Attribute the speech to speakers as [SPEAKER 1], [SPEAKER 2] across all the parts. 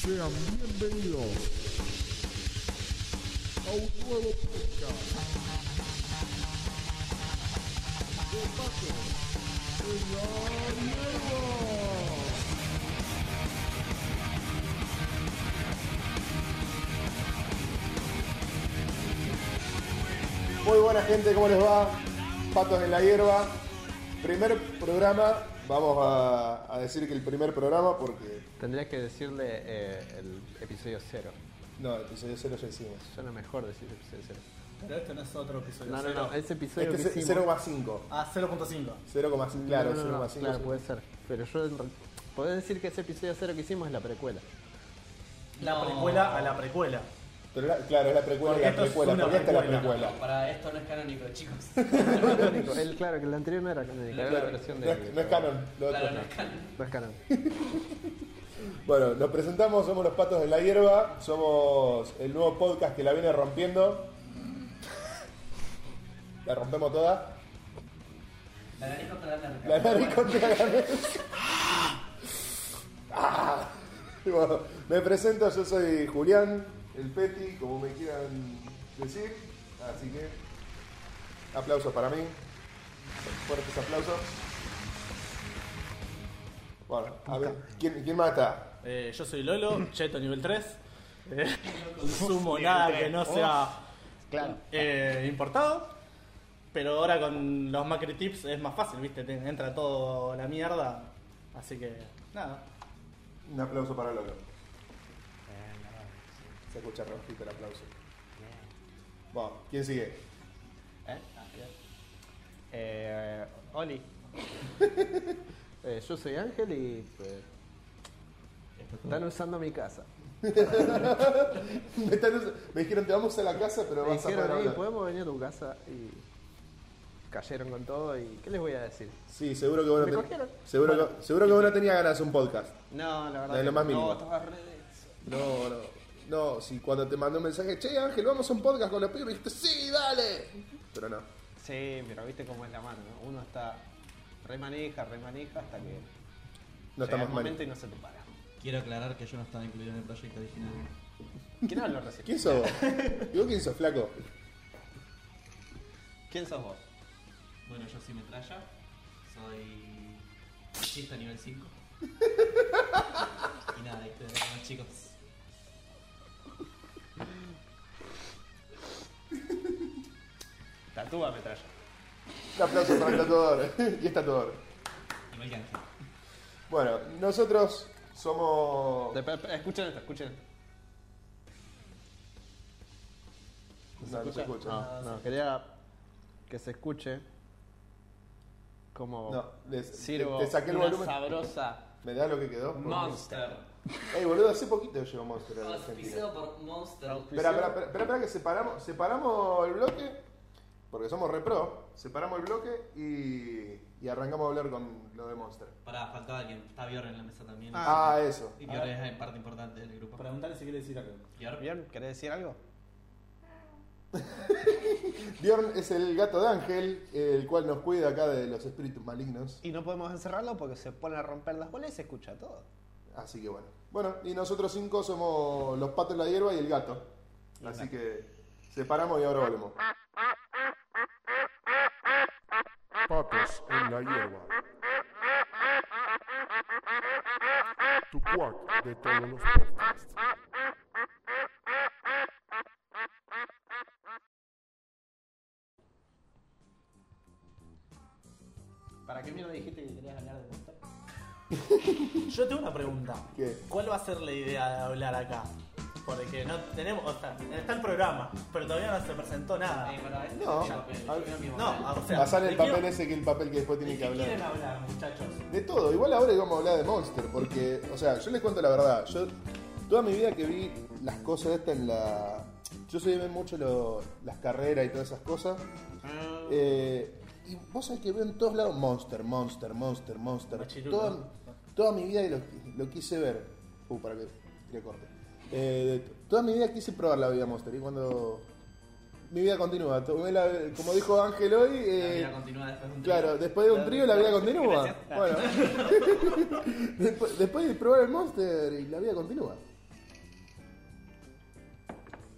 [SPEAKER 1] Sean bienvenidos a un nuevo podcast de Paco en la Mierda.
[SPEAKER 2] Muy buena gente, ¿cómo les va? Patos en la hierba. Primer programa, vamos a, a decir que el primer programa porque...
[SPEAKER 3] Tendrías que decirle eh, el episodio cero.
[SPEAKER 2] No, episodio cero ya hicimos.
[SPEAKER 3] Suena mejor decir episodio cero.
[SPEAKER 4] Pero esto no es otro episodio.
[SPEAKER 3] No, no,
[SPEAKER 4] cero.
[SPEAKER 3] no, ese episodio
[SPEAKER 2] Este
[SPEAKER 3] que
[SPEAKER 2] es
[SPEAKER 3] hicimos...
[SPEAKER 2] 0,5.
[SPEAKER 4] Ah, 0.5.
[SPEAKER 2] 0,5,
[SPEAKER 3] No,
[SPEAKER 2] claro,
[SPEAKER 3] no, no,
[SPEAKER 2] 0,5.
[SPEAKER 3] claro, pues. puede ser. Pero yo... en re- Podés decir que ese episodio cero que hicimos es la precuela.
[SPEAKER 4] La precuela a la precuela.
[SPEAKER 2] Pero la- claro, es la precuela, y
[SPEAKER 4] Porque
[SPEAKER 2] la
[SPEAKER 4] esto es
[SPEAKER 2] precuela,
[SPEAKER 4] una
[SPEAKER 2] porque esta es la
[SPEAKER 4] precuela.
[SPEAKER 2] precuela.
[SPEAKER 5] Para esto no es canónico, chicos.
[SPEAKER 3] el, claro, que el anterior no era canónica, era la
[SPEAKER 2] Claro,
[SPEAKER 3] versión
[SPEAKER 2] no,
[SPEAKER 3] de... este
[SPEAKER 2] es, no es canon, lo otro
[SPEAKER 5] Claro,
[SPEAKER 2] no.
[SPEAKER 5] no es canónico.
[SPEAKER 3] No es canon.
[SPEAKER 2] Bueno, nos presentamos, somos los Patos de la Hierba, somos el nuevo podcast que la viene rompiendo. La rompemos toda.
[SPEAKER 5] La nariz contra la
[SPEAKER 2] La
[SPEAKER 5] nariz.
[SPEAKER 2] nariz contra la mesa. Ah. Bueno, me presento, yo soy Julián, el Peti, como me quieran decir. Así que, aplausos para mí. Fuertes aplausos. Bueno, a ver, ¿quién, quién mata?
[SPEAKER 4] Eh, yo soy Lolo, Cheto nivel 3. Eh, consumo nada que no sea eh, importado. Pero ahora con los macri tips es más fácil, ¿viste? Te entra todo la mierda. Así que, nada.
[SPEAKER 2] Un aplauso para Lolo. Se escucha rojito el aplauso. Bueno, ¿quién sigue?
[SPEAKER 5] ¿Eh? Ah, bien.
[SPEAKER 3] Eh, Oli. Eh, yo soy Ángel y... eh, están usando mi casa.
[SPEAKER 2] me, están us- me dijeron, te vamos a la casa, pero
[SPEAKER 3] Me
[SPEAKER 2] vas a
[SPEAKER 3] dijeron,
[SPEAKER 2] poder
[SPEAKER 3] "Ey,
[SPEAKER 2] hablar".
[SPEAKER 3] podemos venir a tu casa y cayeron con todo y ¿qué les voy a decir?
[SPEAKER 2] Sí, seguro que vos
[SPEAKER 3] Me
[SPEAKER 2] no
[SPEAKER 3] cogieron.
[SPEAKER 2] tenías. Seguro, que, seguro que vos no tenías ganas de un podcast.
[SPEAKER 3] No, la verdad.
[SPEAKER 2] De lo
[SPEAKER 3] que
[SPEAKER 2] más
[SPEAKER 3] no,
[SPEAKER 2] mínimo.
[SPEAKER 3] estaba re denso.
[SPEAKER 2] No, no. No, si cuando te mandó un mensaje, che Ángel, vamos a un podcast con los pibes, dijiste, sí, dale. Pero no.
[SPEAKER 3] Sí, pero viste cómo es la mano, ¿no? Uno está remaneja, remaneja hasta que
[SPEAKER 2] No
[SPEAKER 3] llega el
[SPEAKER 2] estamos
[SPEAKER 3] momento
[SPEAKER 2] mal.
[SPEAKER 3] y no se te para.
[SPEAKER 6] Quiero aclarar que yo no estaba incluido en el proyecto original.
[SPEAKER 3] ¿Quién habló recién?
[SPEAKER 2] ¿Quién sos vos? ¿Y vos quién sos, flaco?
[SPEAKER 3] ¿Quién sos vos?
[SPEAKER 6] Bueno, yo soy metralla, soy chista nivel 5. y nada, ahí te vemos chicos.
[SPEAKER 3] Tatúa metralla.
[SPEAKER 2] Un aplauso para el tatuador. y es tatuador.
[SPEAKER 6] Igual que Ángel.
[SPEAKER 2] Bueno, nosotros somos.
[SPEAKER 3] Espe- espe- Escuchen esto, escuchen. esto.
[SPEAKER 2] No, no se escucha.
[SPEAKER 3] No, no, quería que se escuche como
[SPEAKER 2] No, les-
[SPEAKER 3] sirvo
[SPEAKER 2] te- te saqué el
[SPEAKER 3] una
[SPEAKER 2] volumen.
[SPEAKER 3] sabrosa
[SPEAKER 2] ¿Me da lo que quedó?
[SPEAKER 5] Monster.
[SPEAKER 2] Ey, boludo, hace poquito llegó Monster a la Argentina.
[SPEAKER 5] Auspiciado por Monster.
[SPEAKER 2] Espera, espera, espera, espera, espera, que separamos, separamos el bloque, porque somos repro, separamos el bloque y, y arrancamos a hablar con lo de Monster.
[SPEAKER 6] Pará, faltaba alguien. Está Bjorn en la mesa también.
[SPEAKER 2] Ah, eso.
[SPEAKER 6] y Bjorn es en parte importante del grupo.
[SPEAKER 4] Preguntale si quiere decir algo.
[SPEAKER 6] Bjorn,
[SPEAKER 3] ¿Bien? ¿Querés decir algo?
[SPEAKER 2] Bjorn es el gato de Ángel, el cual nos cuida acá de los espíritus malignos.
[SPEAKER 3] Y no podemos encerrarlo porque se pone a romper las bolas y se escucha todo.
[SPEAKER 2] Así que bueno. Bueno, y nosotros cinco somos los patos de la hierba y el gato. Así que separamos y ahora volvemos.
[SPEAKER 1] Patos en la hierba. Tu cuac de todos los podcasts.
[SPEAKER 3] ¿Para qué mierda dijiste que querías hablar de Monster?
[SPEAKER 4] Yo tengo una pregunta.
[SPEAKER 2] ¿Qué?
[SPEAKER 4] ¿Cuál va a ser la idea de hablar acá? Porque no tenemos, o sea, está el programa, pero todavía no se presentó nada.
[SPEAKER 5] Eh, para esto
[SPEAKER 2] No,
[SPEAKER 5] ya, pero
[SPEAKER 2] al-
[SPEAKER 5] primero mi
[SPEAKER 4] No,
[SPEAKER 5] moral.
[SPEAKER 4] o sea,
[SPEAKER 2] Pasar el
[SPEAKER 4] le quiero-
[SPEAKER 2] papel ese que el papel que después tienen
[SPEAKER 4] ¿De
[SPEAKER 2] que
[SPEAKER 4] qué quieren
[SPEAKER 2] hablar.
[SPEAKER 4] hablar, muchachos?
[SPEAKER 2] De todo, igual ahora vamos a hablar de Monster, porque, o sea, yo les cuento la verdad, yo toda mi vida que vi las cosas estas en la... Yo soy de ver mucho lo- las carreras y todas esas cosas.
[SPEAKER 6] Ah.
[SPEAKER 2] Eh, y vos sabés que veo en todos lados Monster, Monster, Monster, Monster.
[SPEAKER 4] Machirulo.
[SPEAKER 2] Toda, toda mi vida lo, lo quise ver. Uh, para que le corte. Eh, toda mi vida quise probar la vida Monster y cuando... Mi vida continúa. Tomé la- como dijo Ángel hoy...
[SPEAKER 6] la
[SPEAKER 2] eh,
[SPEAKER 6] vida continúa después de un
[SPEAKER 2] Claro, después de un trío la vida continúa. Bueno, después, después de probar el Monster y la vida continúa.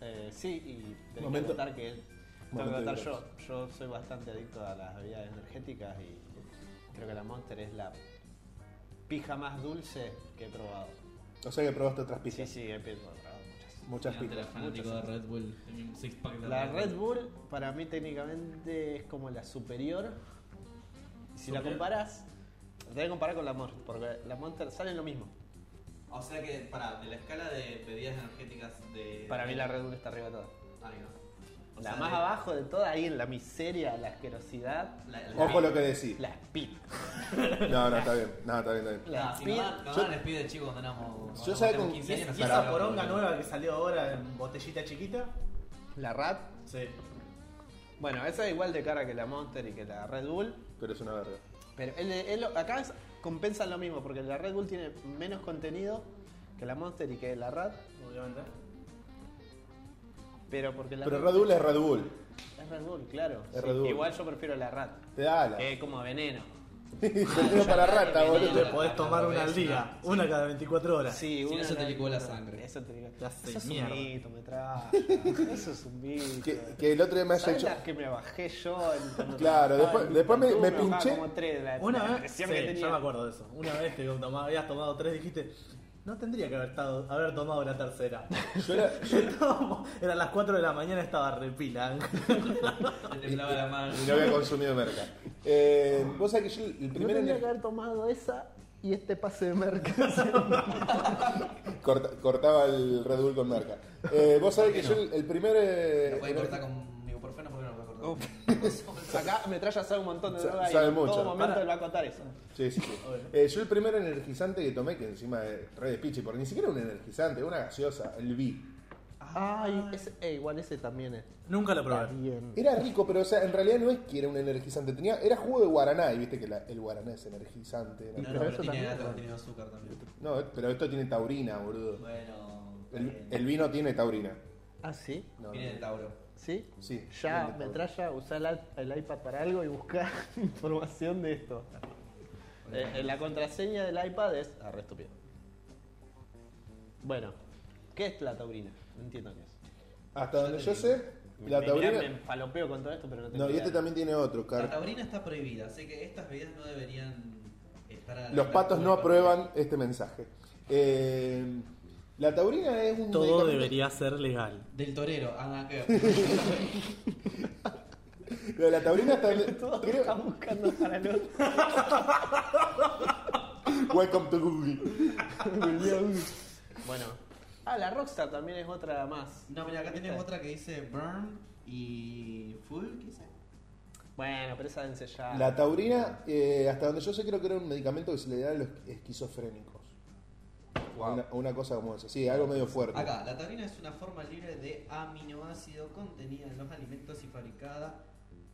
[SPEAKER 3] Eh, sí, y tengo que
[SPEAKER 2] Momento.
[SPEAKER 3] contar que tengo que
[SPEAKER 2] Momento
[SPEAKER 3] contar
[SPEAKER 2] de
[SPEAKER 3] yo. Yo soy bastante adicto a las bebidas energéticas y creo que la Monster es la pija más dulce que he probado.
[SPEAKER 2] O sea que probaste otras
[SPEAKER 3] Sí,
[SPEAKER 2] pijas.
[SPEAKER 3] sí, he probado muchas.
[SPEAKER 2] Muchas
[SPEAKER 6] Y antes
[SPEAKER 2] pijas.
[SPEAKER 6] era fanático de
[SPEAKER 3] muchas.
[SPEAKER 6] Red Bull. Tenía un six pack de
[SPEAKER 3] La Red Bull para mí técnicamente es como la superior. Si la
[SPEAKER 6] ¿Superior?
[SPEAKER 3] comparas, la tenés que comparar con la Monster, porque la Monster sale lo mismo.
[SPEAKER 6] O sea que, pará, de la escala de bebidas energéticas de. Ah,
[SPEAKER 3] Para mí la Red Bull está arriba de todas.
[SPEAKER 6] Ahí va. O
[SPEAKER 3] La
[SPEAKER 6] sea,
[SPEAKER 3] más
[SPEAKER 6] de-
[SPEAKER 3] abajo de todas, ahí en la miseria, la asquerosidad,
[SPEAKER 6] La, la-
[SPEAKER 2] Ojo lo que decís.
[SPEAKER 3] la Speed.
[SPEAKER 2] No, no, está bien. No, está bien, está bien.
[SPEAKER 3] La
[SPEAKER 6] Nah, si no
[SPEAKER 3] Speed.
[SPEAKER 6] dan- no
[SPEAKER 2] yo-
[SPEAKER 6] dan el speed de chicos, cuando éramos.
[SPEAKER 2] Yo sabe
[SPEAKER 6] con
[SPEAKER 2] con-
[SPEAKER 4] Y,
[SPEAKER 6] 15
[SPEAKER 4] es-
[SPEAKER 6] años.
[SPEAKER 4] y esa poronga nueva que salió ahora en botellita chiquita.
[SPEAKER 3] La Rat.
[SPEAKER 4] Sí.
[SPEAKER 3] Bueno, esa es igual de cara que la Monster y que la Red Bull.
[SPEAKER 2] Pero es una verga.
[SPEAKER 3] Pero él- él- acá es- compensan lo mismo, porque la Red Bull tiene menos contenido que la Monster y que la Rat.
[SPEAKER 4] Obviamente.
[SPEAKER 3] Pero porque la
[SPEAKER 2] Pero Red Bull es Red Bull.
[SPEAKER 3] es Red Bull, claro.
[SPEAKER 2] Es Red Bull.
[SPEAKER 3] Igual yo prefiero la Rat,
[SPEAKER 2] Te da alas.
[SPEAKER 3] que es como veneno.
[SPEAKER 2] Veneno para rata,
[SPEAKER 4] Te
[SPEAKER 2] boludo.
[SPEAKER 4] podés
[SPEAKER 3] Ah,
[SPEAKER 4] tomar una al día, una cada 24 horas.
[SPEAKER 3] Sí,
[SPEAKER 6] Si
[SPEAKER 3] una-
[SPEAKER 6] eso te licuó la sangre.
[SPEAKER 3] Eso te licuó.
[SPEAKER 4] Te hace
[SPEAKER 3] Eso es
[SPEAKER 4] mierda.
[SPEAKER 3] un mito, me traga. Eso es un mito.
[SPEAKER 2] Que, que el otro día me haya
[SPEAKER 3] ¿Sabes
[SPEAKER 2] hecho.
[SPEAKER 3] las que me bajé yo? en- cuando
[SPEAKER 2] Claro,
[SPEAKER 3] estaba
[SPEAKER 2] después-
[SPEAKER 3] en
[SPEAKER 2] después me-
[SPEAKER 3] YouTube?
[SPEAKER 2] me
[SPEAKER 3] bajaba
[SPEAKER 2] pinché.
[SPEAKER 3] como tres de la- la
[SPEAKER 4] Una vez, sí,
[SPEAKER 3] depresión que tenía.
[SPEAKER 4] yo me acuerdo de eso. Una vez que tomaba- habías tomado tres, dijiste, no tendría que haber, estado, haber tomado la tercera.
[SPEAKER 2] Yo era-
[SPEAKER 4] Estábamos- Eran las 4 de la mañana, estaba repila.
[SPEAKER 6] Te temblaba la mano.
[SPEAKER 2] Y no había consumido merca. Eh, Vos sabés que yo el
[SPEAKER 3] No
[SPEAKER 2] primer
[SPEAKER 3] tendría
[SPEAKER 2] año
[SPEAKER 3] que haber tomado esa y este pase de mercado.
[SPEAKER 2] corta- cortaba el Red Bull con merca. Eh, Vos sabés que yo el- el primer. eh,
[SPEAKER 6] Lo podés
[SPEAKER 2] en-
[SPEAKER 6] cortar con ibuprofeno porque no lo podés cortar.
[SPEAKER 3] Acá Metralla sabe un montón de
[SPEAKER 2] Sa-
[SPEAKER 3] droga y
[SPEAKER 2] sabe
[SPEAKER 3] en
[SPEAKER 2] mucho.
[SPEAKER 3] todo momento
[SPEAKER 4] Para.
[SPEAKER 3] él va a contar eso.
[SPEAKER 2] Sí, sí, sí. Eh, yo el primer energizante que tomé, que encima es re de pichi, porque ni siquiera un energizante, una gaseosa, el B.
[SPEAKER 3] Ay, ese, eh, igual ese también es.
[SPEAKER 4] Nunca lo
[SPEAKER 3] Está
[SPEAKER 4] probé.
[SPEAKER 3] bien.
[SPEAKER 2] Era rico, pero o sea, en realidad no es que era un energizante, tenía, era jugo de guaraná, y viste que la- el guaraná es energizante.
[SPEAKER 6] No,
[SPEAKER 2] ¿no?
[SPEAKER 6] no,
[SPEAKER 3] Pero
[SPEAKER 6] pero
[SPEAKER 3] eso
[SPEAKER 6] tiene
[SPEAKER 3] también
[SPEAKER 6] alto
[SPEAKER 3] es
[SPEAKER 6] contenido de azúcar también.
[SPEAKER 2] No, eh, pero esto tiene taurina, boludo.
[SPEAKER 6] Bueno.
[SPEAKER 2] El,
[SPEAKER 6] bien.
[SPEAKER 2] el vino tiene taurina.
[SPEAKER 3] ¿Ah, sí?
[SPEAKER 2] No,
[SPEAKER 6] Viene de
[SPEAKER 2] no.
[SPEAKER 6] Tauro.
[SPEAKER 3] ¿Sí?
[SPEAKER 2] Sí, viene de
[SPEAKER 3] Ya,
[SPEAKER 2] Tauro.
[SPEAKER 3] Metralla, usá el, i- el iPad para algo y buscá información de esto. Eh, eh, la contraseña del iPad es arre estúpido. Bueno, ¿qué es la taurina? No entiendo qué es.
[SPEAKER 2] Hasta donde yo sé, la
[SPEAKER 3] Me- mirá,
[SPEAKER 2] taurina...
[SPEAKER 3] Me falopeo con todo esto, pero no tengo
[SPEAKER 2] No, y
[SPEAKER 3] idea.
[SPEAKER 2] este también tiene otro,
[SPEAKER 6] La
[SPEAKER 2] Car.
[SPEAKER 6] taurina está prohibida, así que estas bebidas no deberían estar a-
[SPEAKER 2] Los patos no aprueban este mensaje. Eh, la taurina es un
[SPEAKER 4] Todo
[SPEAKER 2] medicamento-
[SPEAKER 4] debería ser legal.
[SPEAKER 6] Del torero, ah, nada que ver.
[SPEAKER 2] Lo de la taurina está...
[SPEAKER 3] Todos
[SPEAKER 2] creo-
[SPEAKER 3] están buscando para el otro.
[SPEAKER 2] Welcome to Google.
[SPEAKER 3] bueno. Ah, la Rockstar también es otra más.
[SPEAKER 6] No, mira, acá tenemos
[SPEAKER 3] ¿Viste?
[SPEAKER 6] otra que dice Burn y Full, ¿qué dice?
[SPEAKER 3] Bueno, pero esa dense ya.
[SPEAKER 2] La taurina, eh, hasta donde yo sé, creo que era un medicamento que se le da a los esquizofrénicos. O Una, o una cosa como esa. Sí, algo medio fuerte.
[SPEAKER 6] Acá, la taurina es una forma libre de aminoácido contenida en los alimentos y fabricada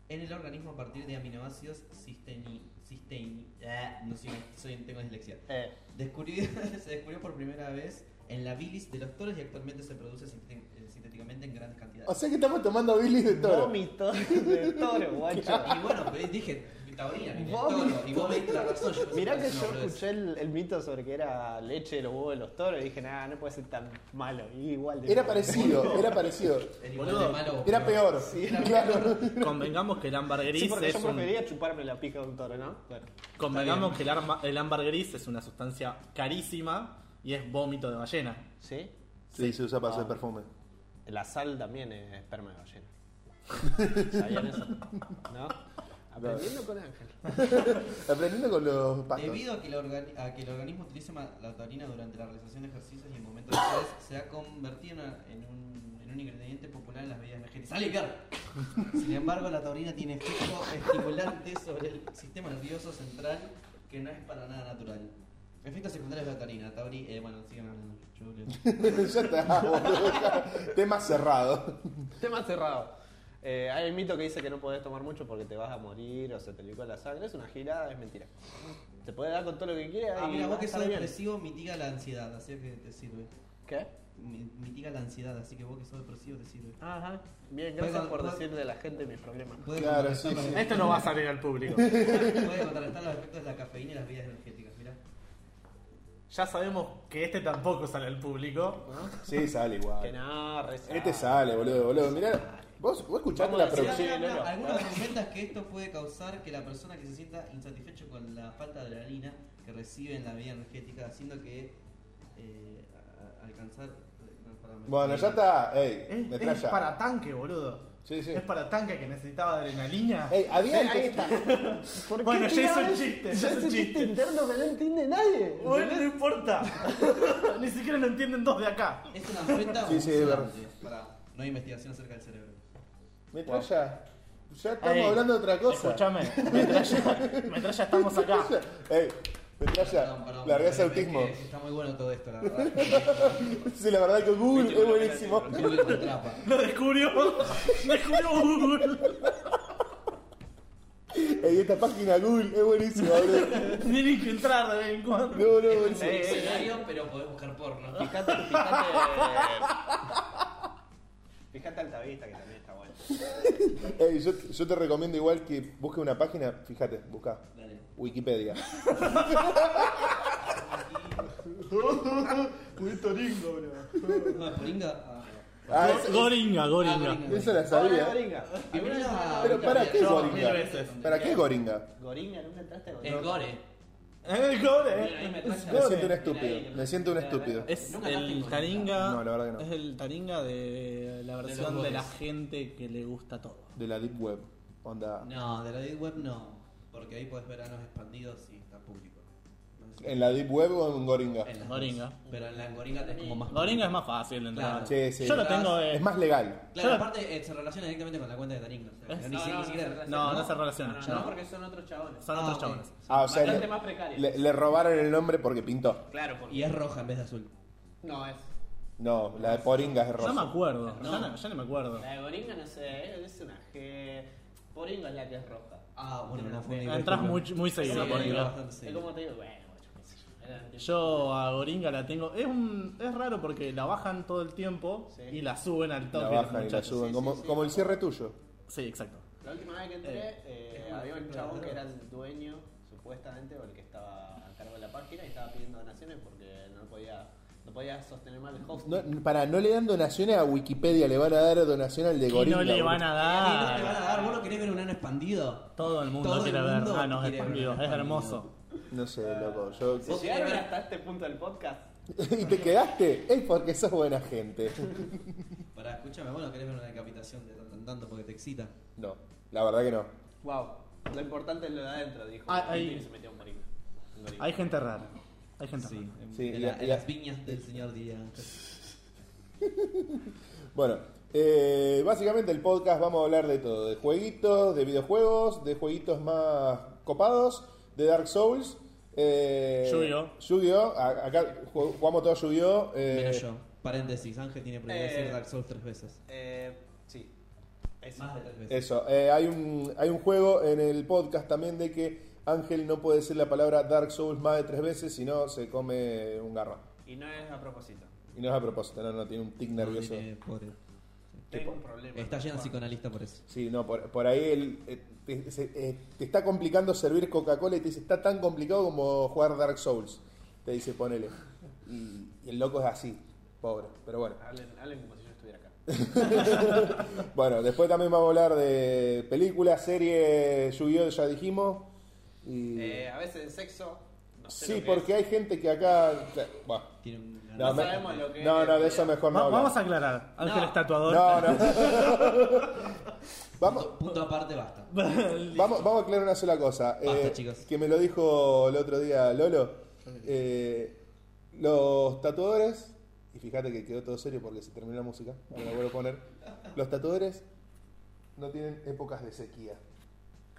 [SPEAKER 6] en el organismo a partir de aminoácidos cisteini. cisteini ah, no soy, soy- tengo dislexia.
[SPEAKER 3] Eh,
[SPEAKER 6] Descubrido- se descubrió por primera vez en la bilis de los toros y actualmente se produce sintet- eh, sintéticamente en grandes
[SPEAKER 2] O
[SPEAKER 6] cantidades.
[SPEAKER 2] sea que estamos tomando bilis de toro.
[SPEAKER 3] vómito de toro, guacho.
[SPEAKER 6] y bueno, pues, dije, taurina, mirá,
[SPEAKER 3] Vos-
[SPEAKER 6] toro, y vos me diste la razón. yo pensé
[SPEAKER 3] Mirá que
[SPEAKER 6] es una
[SPEAKER 3] yo
[SPEAKER 6] boludez.
[SPEAKER 3] escuché el, el mito sobre que era leche de los huevos de los toros y dije, nada, no puede ser tan malo. Y igual de
[SPEAKER 2] Era
[SPEAKER 3] malo.
[SPEAKER 2] parecido, era parecido.
[SPEAKER 6] El igual de
[SPEAKER 4] Boludo,
[SPEAKER 6] malo,
[SPEAKER 2] Era
[SPEAKER 6] pero-
[SPEAKER 2] peor. Claro.
[SPEAKER 4] Convengamos que el ámbar gris
[SPEAKER 3] Sí, porque
[SPEAKER 4] es
[SPEAKER 3] yo
[SPEAKER 4] un...
[SPEAKER 3] prefería chuparme la pica de un toro, ¿no? Bueno.
[SPEAKER 4] Convengamos que el, arma- el ámbar gris es una sustancia carísima y es vómito de ballena.
[SPEAKER 3] ¿Sí?
[SPEAKER 2] Sí, se usa para hacer perfume.
[SPEAKER 3] La sal también es esperma de ballena. ¿Sabían eso? ¿No? Aprendiendo con Ángel.
[SPEAKER 2] Aprendiendo con los pastos.
[SPEAKER 6] Debido a que, el organi- a que el organismo utiliza ma- la taurina durante la realización de ejercicios y en momentos de estrés, se ha convertido en, una- en un, en un ingrediente popular en las bebidas energéticas. ¡Sale, Edgar! Sin embargo, la taurina tiene efecto estimulante sobre el sistema nervioso central que no es para nada natural. Efectos secundarios de la taurina. Tauri, eh, bueno, sigan hablando. Yo leo.
[SPEAKER 2] ya está, boludo. Tema cerrado.
[SPEAKER 3] Tema cerrado. Eh, hay el mito que dice que no podés tomar mucho porque te vas a morir o se te licó la sangre. Es una girada, es mentira. Te podés dar con todo lo que quieras.
[SPEAKER 6] Ah,
[SPEAKER 3] y
[SPEAKER 6] mira,
[SPEAKER 3] vas
[SPEAKER 6] vos
[SPEAKER 3] a
[SPEAKER 6] que
[SPEAKER 3] estar
[SPEAKER 6] sos
[SPEAKER 3] bien.
[SPEAKER 6] depresivo, mitiga la ansiedad, así que te sirve.
[SPEAKER 3] ¿Qué?
[SPEAKER 6] Mi- Mitiga la ansiedad, así que vos que sos depresivo te sirve.
[SPEAKER 3] Ajá. Bien,
[SPEAKER 6] Pues,
[SPEAKER 3] gracias por
[SPEAKER 6] pues-
[SPEAKER 3] decirle a la gente mis problemas.
[SPEAKER 6] Puede
[SPEAKER 2] Claro,
[SPEAKER 6] contrarrestar
[SPEAKER 2] sí,
[SPEAKER 6] los
[SPEAKER 2] sí.
[SPEAKER 6] efectos-
[SPEAKER 4] Esto no va a salir al público.
[SPEAKER 6] Puede contrarrestar los efectos de la cafeína y las bebidas energéticas, mirá.
[SPEAKER 4] Ya sabemos que este tampoco sale al público.
[SPEAKER 2] Sí, sale igual.
[SPEAKER 7] Que no, reza.
[SPEAKER 2] Este sale, boludo, boludo. Mirá, vos, vos escuchaste la
[SPEAKER 7] Vamos a decir
[SPEAKER 2] producción.
[SPEAKER 7] algo.
[SPEAKER 6] Algunos
[SPEAKER 7] loco.
[SPEAKER 6] algunas argumentas que esto puede causar que la persona que se sienta insatisfecho con la falta de adrenalina que recibe en la vida energética, haciendo que eh, a- a- alcanzar. no, pará, me-
[SPEAKER 2] Bueno, ya está. Ey,
[SPEAKER 4] Es, es
[SPEAKER 2] metralla.
[SPEAKER 4] para tanque, boludo.
[SPEAKER 2] Sí, sí.
[SPEAKER 4] Es para tanque que necesitaba adrenalina.
[SPEAKER 2] Ey, había
[SPEAKER 4] Sí, ahí
[SPEAKER 2] antes-
[SPEAKER 4] está.
[SPEAKER 7] ¿Por qué
[SPEAKER 4] Bueno, ya hizo
[SPEAKER 7] tiraban-
[SPEAKER 4] el chiste,
[SPEAKER 7] Ya hizo el chiste interno que no entiende nadie.
[SPEAKER 4] Bueno,
[SPEAKER 7] ¿entendés?
[SPEAKER 4] no importa. Ni siquiera lo entienden dos de acá.
[SPEAKER 6] ¿Es una afrenta
[SPEAKER 2] Sí, sí, es verdad.
[SPEAKER 6] Para, no hay investigación acerca del cerebro.
[SPEAKER 2] Metralla. Ya estamos
[SPEAKER 4] Ey,
[SPEAKER 2] hablando de otra cosa.
[SPEAKER 4] Escúchame, metralla, metralla, estamos acá.
[SPEAKER 2] Ey, metralla. Largas
[SPEAKER 6] perdón,
[SPEAKER 2] autismo.
[SPEAKER 6] es que está muy bueno todo esto, la verdad.
[SPEAKER 2] Sí, la verdad que Google es buenísimo.
[SPEAKER 6] Google te atrapa.
[SPEAKER 4] Lo descubrió. Descubrió Google.
[SPEAKER 2] Ey, esta página Google es buenísima, boludo.
[SPEAKER 4] Tienen que entrar de vez en cuando.
[SPEAKER 2] No, no,
[SPEAKER 6] Es un
[SPEAKER 2] buenísimo.
[SPEAKER 6] diccionario, pero podés buscar porno.
[SPEAKER 7] Fijate, fijate. Fijate Altavista, que también está bueno.
[SPEAKER 2] Ey, yo, yo te recomiendo igual que busques una página, fíjate, busca
[SPEAKER 6] Dale.
[SPEAKER 2] Wikipedia.
[SPEAKER 6] No, Coringa. ah,
[SPEAKER 2] Ah, esa,
[SPEAKER 4] Goringa,
[SPEAKER 6] Goringa.
[SPEAKER 2] esa la
[SPEAKER 7] Hola,
[SPEAKER 2] sabía.
[SPEAKER 7] Goringa.
[SPEAKER 6] Bienvenido a-
[SPEAKER 2] Pero para qué es
[SPEAKER 4] Yo,
[SPEAKER 2] Goringa?
[SPEAKER 4] mil veces.
[SPEAKER 2] ¿Para qué es Goringa?
[SPEAKER 7] Goringa, nunca entraste a
[SPEAKER 6] El
[SPEAKER 7] Goringa.
[SPEAKER 6] gore.
[SPEAKER 4] Eh, El
[SPEAKER 6] Ahí me
[SPEAKER 4] gore.
[SPEAKER 6] traes
[SPEAKER 2] Me
[SPEAKER 6] a-
[SPEAKER 2] siento un estúpido. Me siento un estúpido.
[SPEAKER 4] Es
[SPEAKER 6] Nunca hablaste
[SPEAKER 4] el
[SPEAKER 6] con
[SPEAKER 4] taringa.
[SPEAKER 2] No, la verdad que no.
[SPEAKER 4] Es el taringa de la versión de,
[SPEAKER 6] goles.
[SPEAKER 4] la gente que le gusta todo.
[SPEAKER 2] De la Deep Web. Onda.
[SPEAKER 6] No, de la Deep Web no. Porque ahí podés ver a los expandidos y está público. No sé.
[SPEAKER 2] ¿En la Deep Web o en Goringa?
[SPEAKER 6] En las
[SPEAKER 4] Goringa.
[SPEAKER 6] dos. Pero en la Goringa te es como más.
[SPEAKER 4] Goringa es más fácil de entrar.
[SPEAKER 6] Claro.
[SPEAKER 2] Sí, sí.
[SPEAKER 4] Yo lo tengo. eh,
[SPEAKER 2] Es más legal.
[SPEAKER 6] Claro,
[SPEAKER 4] Yo-
[SPEAKER 6] aparte eh, se relaciona directamente con la cuenta de Taringa. o sea,
[SPEAKER 4] Es-
[SPEAKER 6] ni,
[SPEAKER 3] No,
[SPEAKER 6] si-
[SPEAKER 3] no,
[SPEAKER 6] ni
[SPEAKER 3] no
[SPEAKER 6] siquiera.
[SPEAKER 3] se relaciona.
[SPEAKER 4] No, no se relaciona.
[SPEAKER 3] No, no,
[SPEAKER 4] No.
[SPEAKER 3] no, porque son otros chabones.
[SPEAKER 4] Son
[SPEAKER 6] Ah,
[SPEAKER 4] otros
[SPEAKER 6] ok.
[SPEAKER 4] chabones.
[SPEAKER 2] Ah, o sea,
[SPEAKER 3] Bastante
[SPEAKER 2] le,
[SPEAKER 3] más precario.
[SPEAKER 2] le- le robaron el nombre porque pintó.
[SPEAKER 3] Claro, porque.
[SPEAKER 6] Y es roja en vez de azul.
[SPEAKER 3] No, es.
[SPEAKER 2] No, la de Poringa es
[SPEAKER 4] Yo me
[SPEAKER 2] rosa.
[SPEAKER 4] acuerdo.
[SPEAKER 3] No.
[SPEAKER 4] Ya, no, ya no me acuerdo.
[SPEAKER 3] La de Goringa, no sé, es una G. Poringa es la que es roja.
[SPEAKER 6] Ah, bueno, no fue una
[SPEAKER 4] Entras muy, muy
[SPEAKER 3] Sí,
[SPEAKER 4] seguido a
[SPEAKER 3] sí,
[SPEAKER 4] Goringa.
[SPEAKER 6] bastante
[SPEAKER 3] Es
[SPEAKER 6] seguido.
[SPEAKER 3] como te digo, bueno, yo qué sé yo, era un tipo-
[SPEAKER 4] Yo a Goringa la tengo. Es un es raro porque la bajan todo el tiempo
[SPEAKER 3] Sí.
[SPEAKER 4] y la suben al toque.
[SPEAKER 2] La
[SPEAKER 4] los
[SPEAKER 2] bajan y la
[SPEAKER 4] muchachos.
[SPEAKER 2] suben.
[SPEAKER 3] sí,
[SPEAKER 2] como,
[SPEAKER 3] sí, sí.
[SPEAKER 2] como el cierre tuyo.
[SPEAKER 4] Sí, exacto.
[SPEAKER 3] La última vez que entré, eh, había un chabón que era el dueño, supuestamente, o el que estaba a cargo de la página y estaba pidiendo donaciones porque no podía, no podía sostener mal el hosting.
[SPEAKER 2] No, para, no le dan donaciones a Wikipedia, le van a dar donación al de
[SPEAKER 4] Y
[SPEAKER 2] Goringa.
[SPEAKER 4] no le van a
[SPEAKER 6] Y no te van a
[SPEAKER 4] dar.
[SPEAKER 6] dar, vos no querés ver un ano expandido.
[SPEAKER 4] Todo el mundo
[SPEAKER 6] Todo el
[SPEAKER 4] quiere
[SPEAKER 6] mundo
[SPEAKER 4] ver manos
[SPEAKER 6] quiere ver
[SPEAKER 4] expandidos. Es
[SPEAKER 6] expandido.
[SPEAKER 4] hermoso.
[SPEAKER 2] No sé, loco. Yo...
[SPEAKER 3] Si llegaron hasta este punto del podcast,
[SPEAKER 2] y te quedaste, es porque sos buena gente.
[SPEAKER 6] Para, escúchame, vos no querés ver una decapitación de tanto en tanto porque te excita.
[SPEAKER 2] No, la verdad que no.
[SPEAKER 3] wow, lo importante es lo de adentro, dijo.
[SPEAKER 4] Ah, ahí.
[SPEAKER 3] Y se metió un marido. Un gorila.
[SPEAKER 4] Hay gente rara. Hay gente rara.
[SPEAKER 2] Sí,
[SPEAKER 6] en,
[SPEAKER 2] y
[SPEAKER 6] la-
[SPEAKER 2] la-
[SPEAKER 6] en
[SPEAKER 2] y la-
[SPEAKER 6] las viñas del señor Díaz.
[SPEAKER 2] Bueno, eh, básicamente el podcast vamos a hablar de todo, de jueguitos, de videojuegos, de jueguitos más copados, de Dark Souls. Eh,
[SPEAKER 4] Yu-Gi-Oh.
[SPEAKER 2] Yu-Gi-Oh, a- Acá ju- jugamos todo Yu-Gi-Oh. eh,
[SPEAKER 6] Menos yo. Paréntesis, Ángel tiene prohibido
[SPEAKER 3] Eh.
[SPEAKER 6] decir Dark Souls tres veces.
[SPEAKER 3] Eh, sí. Eso.
[SPEAKER 6] Más de tres veces.
[SPEAKER 2] Eso, eh, hay, un, hay un juego en el podcast también de que Ángel no puede decir la palabra Dark Souls más de tres veces, si no se come un garrón.
[SPEAKER 3] Y no es a propósito.
[SPEAKER 2] Y no es a propósito, no, no, tiene un tic nervioso.
[SPEAKER 6] Tiene- pobre.
[SPEAKER 3] Tengo un problema.
[SPEAKER 6] Está lleno de
[SPEAKER 3] Bueno.
[SPEAKER 6] psicoanalista por eso.
[SPEAKER 2] Sí, no, por, por ahí el- eh, te, se- eh, te está complicando servir Coca-Cola y te dice, está tan complicado como jugar Dark Souls. Te dice, ponele. Y, y el loco es así, pobre, pero bueno.
[SPEAKER 3] Hablen, hablen como si yo estuviera acá.
[SPEAKER 2] Bueno, después también vamos a hablar de películas, series, Yu-Gi-Oh! ya dijimos. Y...
[SPEAKER 3] Eh, a veces sexo. No sé lo
[SPEAKER 2] sí,
[SPEAKER 3] que
[SPEAKER 2] porque
[SPEAKER 3] es.
[SPEAKER 2] hay gente que acá... Bueno,
[SPEAKER 6] Tiene un
[SPEAKER 2] no,
[SPEAKER 3] No
[SPEAKER 2] me-
[SPEAKER 3] sabemos lo que
[SPEAKER 2] no,
[SPEAKER 3] es.
[SPEAKER 2] no, de eso mejor no
[SPEAKER 4] Va-
[SPEAKER 2] hablar.
[SPEAKER 4] vamos a aclarar. Ángel
[SPEAKER 3] No.
[SPEAKER 4] es tatuador.
[SPEAKER 2] No, no. vamos,
[SPEAKER 6] punto, punto aparte basta.
[SPEAKER 2] Vamos, vamos a aclarar una sola cosa.
[SPEAKER 6] Basta,
[SPEAKER 2] eh,
[SPEAKER 6] chicos.
[SPEAKER 2] Que me lo dijo el otro día Lolo. Eh, los tatuadores, y fíjate que quedó todo serio porque se terminó la música, ahora la vuelvo a poner. Los tatuadores no tienen épocas de sequía.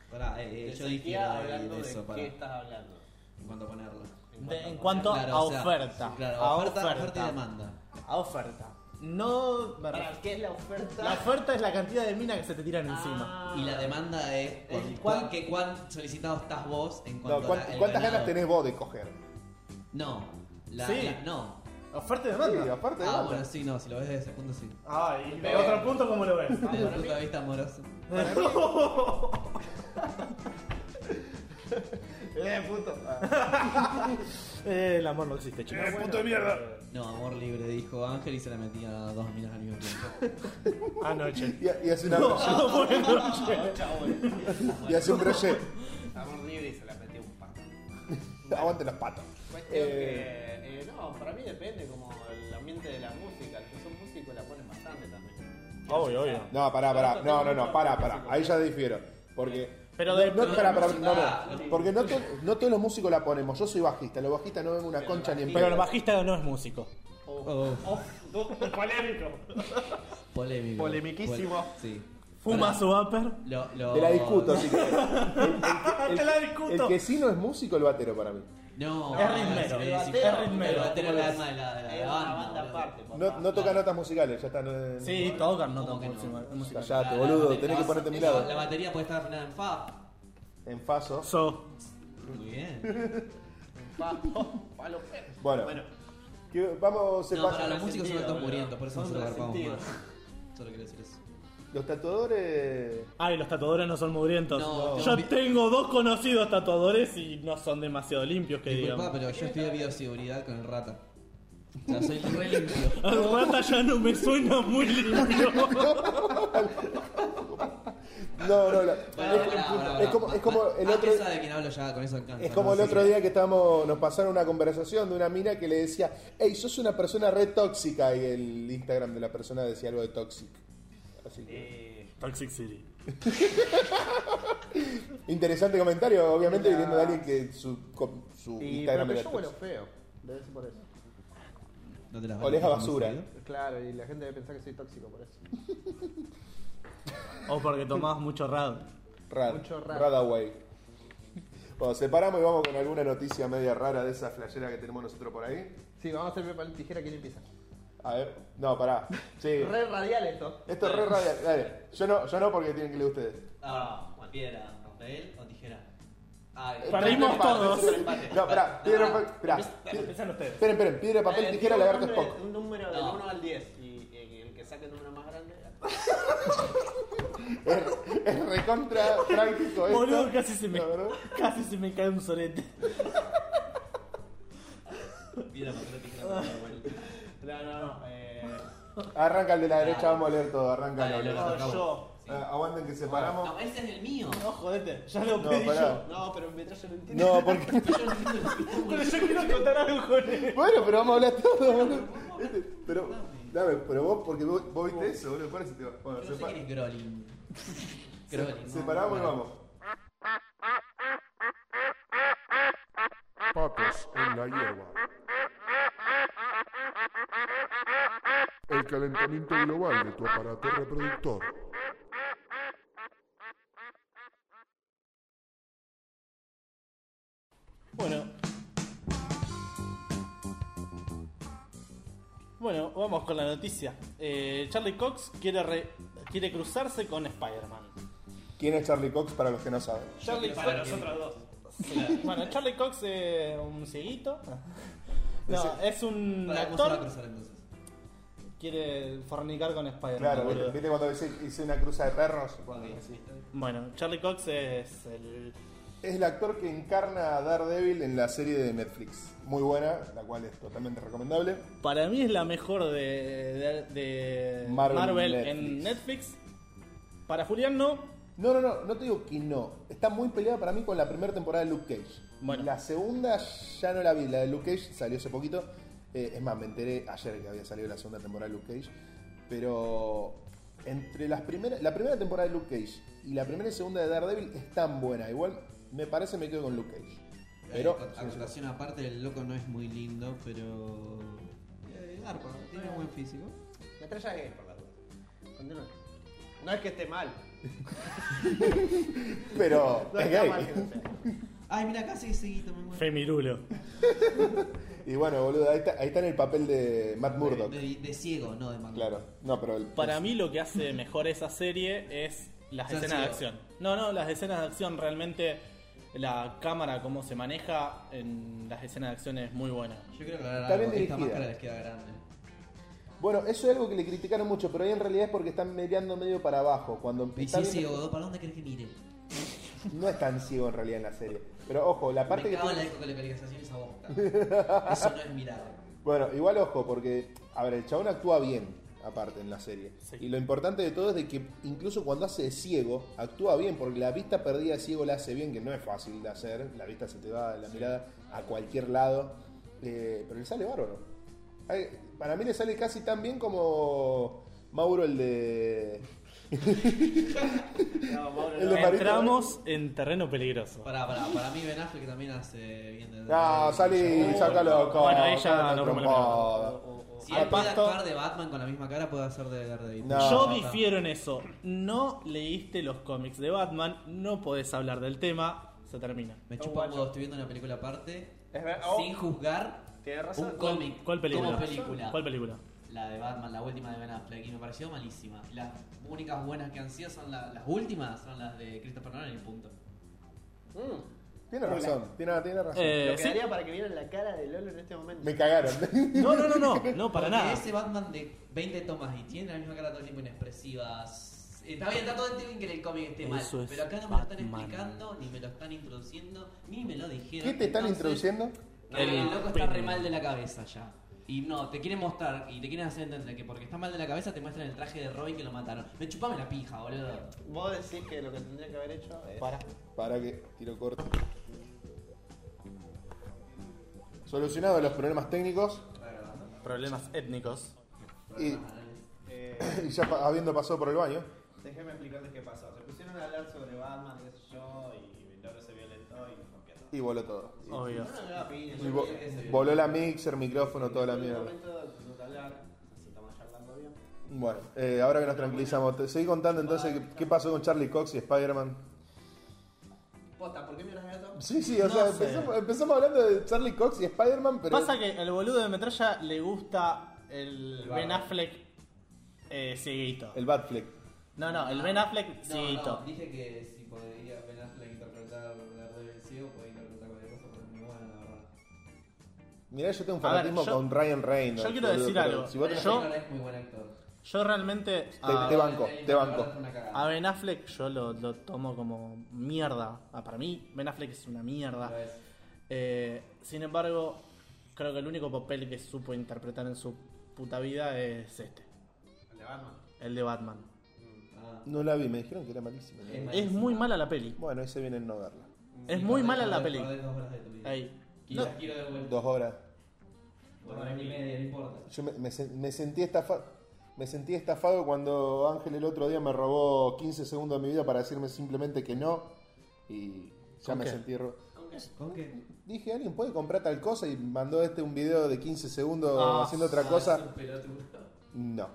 [SPEAKER 6] Pará, eh, eh,
[SPEAKER 3] Te sentía
[SPEAKER 6] yo difiero de,
[SPEAKER 3] hablando
[SPEAKER 6] de
[SPEAKER 3] de,
[SPEAKER 6] eso, pará.
[SPEAKER 3] qué estás hablando.
[SPEAKER 6] En cuanto a ponerlo.
[SPEAKER 4] De- en cuanto
[SPEAKER 6] Claro,
[SPEAKER 4] a
[SPEAKER 6] o sea,
[SPEAKER 4] oferta.
[SPEAKER 6] Claro,
[SPEAKER 4] a
[SPEAKER 6] oferta, oferta y demanda.
[SPEAKER 4] A oferta. No.
[SPEAKER 3] ¿Para qué es la oferta?
[SPEAKER 4] La oferta es la cantidad de minas que se te tiran encima.
[SPEAKER 3] Ah.
[SPEAKER 6] Y la demanda es
[SPEAKER 3] El
[SPEAKER 6] cuán,
[SPEAKER 3] cuán-
[SPEAKER 6] cuán, que cuán solicitado estás vos en
[SPEAKER 2] No,
[SPEAKER 6] cuanto
[SPEAKER 2] ¿cuán-
[SPEAKER 6] a la- el
[SPEAKER 2] ¿Cuántas ganas
[SPEAKER 6] ganado.
[SPEAKER 2] tenés vos de coger?
[SPEAKER 6] No, la,
[SPEAKER 4] Sí.
[SPEAKER 6] la- no.
[SPEAKER 4] Oferta y
[SPEAKER 2] Sí,
[SPEAKER 4] demanda.
[SPEAKER 2] aparte de
[SPEAKER 6] Ah,
[SPEAKER 2] nada.
[SPEAKER 6] bueno, sí, no, si lo ves desde ese punto sí.
[SPEAKER 4] Ah, y de otro punto, ¿cómo lo ves?
[SPEAKER 6] Desde el punto de vista amoroso.
[SPEAKER 2] ¡Eh, puto!
[SPEAKER 4] Eh, el amor no existe, chicos.
[SPEAKER 2] puto de mierda!
[SPEAKER 6] No, amor libre, dijo Ángel y se la metía a dos minas al mismo tiempo.
[SPEAKER 4] Anoche.
[SPEAKER 2] Y, y hace una Y hace un crochet.
[SPEAKER 3] Amor libre y se la metió un pato.
[SPEAKER 2] Aguante las patas.
[SPEAKER 3] Cuestión
[SPEAKER 2] Eh,
[SPEAKER 3] que. eh, no, para mí depende como el ambiente de la música. Los que son músicos la ponen bastante también.
[SPEAKER 4] Obvio, obvio.
[SPEAKER 2] no, pará, pará. No, no, no, pará, pará. Ahí ya difiero. Porque.
[SPEAKER 4] Pero de-
[SPEAKER 2] no, no, pará, pará, no,
[SPEAKER 6] Ah,
[SPEAKER 2] no. Porque no, to- no todos los músicos la ponemos. Yo soy bajista. Los bajistas no ven una concha ni en
[SPEAKER 4] Pero el
[SPEAKER 2] pedo.
[SPEAKER 4] bajista no es músico.
[SPEAKER 6] Oh,
[SPEAKER 7] Polémico.
[SPEAKER 6] polémico.
[SPEAKER 7] Polemiquísimo.
[SPEAKER 6] Pol- sí.
[SPEAKER 4] Fuma
[SPEAKER 6] Pará.
[SPEAKER 4] su vapor.
[SPEAKER 6] Lo, lo-
[SPEAKER 2] Te la discuto, así que. el- el-
[SPEAKER 4] Te la
[SPEAKER 2] el-
[SPEAKER 4] discuto.
[SPEAKER 2] El que sí no es músico, el batero para mí.
[SPEAKER 6] No,
[SPEAKER 4] Es ritmero,
[SPEAKER 6] sí, sí,
[SPEAKER 4] es ritmero.
[SPEAKER 6] El batero es el alma de la, de la
[SPEAKER 3] Es una banda
[SPEAKER 6] Ah, boludo.
[SPEAKER 3] aparte. papá.
[SPEAKER 2] No, no toca notas musicales, ya está. No,
[SPEAKER 4] Sí, tocan, no
[SPEAKER 6] ¿Cómo
[SPEAKER 4] tocan
[SPEAKER 6] que no?
[SPEAKER 4] música- música.
[SPEAKER 2] Callate,
[SPEAKER 6] La- la
[SPEAKER 2] boludo,
[SPEAKER 6] batería-
[SPEAKER 2] tenés que ponerte a mi
[SPEAKER 6] la-
[SPEAKER 2] lado.
[SPEAKER 6] La batería puede estar afinada en fa.
[SPEAKER 2] En faso.
[SPEAKER 4] So,
[SPEAKER 6] Muy bien.
[SPEAKER 3] Palo, palo Pérez.
[SPEAKER 2] Bueno. Que vamos, se
[SPEAKER 6] No,
[SPEAKER 2] pasa-
[SPEAKER 6] para los
[SPEAKER 3] el
[SPEAKER 6] músicos son
[SPEAKER 3] sentido,
[SPEAKER 6] todos
[SPEAKER 3] boludo.
[SPEAKER 6] muriendo, por eso
[SPEAKER 3] Son
[SPEAKER 6] nosotros garpamos
[SPEAKER 3] resentidos.
[SPEAKER 6] más. Solo quiero decir eso.
[SPEAKER 2] Los tatuadores.
[SPEAKER 4] ay, los tatuadores no son mugrientos.
[SPEAKER 6] No,
[SPEAKER 4] Yo
[SPEAKER 6] tengo-
[SPEAKER 4] tengo dos conocidos tatuadores y no son demasiado limpios que
[SPEAKER 6] Disculpa,
[SPEAKER 4] digamos.
[SPEAKER 6] pero yo estudié bioseguridad con el rata. O sea, soy re limpio.
[SPEAKER 4] El rata ya no me suena muy limpio.
[SPEAKER 2] No, no, no.
[SPEAKER 6] Pará,
[SPEAKER 2] es,
[SPEAKER 6] pará, pará,
[SPEAKER 2] es
[SPEAKER 6] pará.
[SPEAKER 2] como, es como el
[SPEAKER 6] Ángel
[SPEAKER 2] otro.
[SPEAKER 6] sabe de quién hablo ya, con eso alcanza.
[SPEAKER 2] Es como el
[SPEAKER 6] No,
[SPEAKER 2] otro
[SPEAKER 6] sí.
[SPEAKER 2] día que estábamos, nos pasaron una conversación de una mina que le decía, hey, sos una persona re tóxica y el Instagram de la persona decía algo de toxic. Así
[SPEAKER 3] Eh.
[SPEAKER 2] que,
[SPEAKER 4] Toxic City.
[SPEAKER 2] interesante comentario, obviamente, viniendo de alguien que su, co- su
[SPEAKER 3] Y,
[SPEAKER 2] Instagram
[SPEAKER 3] pero que
[SPEAKER 2] era
[SPEAKER 3] yo huelo
[SPEAKER 2] tóxico.
[SPEAKER 3] feo. Debe ser por eso.
[SPEAKER 6] No te las
[SPEAKER 2] Olés a
[SPEAKER 6] banco,
[SPEAKER 2] basura.
[SPEAKER 6] ¿no?
[SPEAKER 3] Claro, y la gente debe pensar que soy tóxico por eso.
[SPEAKER 4] O porque tomás mucho rad.
[SPEAKER 2] Rad,
[SPEAKER 3] Mucho rad.
[SPEAKER 2] Radaway. Bueno, separamos y vamos con alguna noticia media rara de esa flashera que tenemos nosotros por ahí.
[SPEAKER 3] Sí, vamos a hacer papel tijera. ¿Quién empieza?
[SPEAKER 2] A ver, no, pará. Sí.
[SPEAKER 3] Re radial esto.
[SPEAKER 2] Esto es re radial, dale. Yo no, yo no porque tienen que leer ustedes.
[SPEAKER 6] Ah, bueno, piedra, papel o tijera. Ah,
[SPEAKER 4] Perdimos
[SPEAKER 2] Empate,
[SPEAKER 4] todos.
[SPEAKER 2] empate, empate. No, pará, piedra, papel, pará.
[SPEAKER 4] Empiezan ustedes.
[SPEAKER 2] Esperen, esperen, piedra, papel,
[SPEAKER 3] Dale,
[SPEAKER 2] tijera,
[SPEAKER 3] tira
[SPEAKER 2] lagarto,
[SPEAKER 3] un número-
[SPEAKER 2] Spock.
[SPEAKER 3] Un número del
[SPEAKER 6] No.
[SPEAKER 3] 1 al 10. Y, y el que saque el número más grande.
[SPEAKER 2] Es, es recontra práctico esto.
[SPEAKER 4] Boludo, casi se me,
[SPEAKER 2] La verdad.
[SPEAKER 4] casi se me cae un sorete.
[SPEAKER 6] piedra, papel o tijera. papel, bueno.
[SPEAKER 3] No, no, no. Eh,
[SPEAKER 2] Arranca el de la derecha, vamos a leer todo, arranca
[SPEAKER 6] Dale,
[SPEAKER 2] el
[SPEAKER 6] lo-
[SPEAKER 2] otro.
[SPEAKER 6] lo-
[SPEAKER 4] No, yo.
[SPEAKER 2] Ah, Aguanten que separamos.
[SPEAKER 6] No, Ah, ese es el mío.
[SPEAKER 4] No, jodete, ya lo
[SPEAKER 2] No,
[SPEAKER 4] pedí
[SPEAKER 2] pará.
[SPEAKER 3] no, pero en metralla no entiendo.
[SPEAKER 2] No, porque.
[SPEAKER 6] Yo no entiendo el
[SPEAKER 4] yo. Pero yo quiero contar algo con él.
[SPEAKER 2] Bueno, pero vamos a hablar todo, boludo. Este, Pero, dame, pero vos, porque vos, vos viste eso, boludo, por eso te va. Bueno,
[SPEAKER 6] Yo sé
[SPEAKER 2] sepa-
[SPEAKER 6] quién es Grolin. Grolin.
[SPEAKER 2] se- separamos y vamos.
[SPEAKER 1] Patas en la hierba. El calentamiento global de tu aparato reproductor.
[SPEAKER 4] Bueno. Bueno, vamos con la noticia. Eh, Charlie Cox quiere, re- quiere cruzarse con Spider-Man.
[SPEAKER 2] ¿Quién es Charlie Cox para los que no saben?
[SPEAKER 4] Charlie Para nosotros dos. Bueno, Charlie Cox es un cieguito. No, es un
[SPEAKER 6] Pará, ¿cómo se va a
[SPEAKER 4] actor.
[SPEAKER 6] cruzar entonces?
[SPEAKER 4] Quiere fornicar con Spider-Man.
[SPEAKER 2] Claro, ¿viste,
[SPEAKER 4] boludo.
[SPEAKER 2] viste cuando hice, hice una cruza de perros? Bueno, sí.
[SPEAKER 4] Bueno, Charlie Cox es el
[SPEAKER 2] Es el actor que encarna a Daredevil en la serie de Netflix. Muy buena, la cual es totalmente recomendable.
[SPEAKER 4] Para mí es la mejor de, de- de
[SPEAKER 2] Marvel
[SPEAKER 4] Marvel,
[SPEAKER 2] Netflix.
[SPEAKER 4] en Netflix. Para Julián no.
[SPEAKER 2] No, no, no, no te digo que no. Está muy peleada para mí con la primera temporada de Luke Cage.
[SPEAKER 4] Bueno.
[SPEAKER 2] La segunda ya no la vi, la de Luke Cage salió hace poquito. Eh, es más, me enteré ayer que había salido la segunda temporada de Luke Cage. Pero entre las primeras, la primera temporada de Luke Cage y la primera y segunda de Daredevil es tan buena. Igual me parece me quedo con Luke Cage. Pero
[SPEAKER 6] Eh, acotación aparte, el loco no es muy lindo, pero. Eh, Garpa, tiene buen físico.
[SPEAKER 3] Metralla gay, por la duda. Continúa. No es que esté mal.
[SPEAKER 2] pero
[SPEAKER 3] No
[SPEAKER 2] es
[SPEAKER 3] está mal que
[SPEAKER 2] gay.
[SPEAKER 3] no sea.
[SPEAKER 6] Ay, mira, casi seguito me muero.
[SPEAKER 4] Femirulo.
[SPEAKER 2] Y bueno, boludo, ahí está, ahí está en el papel de Matt Murdock.
[SPEAKER 6] De, de ciego, no de mango.
[SPEAKER 2] Claro. No, pero el-
[SPEAKER 4] Para
[SPEAKER 2] es-
[SPEAKER 4] mí lo que hace mejor esa serie es las
[SPEAKER 6] Ser
[SPEAKER 4] escenas de
[SPEAKER 6] ciego.
[SPEAKER 4] acción. No, no, las escenas de acción realmente la cámara cómo se maneja en las escenas de acción es muy buena.
[SPEAKER 6] Yo quiero aclarar
[SPEAKER 2] Está
[SPEAKER 6] algo.
[SPEAKER 2] bien
[SPEAKER 6] Esta
[SPEAKER 2] dirigida.
[SPEAKER 6] máscara les queda grande.
[SPEAKER 2] Bueno, eso es algo que le criticaron mucho, pero ahí en realidad es porque están mirando medio para abajo. Cuando
[SPEAKER 6] Y
[SPEAKER 2] está
[SPEAKER 6] si
[SPEAKER 2] bien-
[SPEAKER 6] ciego, ¿para dónde querés que mire?
[SPEAKER 2] No es tan ciego en realidad en la serie. Pero ojo, la parte
[SPEAKER 6] Me
[SPEAKER 2] que.
[SPEAKER 6] cago en
[SPEAKER 2] tiene-
[SPEAKER 6] la ecolocalización esa bosta. Eso no es mirado.
[SPEAKER 2] Bueno, igual ojo, porque, a ver, el chabón actúa bien, aparte, en la serie.
[SPEAKER 4] Sí.
[SPEAKER 2] Y lo importante de todo es de que incluso cuando hace de ciego, actúa bien, porque la vista perdida de ciego la hace bien, que no es fácil de hacer, la vista se te va la mirada a cualquier lado, eh, pero le sale bárbaro. Ay, para mí le sale casi tan bien como Mauro el de... el de Marito.
[SPEAKER 4] Entramos en terreno peligroso.
[SPEAKER 6] Para, para, para mí Ben Affleck también hace bien de...
[SPEAKER 2] No, salí,
[SPEAKER 6] Oh,
[SPEAKER 2] sácalo.
[SPEAKER 4] Bueno, ahí ya
[SPEAKER 2] sácalo,
[SPEAKER 4] no como la
[SPEAKER 2] trompada.
[SPEAKER 6] Si
[SPEAKER 4] Al
[SPEAKER 6] él puede
[SPEAKER 4] pasto.
[SPEAKER 6] actuar de Batman con la misma cara, puede hacer de Daredevil.
[SPEAKER 2] No.
[SPEAKER 4] Yo
[SPEAKER 6] Ya está.
[SPEAKER 4] difiero en eso. No leíste los cómics de Batman, no podés hablar del tema, se termina.
[SPEAKER 6] Me chupa un huevo, estoy viendo una película aparte.
[SPEAKER 3] Es
[SPEAKER 2] Eh,
[SPEAKER 3] ver- oh.
[SPEAKER 6] Sin juzgar
[SPEAKER 3] Tienes razón.
[SPEAKER 6] un cómic.
[SPEAKER 4] ¿Cuál película?
[SPEAKER 6] Como película.
[SPEAKER 4] ¿Cuál película?
[SPEAKER 6] La de Batman, la última de Ben Affleck. Y me pareció malísima. Las únicas buenas que han sido son la- las últimas, son las de Christopher Nolan y punto.
[SPEAKER 3] Mm,
[SPEAKER 2] Tiene razón, tiene, tiene razón.
[SPEAKER 4] Eh,
[SPEAKER 3] lo
[SPEAKER 4] sí.
[SPEAKER 3] quedaría para que vieran la cara de Lolo en este momento.
[SPEAKER 2] Me cagaron.
[SPEAKER 4] No, no, no, no, no, para
[SPEAKER 6] Porque
[SPEAKER 4] nada.
[SPEAKER 6] Ese Batman de 20 tomas y tiene la misma cara todo el tiempo inexpresiva. S- Está bien, está todo el tiempo en que el cómic esté mal.
[SPEAKER 4] Eso es
[SPEAKER 6] pero acá no me lo están
[SPEAKER 4] Batman.
[SPEAKER 6] explicando, ni me lo están introduciendo, ni me lo dijeron.
[SPEAKER 2] ¿Qué te están
[SPEAKER 6] Entonces,
[SPEAKER 2] introduciendo?
[SPEAKER 6] El
[SPEAKER 4] El
[SPEAKER 6] loco está re
[SPEAKER 4] pene.
[SPEAKER 6] mal de la cabeza ya. Y no, te quieren mostrar y te quieren hacer entender que porque está mal de la cabeza te muestran el traje de Robin que lo mataron. Me chupame la pija, boludo.
[SPEAKER 3] Vos decís que lo que tendría que haber hecho es.
[SPEAKER 4] Para.
[SPEAKER 2] Para que tiro corto. Solucionado los problemas técnicos
[SPEAKER 4] Problemas étnicos.
[SPEAKER 2] y,
[SPEAKER 3] Eh,
[SPEAKER 2] y ya pa- habiendo pasado por el baño.
[SPEAKER 3] déjeme explicarles qué pasó. Se pusieron a hablar sobre Batman, qué sé yo, y Lolo se violentó y rompió todo.
[SPEAKER 2] Y voló todo.
[SPEAKER 4] Obvio.
[SPEAKER 3] No, no, no, piña,
[SPEAKER 2] Y
[SPEAKER 3] yo
[SPEAKER 2] vo-
[SPEAKER 3] quería que se-
[SPEAKER 2] voló la mixer, micrófono, toda la
[SPEAKER 3] En un
[SPEAKER 2] mierda.
[SPEAKER 3] momento empezó a hablar, así estamos charlando bien.
[SPEAKER 2] Bueno, eh, ahora que nos tranquilizamos, te seguí contando entonces qué- qué pasó con Charlie Cox y Spider-Man.
[SPEAKER 3] Posta, ¿por qué miras a gato?
[SPEAKER 2] Sí, sí, o
[SPEAKER 4] No
[SPEAKER 2] sea,
[SPEAKER 4] sé.
[SPEAKER 2] empezamos, empezamos hablando de Charlie Cox y Spider-Man, pero.
[SPEAKER 4] Pasa que al boludo de metralla le gusta el Ben Affleck eh, cieguito.
[SPEAKER 2] El Batfleck.
[SPEAKER 4] No, no, el Ben Affleck cieguito.
[SPEAKER 6] dije que si podría Ben Affleck interpretar Daredevil ciego, podía interpretar cualquier cosa, pero muy bueno, la verdad.
[SPEAKER 2] Mirá, yo tengo un
[SPEAKER 4] A ver,
[SPEAKER 2] fanatismo
[SPEAKER 4] yo-
[SPEAKER 2] con Ryan Reynolds.
[SPEAKER 4] yo quiero decir
[SPEAKER 2] pero
[SPEAKER 4] algo.
[SPEAKER 2] si vos tenés-
[SPEAKER 4] Yo-
[SPEAKER 6] Ben Affleck es muy buen actor.
[SPEAKER 4] Yo realmente a,
[SPEAKER 2] Ah, te banco, te banco.
[SPEAKER 4] a Ben Affleck yo lo, lo tomo como mierda. Ah, para mí Ben Affleck es una mierda. Eh, sin embargo, creo que el único papel que supo interpretar en su puta vida es este,
[SPEAKER 3] El de Batman.
[SPEAKER 4] el de Batman.
[SPEAKER 2] No la vi, me dijeron que era malísima.
[SPEAKER 6] Ah, Es
[SPEAKER 4] Es muy mala la peli.
[SPEAKER 2] Bueno, ese viene en no verla.
[SPEAKER 4] Es muy mala la peli. Ahí.
[SPEAKER 6] Y
[SPEAKER 4] No,
[SPEAKER 6] la quiero de vuelta.
[SPEAKER 2] Dos horas.
[SPEAKER 6] Dos horas y media, no importa.
[SPEAKER 2] Yo me, me sen- me sentí estafa- me sentí estafado cuando Ángel el otro día me robó 15 segundos de mi vida para decirme simplemente que no. Y ya
[SPEAKER 4] ¿Con
[SPEAKER 2] me
[SPEAKER 4] qué?
[SPEAKER 2] sentí ro-
[SPEAKER 6] ¿Con qué?
[SPEAKER 2] Dije, ¿alguien puede comprar tal cosa? Y mandó este un video de 15 segundos
[SPEAKER 4] Ah,
[SPEAKER 2] haciendo otra
[SPEAKER 6] Es
[SPEAKER 2] cosa.
[SPEAKER 6] un pelotudo.
[SPEAKER 2] No.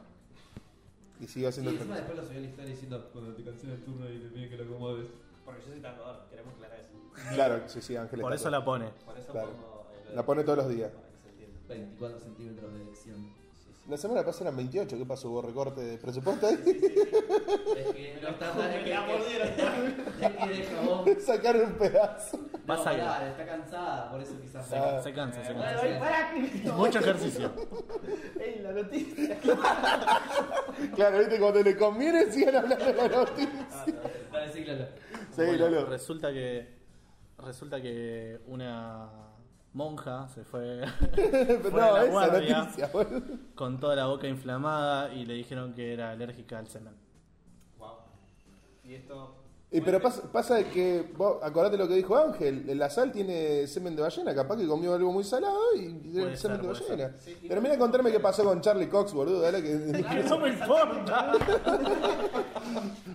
[SPEAKER 2] Y siguió
[SPEAKER 6] Sí,
[SPEAKER 2] haciendo otra
[SPEAKER 6] encima
[SPEAKER 2] cosa.
[SPEAKER 6] después lo subió a la historia diciendo cuando te cansé el turno y te piden que lo acomodes.
[SPEAKER 3] Porque yo soy tatuador, queremos aclarar eso.
[SPEAKER 2] Claro, sí, sí, Ángel.
[SPEAKER 4] por
[SPEAKER 2] está
[SPEAKER 4] eso
[SPEAKER 2] todo.
[SPEAKER 4] la pone.
[SPEAKER 3] Por eso
[SPEAKER 2] Claro.
[SPEAKER 3] pongo el-
[SPEAKER 2] La pone todos los días.
[SPEAKER 3] Para que se entienda.
[SPEAKER 6] 24 centímetros de elección.
[SPEAKER 2] La semana pasada eran 28. ¿Qué pasó? ¿Hubo recorte de presupuesto?
[SPEAKER 6] Es que no está tan es que la mordieron. Es que deja vos.
[SPEAKER 2] Sacaron un pedazo.
[SPEAKER 4] Vas a ir.
[SPEAKER 6] pará, Está cansada, por eso quizás.
[SPEAKER 2] Ah.
[SPEAKER 4] Se cansa, se
[SPEAKER 3] Bueno,
[SPEAKER 4] cansa.
[SPEAKER 3] ey, pará,
[SPEAKER 4] Mucho ejercicio.
[SPEAKER 3] ey, la noticia.
[SPEAKER 2] Claro, viste, cuando le conviene siguen hablando de la noticia.
[SPEAKER 6] Ah, Dale, sí, claro.
[SPEAKER 2] Sí,
[SPEAKER 4] Bueno,
[SPEAKER 2] Lolo.
[SPEAKER 4] Resulta que. Resulta que una monja se fue. fue a
[SPEAKER 2] no,
[SPEAKER 4] la
[SPEAKER 2] esa
[SPEAKER 4] guardia
[SPEAKER 2] noticia, boludo.
[SPEAKER 4] Con toda la boca inflamada y le dijeron que era alérgica al semen.
[SPEAKER 3] Wow. Y esto.
[SPEAKER 2] Y pero pasa, pasa que, vos acordate lo que dijo Ángel, la sal tiene semen de ballena, capaz que comió algo muy salado y tiene
[SPEAKER 4] Puede ser,
[SPEAKER 2] semen de
[SPEAKER 4] puede
[SPEAKER 2] ballena. Termina de contarme qué pasó con Charlie Cox, boludo, dale que...
[SPEAKER 4] ¡Que no me importa!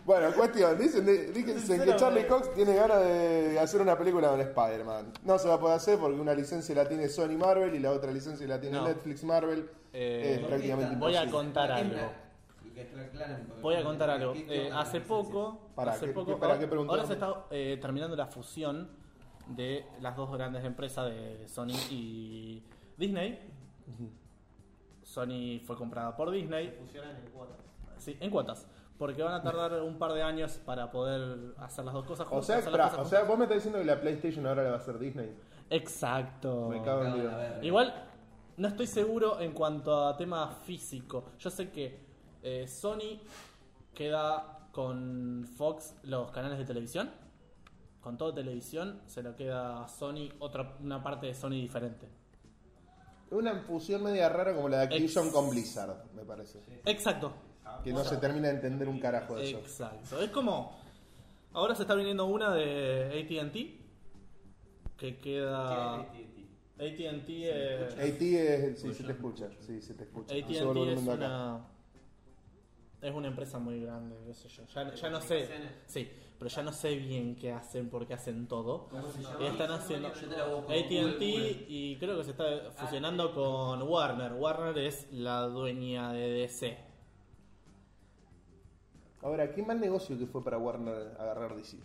[SPEAKER 2] bueno, cuestión, dicen, de- dicen que Charlie Cox tiene ganas de hacer una película con Spider-Man. No se va a poder hacer porque una licencia la tiene Sony Marvel y la otra licencia la tiene
[SPEAKER 4] No.
[SPEAKER 2] Netflix Marvel.
[SPEAKER 4] Eh,
[SPEAKER 2] es prácticamente
[SPEAKER 4] voy a
[SPEAKER 2] imposible.
[SPEAKER 4] contar
[SPEAKER 6] Es
[SPEAKER 4] algo.
[SPEAKER 6] la- que la aclaran, porque-
[SPEAKER 4] Voy a contar algo.
[SPEAKER 6] ¿Qué- qué
[SPEAKER 4] Eh,
[SPEAKER 6] onda
[SPEAKER 4] hace
[SPEAKER 6] la
[SPEAKER 4] poco,
[SPEAKER 2] Pará,
[SPEAKER 4] hace
[SPEAKER 2] ¿qué-
[SPEAKER 4] poco
[SPEAKER 2] qué- pará, qué
[SPEAKER 4] ahora,
[SPEAKER 2] preguntaron?
[SPEAKER 4] se está eh, terminando la fusión de las dos grandes empresas de Sony y Disney. Sony fue comprada por Disney,
[SPEAKER 3] Fusionan en cuotas.
[SPEAKER 4] sí, en cuotas, porque van a tardar un par de años para poder hacer las dos cosas
[SPEAKER 2] O
[SPEAKER 4] juntas.
[SPEAKER 2] sea,
[SPEAKER 4] hacer las
[SPEAKER 2] pará,
[SPEAKER 4] cosas
[SPEAKER 2] o sea,
[SPEAKER 4] juntas.
[SPEAKER 2] vos me estás diciendo que la PlayStation ahora la va a hacer Disney.
[SPEAKER 4] exacto.
[SPEAKER 2] Me cago en
[SPEAKER 6] Cago en
[SPEAKER 2] Dios.
[SPEAKER 6] la verga.
[SPEAKER 4] Igual, no estoy seguro en cuanto a tema físico. Yo sé que eh, Sony queda con Fox los canales de televisión con todo televisión, se lo queda a Sony, otra, una parte de Sony diferente.
[SPEAKER 2] Una fusión media rara como la de Activision
[SPEAKER 4] Ex-
[SPEAKER 2] con Blizzard, me parece.
[SPEAKER 4] Exacto,
[SPEAKER 2] Que no se termina de entender un carajo de eso.
[SPEAKER 4] exacto. Es como, ahora se está viniendo una de ATT, que queda... ATT es...
[SPEAKER 2] AT es. Sí, se te escucha. Sí, se te escucha.
[SPEAKER 4] ATT
[SPEAKER 2] Sube el
[SPEAKER 4] es
[SPEAKER 2] volumen de acá.
[SPEAKER 4] una. Es una empresa muy grande, qué sé yo. Ya, ya no sé. Sí, pero ya no sé bien qué hacen porque hacen todo. Y están haciendo ATT y creo que se está fusionando con Warner. Warner es la dueña de DC.
[SPEAKER 2] Ahora, qué mal negocio que fue para Warner agarrar DC.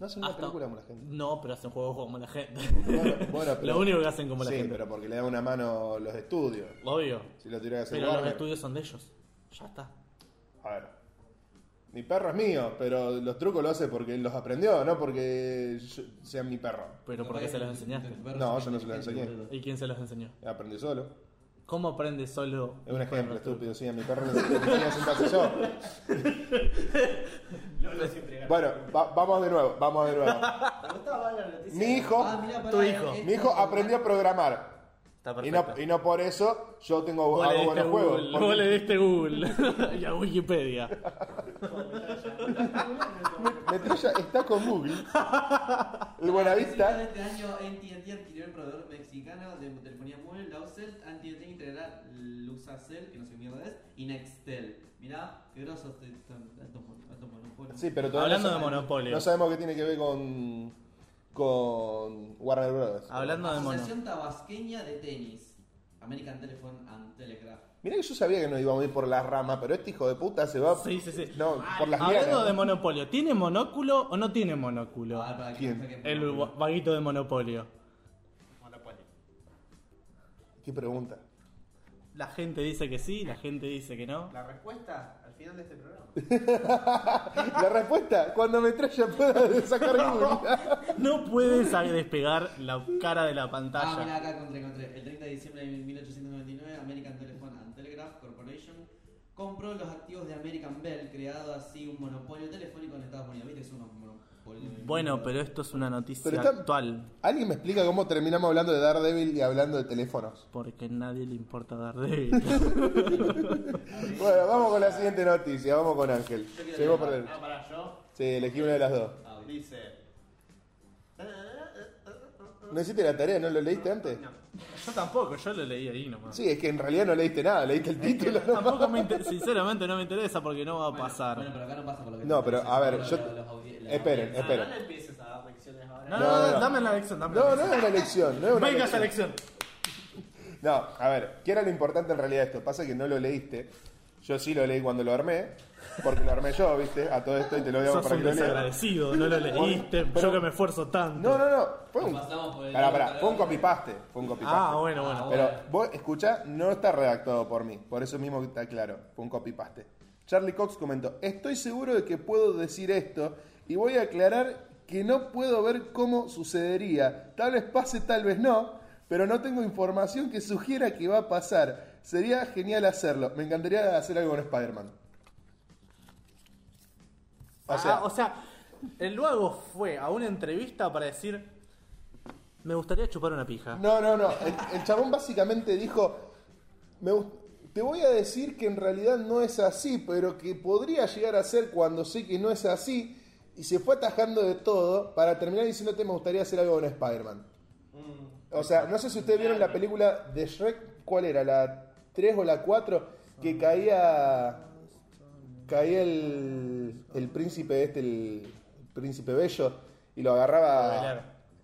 [SPEAKER 2] No hacen una
[SPEAKER 4] Hasta-
[SPEAKER 2] película como la gente.
[SPEAKER 4] No, pero hacen juegos como la gente.
[SPEAKER 2] Bueno, bueno, pero-
[SPEAKER 4] Lo único que hacen como la
[SPEAKER 2] sí,
[SPEAKER 4] gente.
[SPEAKER 2] pero porque le da una mano los estudios.
[SPEAKER 4] Obvio.
[SPEAKER 2] Si lo tuviera que hacer
[SPEAKER 4] Pero los
[SPEAKER 2] Warner.
[SPEAKER 4] estudios son de ellos. Ya está.
[SPEAKER 2] A ver. Mi perro es mío, pero los trucos lo hace porque él los aprendió, no porque yo- sea mi perro.
[SPEAKER 4] Pero porque se los enseñaste.
[SPEAKER 2] No, yo no se los enseñé.
[SPEAKER 4] ¿Y quién se los enseñó?
[SPEAKER 2] Aprendí solo.
[SPEAKER 4] ¿Cómo aprende solo?
[SPEAKER 2] Es un ejemplo estúpido, sí, a mi perro le enseñé a sentarse yo. Bueno, va- vamos de nuevo, vamos de nuevo. Mi hijo,
[SPEAKER 6] ah,
[SPEAKER 4] Tu hijo.
[SPEAKER 2] mi hijo aprendió a programar.
[SPEAKER 4] Está
[SPEAKER 2] Y no, y no por eso yo tengo
[SPEAKER 4] Vos le
[SPEAKER 2] hago
[SPEAKER 4] diste
[SPEAKER 2] buenos juegos.
[SPEAKER 4] Google,
[SPEAKER 2] porque-
[SPEAKER 4] vos le diste Google y a Wikipedia.
[SPEAKER 2] Metralla está con Google. El Buenavista.
[SPEAKER 6] Este año AT&T adquirió el proveedor mexicano de telefonía móvil, Laucel, AT&T integrará Luxacel, que no sé qué mierda es, y Nextel. Mirá, qué este grosos estos estos mon- estos monopolios.
[SPEAKER 2] Sí, pero todavía
[SPEAKER 4] Hablando
[SPEAKER 2] no
[SPEAKER 4] de
[SPEAKER 2] sabemos-
[SPEAKER 4] monopolio.
[SPEAKER 2] No sabemos qué tiene que ver con. con Warner Bros.
[SPEAKER 4] Hablando de mono.
[SPEAKER 6] Asociación Tabasqueña de Tenis. American Telephone and Telegraph.
[SPEAKER 2] Mirá que yo sabía que nos íbamos a ir por las ramas, pero este hijo de puta se va.
[SPEAKER 4] Sí, sí, sí.
[SPEAKER 2] No, por las
[SPEAKER 4] Hablando
[SPEAKER 2] lianas.
[SPEAKER 4] de monopolio, ¿tiene monóculo o no tiene monóculo?
[SPEAKER 6] Ah, para que
[SPEAKER 2] ¿Quién?
[SPEAKER 6] no saquen-
[SPEAKER 4] El va- vaguito de monopolio.
[SPEAKER 2] ¿Qué pregunta?
[SPEAKER 4] La gente dice que sí, la gente dice que no.
[SPEAKER 3] La respuesta al final de este programa.
[SPEAKER 2] La respuesta, cuando Metralla pueda sacar Google.
[SPEAKER 4] No puedes a- despegar la cara de la
[SPEAKER 6] Ah, mirá,
[SPEAKER 4] pantalla.
[SPEAKER 6] acá encontré, encontré. El 30 de diciembre de 1899, American Telephone and Telegraph Corporation compró los activos de American Bell, creado así un monopolio telefónico en Estados Unidos. ¿Viste? Es un monopolio.
[SPEAKER 4] Bueno, pero esto es una noticia
[SPEAKER 2] Pero está-
[SPEAKER 4] actual.
[SPEAKER 2] ¿Alguien me explica cómo terminamos hablando de Daredevil y hablando de teléfonos?
[SPEAKER 4] Porque a nadie le importa dar de
[SPEAKER 2] Bueno, vamos con la siguiente noticia, vamos con Ángel.
[SPEAKER 6] quiero
[SPEAKER 2] Seguimos por
[SPEAKER 6] leer.
[SPEAKER 2] el...
[SPEAKER 3] No, para yo.
[SPEAKER 2] Sí, elegí una de las dos.
[SPEAKER 3] Ah, Dice.
[SPEAKER 2] ¿No hiciste la tarea? ¿No lo leíste antes?
[SPEAKER 3] No.
[SPEAKER 4] Yo tampoco, yo lo leí ahí nomás.
[SPEAKER 2] Sí, es que en realidad no leíste nada, leíste el título. ¿no?
[SPEAKER 4] Tampoco me inter- sinceramente no me interesa porque no va a pasar.
[SPEAKER 6] Bueno, pero acá no pasa por lo que
[SPEAKER 2] No, pero, a ver,
[SPEAKER 6] Los-
[SPEAKER 2] yo-
[SPEAKER 6] los audi- la-
[SPEAKER 2] Esperen,
[SPEAKER 3] Ah, no
[SPEAKER 2] esperen.
[SPEAKER 3] le empieces a dar lecciones ahora.
[SPEAKER 4] No, no,
[SPEAKER 2] No,
[SPEAKER 4] no,
[SPEAKER 2] no.
[SPEAKER 4] dame la lección, dame
[SPEAKER 2] No,
[SPEAKER 4] la
[SPEAKER 2] no es una elección, no es una
[SPEAKER 4] Venga
[SPEAKER 2] elección.
[SPEAKER 4] selección.
[SPEAKER 2] No, a ver, ¿qué era lo importante en realidad esto? Pasa que no lo leíste. Yo sí lo leí cuando lo armé, porque lo armé yo, ¿viste? A todo esto y te lo voy a
[SPEAKER 4] Sos
[SPEAKER 2] para
[SPEAKER 4] un
[SPEAKER 2] que lo leas.
[SPEAKER 4] desagradecido, no lo leíste, yo que me esfuerzo tanto.
[SPEAKER 2] No, no, no, fue un.
[SPEAKER 6] Pasamos por el-
[SPEAKER 2] Pará, pará, fue un copypaste, fue un copypaste.
[SPEAKER 4] Ah, bueno, bueno.
[SPEAKER 2] Pero vos escuchá, no está redactado por mí, por eso mismo que está claro, fue un copypaste. Charlie Cox comentó, estoy seguro de que puedo decir esto y voy a aclarar que no puedo ver cómo sucedería. Tal vez pase, tal vez no, pero no tengo información que sugiera que va a pasar. Sería genial hacerlo. Me encantaría hacer algo con Spider-Man. O
[SPEAKER 4] Ah,
[SPEAKER 2] sea,
[SPEAKER 4] el luego fue a una entrevista para decir, me gustaría chupar una pija.
[SPEAKER 2] No, no, no. El, el chabón básicamente dijo: "Me gust- Te voy a decir que en realidad no es así, pero que podría llegar a ser cuando sé que no es así. Y se fue atajando de todo para terminar diciéndote: Me gustaría hacer algo con Spider-Man. O sea, no sé si ustedes vieron la película de Shrek, ¿cuál era? ¿La 3 o la 4? Que caía. Caía el. El príncipe este, el. el príncipe bello. Y lo agarraba.
[SPEAKER 4] Bailar.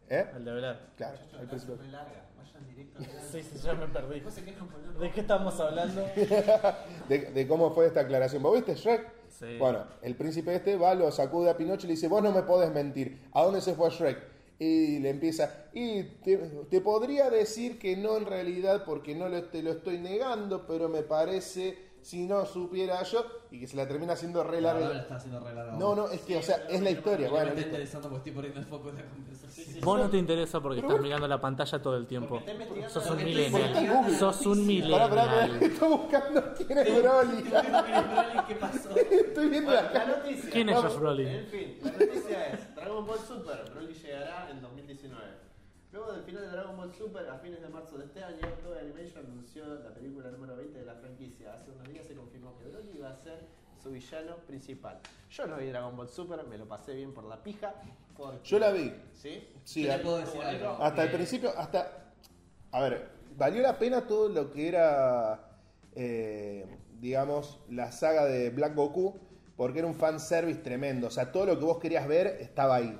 [SPEAKER 2] ¿Eh?
[SPEAKER 4] Al de velar.
[SPEAKER 2] Claro, el príncipe.
[SPEAKER 3] Muy larga. Vayan directo.
[SPEAKER 4] Sí, sí, ya me perdí.
[SPEAKER 3] No se quejan por
[SPEAKER 4] ¿De qué estamos hablando?
[SPEAKER 2] de, de cómo fue esta aclaración. ¿Vos viste Shrek?
[SPEAKER 4] Sí.
[SPEAKER 2] Bueno, el príncipe este va, lo sacude a Pinocho y le dice, vos no me podés mentir. ¿A dónde se fue Shrek? Y le empieza, y te, te podría decir que no en realidad porque no lo- te lo estoy negando, pero me parece, si no supiera yo, y que se la termina haciendo re
[SPEAKER 6] La verdad, lo
[SPEAKER 2] larga.
[SPEAKER 6] está haciendo re largo.
[SPEAKER 2] No, no, es que, o sea, es la historia. Bueno,
[SPEAKER 6] Bueno, me está
[SPEAKER 2] listo.
[SPEAKER 6] interesando porque estoy poniendo el foco en la conversación.
[SPEAKER 4] Vos no te interesa porque estás mirando la pantalla todo el tiempo. Sos un
[SPEAKER 6] Porque estoy
[SPEAKER 4] millennial.
[SPEAKER 6] investigando la
[SPEAKER 4] Sos un
[SPEAKER 6] noticia.
[SPEAKER 2] Pará, pará, pará,
[SPEAKER 4] millennial.
[SPEAKER 2] estoy buscando quién es Broly.
[SPEAKER 6] Estoy viendo que el Broly, ¿Qué pasó?
[SPEAKER 2] Estoy viendo la
[SPEAKER 3] La
[SPEAKER 2] cara.
[SPEAKER 3] noticia.
[SPEAKER 4] ¿Quién es Josh Brolin?
[SPEAKER 3] En fin, la noticia es: Dragon Dragon Ball Super, Broly llegará en 2019. Luego del final de Dragon Ball Super, a fines de marzo de este año, Toei Animation anunció la película número 20 de la franquicia. Hace unos días se confirmó que Broly iba a ser su villano principal. Yo no vi Dragon Ball Super, me lo pasé bien por la pija. porque-
[SPEAKER 2] Yo la vi.
[SPEAKER 3] ¿Sí?
[SPEAKER 2] Sí,
[SPEAKER 6] Yo
[SPEAKER 2] a-
[SPEAKER 6] le puedo decir algo.
[SPEAKER 2] hasta el
[SPEAKER 6] Eh,
[SPEAKER 2] principio, hasta... A ver, valió la pena todo lo que era, eh, digamos, la saga de Black Goku, porque era un fanservice tremendo. O sea, todo lo que vos querías ver estaba ahí.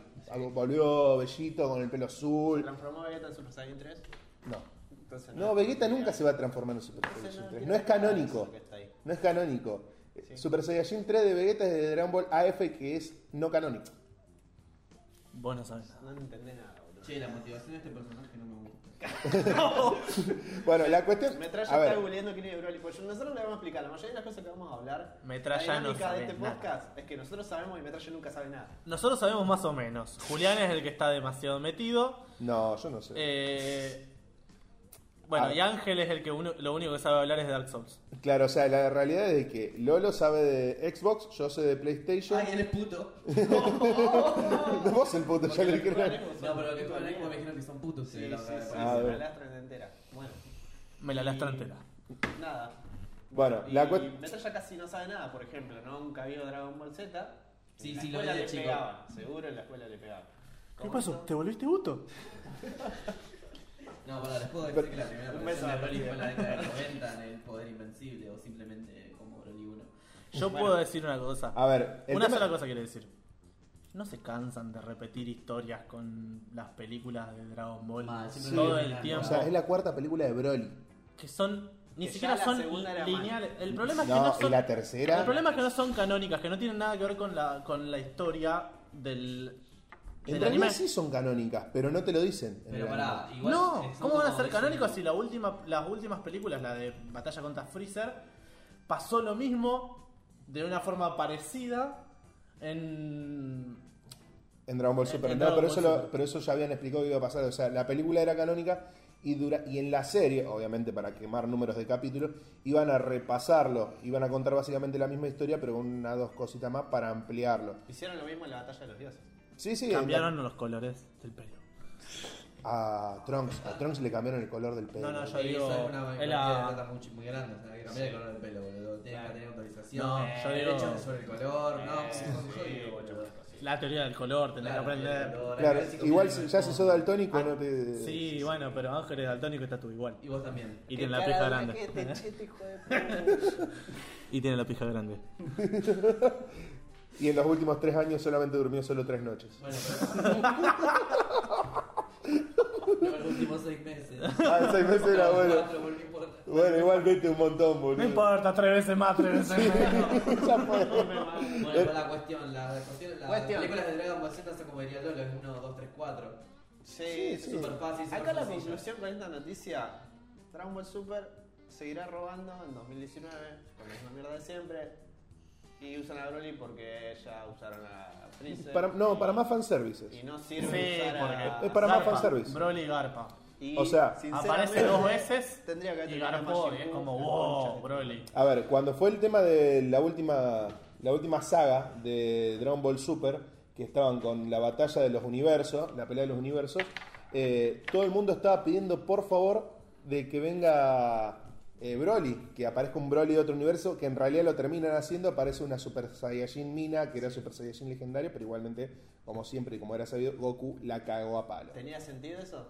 [SPEAKER 2] Volvió Bellito con el pelo
[SPEAKER 3] ¿Se
[SPEAKER 2] azul.
[SPEAKER 3] transformó Vegeta en ¿eh? Super Saiyan 3?
[SPEAKER 2] No.
[SPEAKER 3] Entonces,
[SPEAKER 2] No, Vegeta nunca se va a transformar en Super Saiyajin 3. No es canónico. No es canónico. Eh, Super Saiyajin 3 de Vegeta es de Dragon Ball AF que es no canónico.
[SPEAKER 4] Vos no sabés nada.
[SPEAKER 3] No entendés nada, boludo.
[SPEAKER 6] Che, la motivación de este personaje no me gusta.
[SPEAKER 2] Bueno, la cuestión.
[SPEAKER 3] Metralla
[SPEAKER 2] A
[SPEAKER 3] está
[SPEAKER 2] ver,
[SPEAKER 3] googleando quién es Broly. Pues nosotros le vamos a explicar. La mayoría de las cosas que vamos a hablar.
[SPEAKER 4] Metralla
[SPEAKER 3] la
[SPEAKER 4] no
[SPEAKER 3] dinámica
[SPEAKER 4] sabe
[SPEAKER 3] de este
[SPEAKER 4] nada.
[SPEAKER 3] podcast es que nosotros sabemos y Metralla nunca sabe nada.
[SPEAKER 4] Nosotros sabemos más o menos. Julián es el que está demasiado metido.
[SPEAKER 2] no, yo no sé.
[SPEAKER 4] Eh, bueno,
[SPEAKER 2] Ah.
[SPEAKER 4] y Ángel es el que uno- lo único que sabe hablar es de Dark Souls.
[SPEAKER 2] Claro, o sea, la realidad es que Lolo sabe de Xbox, yo sé de PlayStation.
[SPEAKER 6] Ay, él es puto.
[SPEAKER 2] Vos el puto, ya le creo.
[SPEAKER 6] No, pero lo que tuve en Xbox me dijeron que son putos.
[SPEAKER 3] Sí, sí,
[SPEAKER 6] la
[SPEAKER 3] sí.
[SPEAKER 6] verdad,
[SPEAKER 3] sí,
[SPEAKER 2] A
[SPEAKER 3] se
[SPEAKER 2] ver.
[SPEAKER 3] la lastran entera. Bueno,
[SPEAKER 4] Me la lastra entera.
[SPEAKER 3] nada.
[SPEAKER 2] Bueno,
[SPEAKER 3] Y
[SPEAKER 2] la cuestión.
[SPEAKER 3] Metralla casi no sabe nada, por ejemplo. Nunca vio Dragon Ball Z. En
[SPEAKER 6] Sí,
[SPEAKER 3] la
[SPEAKER 6] sí, lo
[SPEAKER 3] escuela
[SPEAKER 6] vi de
[SPEAKER 3] le
[SPEAKER 6] chico.
[SPEAKER 3] pegaban. Seguro en la escuela le pegaban. ¿Cómo no?
[SPEAKER 4] volviste Uto?
[SPEAKER 6] No, para, les puedo decir que la primera
[SPEAKER 3] Un beso
[SPEAKER 6] versión de
[SPEAKER 3] a
[SPEAKER 6] Broly
[SPEAKER 3] Broly.
[SPEAKER 6] fue en la década del 90 en el poder invencible o simplemente como Broly 1.
[SPEAKER 4] Yo puedo decir una cosa.
[SPEAKER 2] A ver, el
[SPEAKER 4] Una
[SPEAKER 2] tema-
[SPEAKER 4] sola cosa quiero decir. No se cansan de repetir historias con las películas de Dragon Ball
[SPEAKER 3] Ah,
[SPEAKER 6] Mal, siempre
[SPEAKER 4] todo
[SPEAKER 6] lo
[SPEAKER 4] el
[SPEAKER 6] mismo.
[SPEAKER 4] tiempo.
[SPEAKER 2] O sea, es la cuarta película de Broly.
[SPEAKER 4] Que son. Ni
[SPEAKER 3] Que
[SPEAKER 4] siquiera
[SPEAKER 3] ya la
[SPEAKER 4] son
[SPEAKER 3] segunda era
[SPEAKER 4] lineales. El problema es que no,
[SPEAKER 2] No, y
[SPEAKER 4] son.
[SPEAKER 2] la tercera.
[SPEAKER 4] El problema es que no son canónicas, que no tienen nada que ver con la, con la historia del.
[SPEAKER 2] En
[SPEAKER 4] del
[SPEAKER 2] realidad
[SPEAKER 4] anime.
[SPEAKER 2] sí son canónicas, pero no te lo dicen. en
[SPEAKER 6] Pero
[SPEAKER 2] el
[SPEAKER 6] pará,
[SPEAKER 2] anime.
[SPEAKER 6] igual.
[SPEAKER 4] No,
[SPEAKER 6] son
[SPEAKER 4] ¿cómo van a
[SPEAKER 6] como
[SPEAKER 4] ser canónicos si
[SPEAKER 6] diciendo-
[SPEAKER 4] la última, las últimas películas, la de Batalla contra Freezer, pasó lo mismo de una forma parecida en.
[SPEAKER 2] En Dragon Ball
[SPEAKER 4] En-
[SPEAKER 2] Super.
[SPEAKER 4] en
[SPEAKER 2] no,
[SPEAKER 4] Dragon
[SPEAKER 2] pero,
[SPEAKER 4] Ball
[SPEAKER 2] eso lo-
[SPEAKER 4] Super.
[SPEAKER 2] pero eso ya habían explicado que iba a pasar. O sea, la película era canónica y, dura, y en la serie, obviamente para quemar números de capítulos, iban a repasarlo. Iban a contar básicamente la misma historia, pero con una dos cositas más para ampliarlo.
[SPEAKER 3] Hicieron lo mismo en la batalla de los dioses.
[SPEAKER 2] Sí, sí. en la-
[SPEAKER 4] Cambiaron los colores del pelo.
[SPEAKER 2] A Trunks. A Trunks le cambiaron el color del pelo.
[SPEAKER 4] No, no, yo
[SPEAKER 6] Eso
[SPEAKER 4] digo.
[SPEAKER 6] es una
[SPEAKER 4] es
[SPEAKER 6] cantidad de
[SPEAKER 4] la-
[SPEAKER 6] plata muy, muy grande, o sea, hay que cambiar el color del pelo, boludo. Tienes que tener autorización,
[SPEAKER 4] No, yo digo- Eh,
[SPEAKER 6] derechos sobre el color, no, sí,
[SPEAKER 4] La teoría del color, tenés que aprender.
[SPEAKER 2] Claro, igual si ya se sos daltónico, no te.
[SPEAKER 4] Ah, Sí, bueno, pero Ángel es daltónico y está todo igual.
[SPEAKER 6] Y vos también.
[SPEAKER 4] Y tiene la pija
[SPEAKER 3] Este,
[SPEAKER 4] grande. Y tiene la pija grande.
[SPEAKER 2] Y en los últimos tres años solamente durmió solo tres noches.
[SPEAKER 6] Bueno, pero. No, los últimos seis meses.
[SPEAKER 2] Ah, seis meses era
[SPEAKER 6] Cuatro,
[SPEAKER 2] bueno.
[SPEAKER 6] pero no importa.
[SPEAKER 2] Bueno, igual vete un montón, boludo.
[SPEAKER 4] No importa, tres veces más, tres veces menos.
[SPEAKER 2] Ya fue.
[SPEAKER 6] Bueno, pero la cuestión, la cuestión, las
[SPEAKER 3] Cuestión.
[SPEAKER 6] películas de Dragon Ball Z son como diría Lolo, es 1, 2, 3, 4.
[SPEAKER 3] Sí,
[SPEAKER 6] Es súper fácil,
[SPEAKER 3] Acá la
[SPEAKER 6] conclusión
[SPEAKER 3] conclusión con esta noticia, Dragon Ball Super seguirá robando en 2019, con la misma mierda de siempre, y usan a Broly porque ya usaron a Freezer.
[SPEAKER 2] Para- no,
[SPEAKER 3] y-
[SPEAKER 2] para más fanservices.
[SPEAKER 3] Y no
[SPEAKER 4] Sí,
[SPEAKER 3] sirve usar
[SPEAKER 4] porque.
[SPEAKER 2] Es para más
[SPEAKER 4] Garpa,
[SPEAKER 2] fanservice.
[SPEAKER 4] Broly y Garpa.
[SPEAKER 3] Y,
[SPEAKER 2] O sea,
[SPEAKER 3] sinceramente,
[SPEAKER 4] Aparece dos veces
[SPEAKER 3] tendría que haber
[SPEAKER 4] y
[SPEAKER 3] terminado
[SPEAKER 4] Garpo
[SPEAKER 3] Majin
[SPEAKER 4] y es
[SPEAKER 3] Buu,
[SPEAKER 4] como,
[SPEAKER 3] el
[SPEAKER 4] wow,
[SPEAKER 3] concha de-
[SPEAKER 4] Broly.
[SPEAKER 2] A ver, cuando fue el tema de la última, la última saga de Dragon Ball Super, que estaban con la batalla de los universos, la pelea de los universos, eh, todo el mundo estaba pidiendo por favor de que venga eh, Broly, que aparezca un Broly de otro universo, que en realidad lo terminan haciendo, aparece una Super Saiyajin Mina, que era Super Saiyajin legendario, pero igualmente, como siempre y como era sabido, Goku la cagó a palo.
[SPEAKER 3] ¿Tenía sentido eso?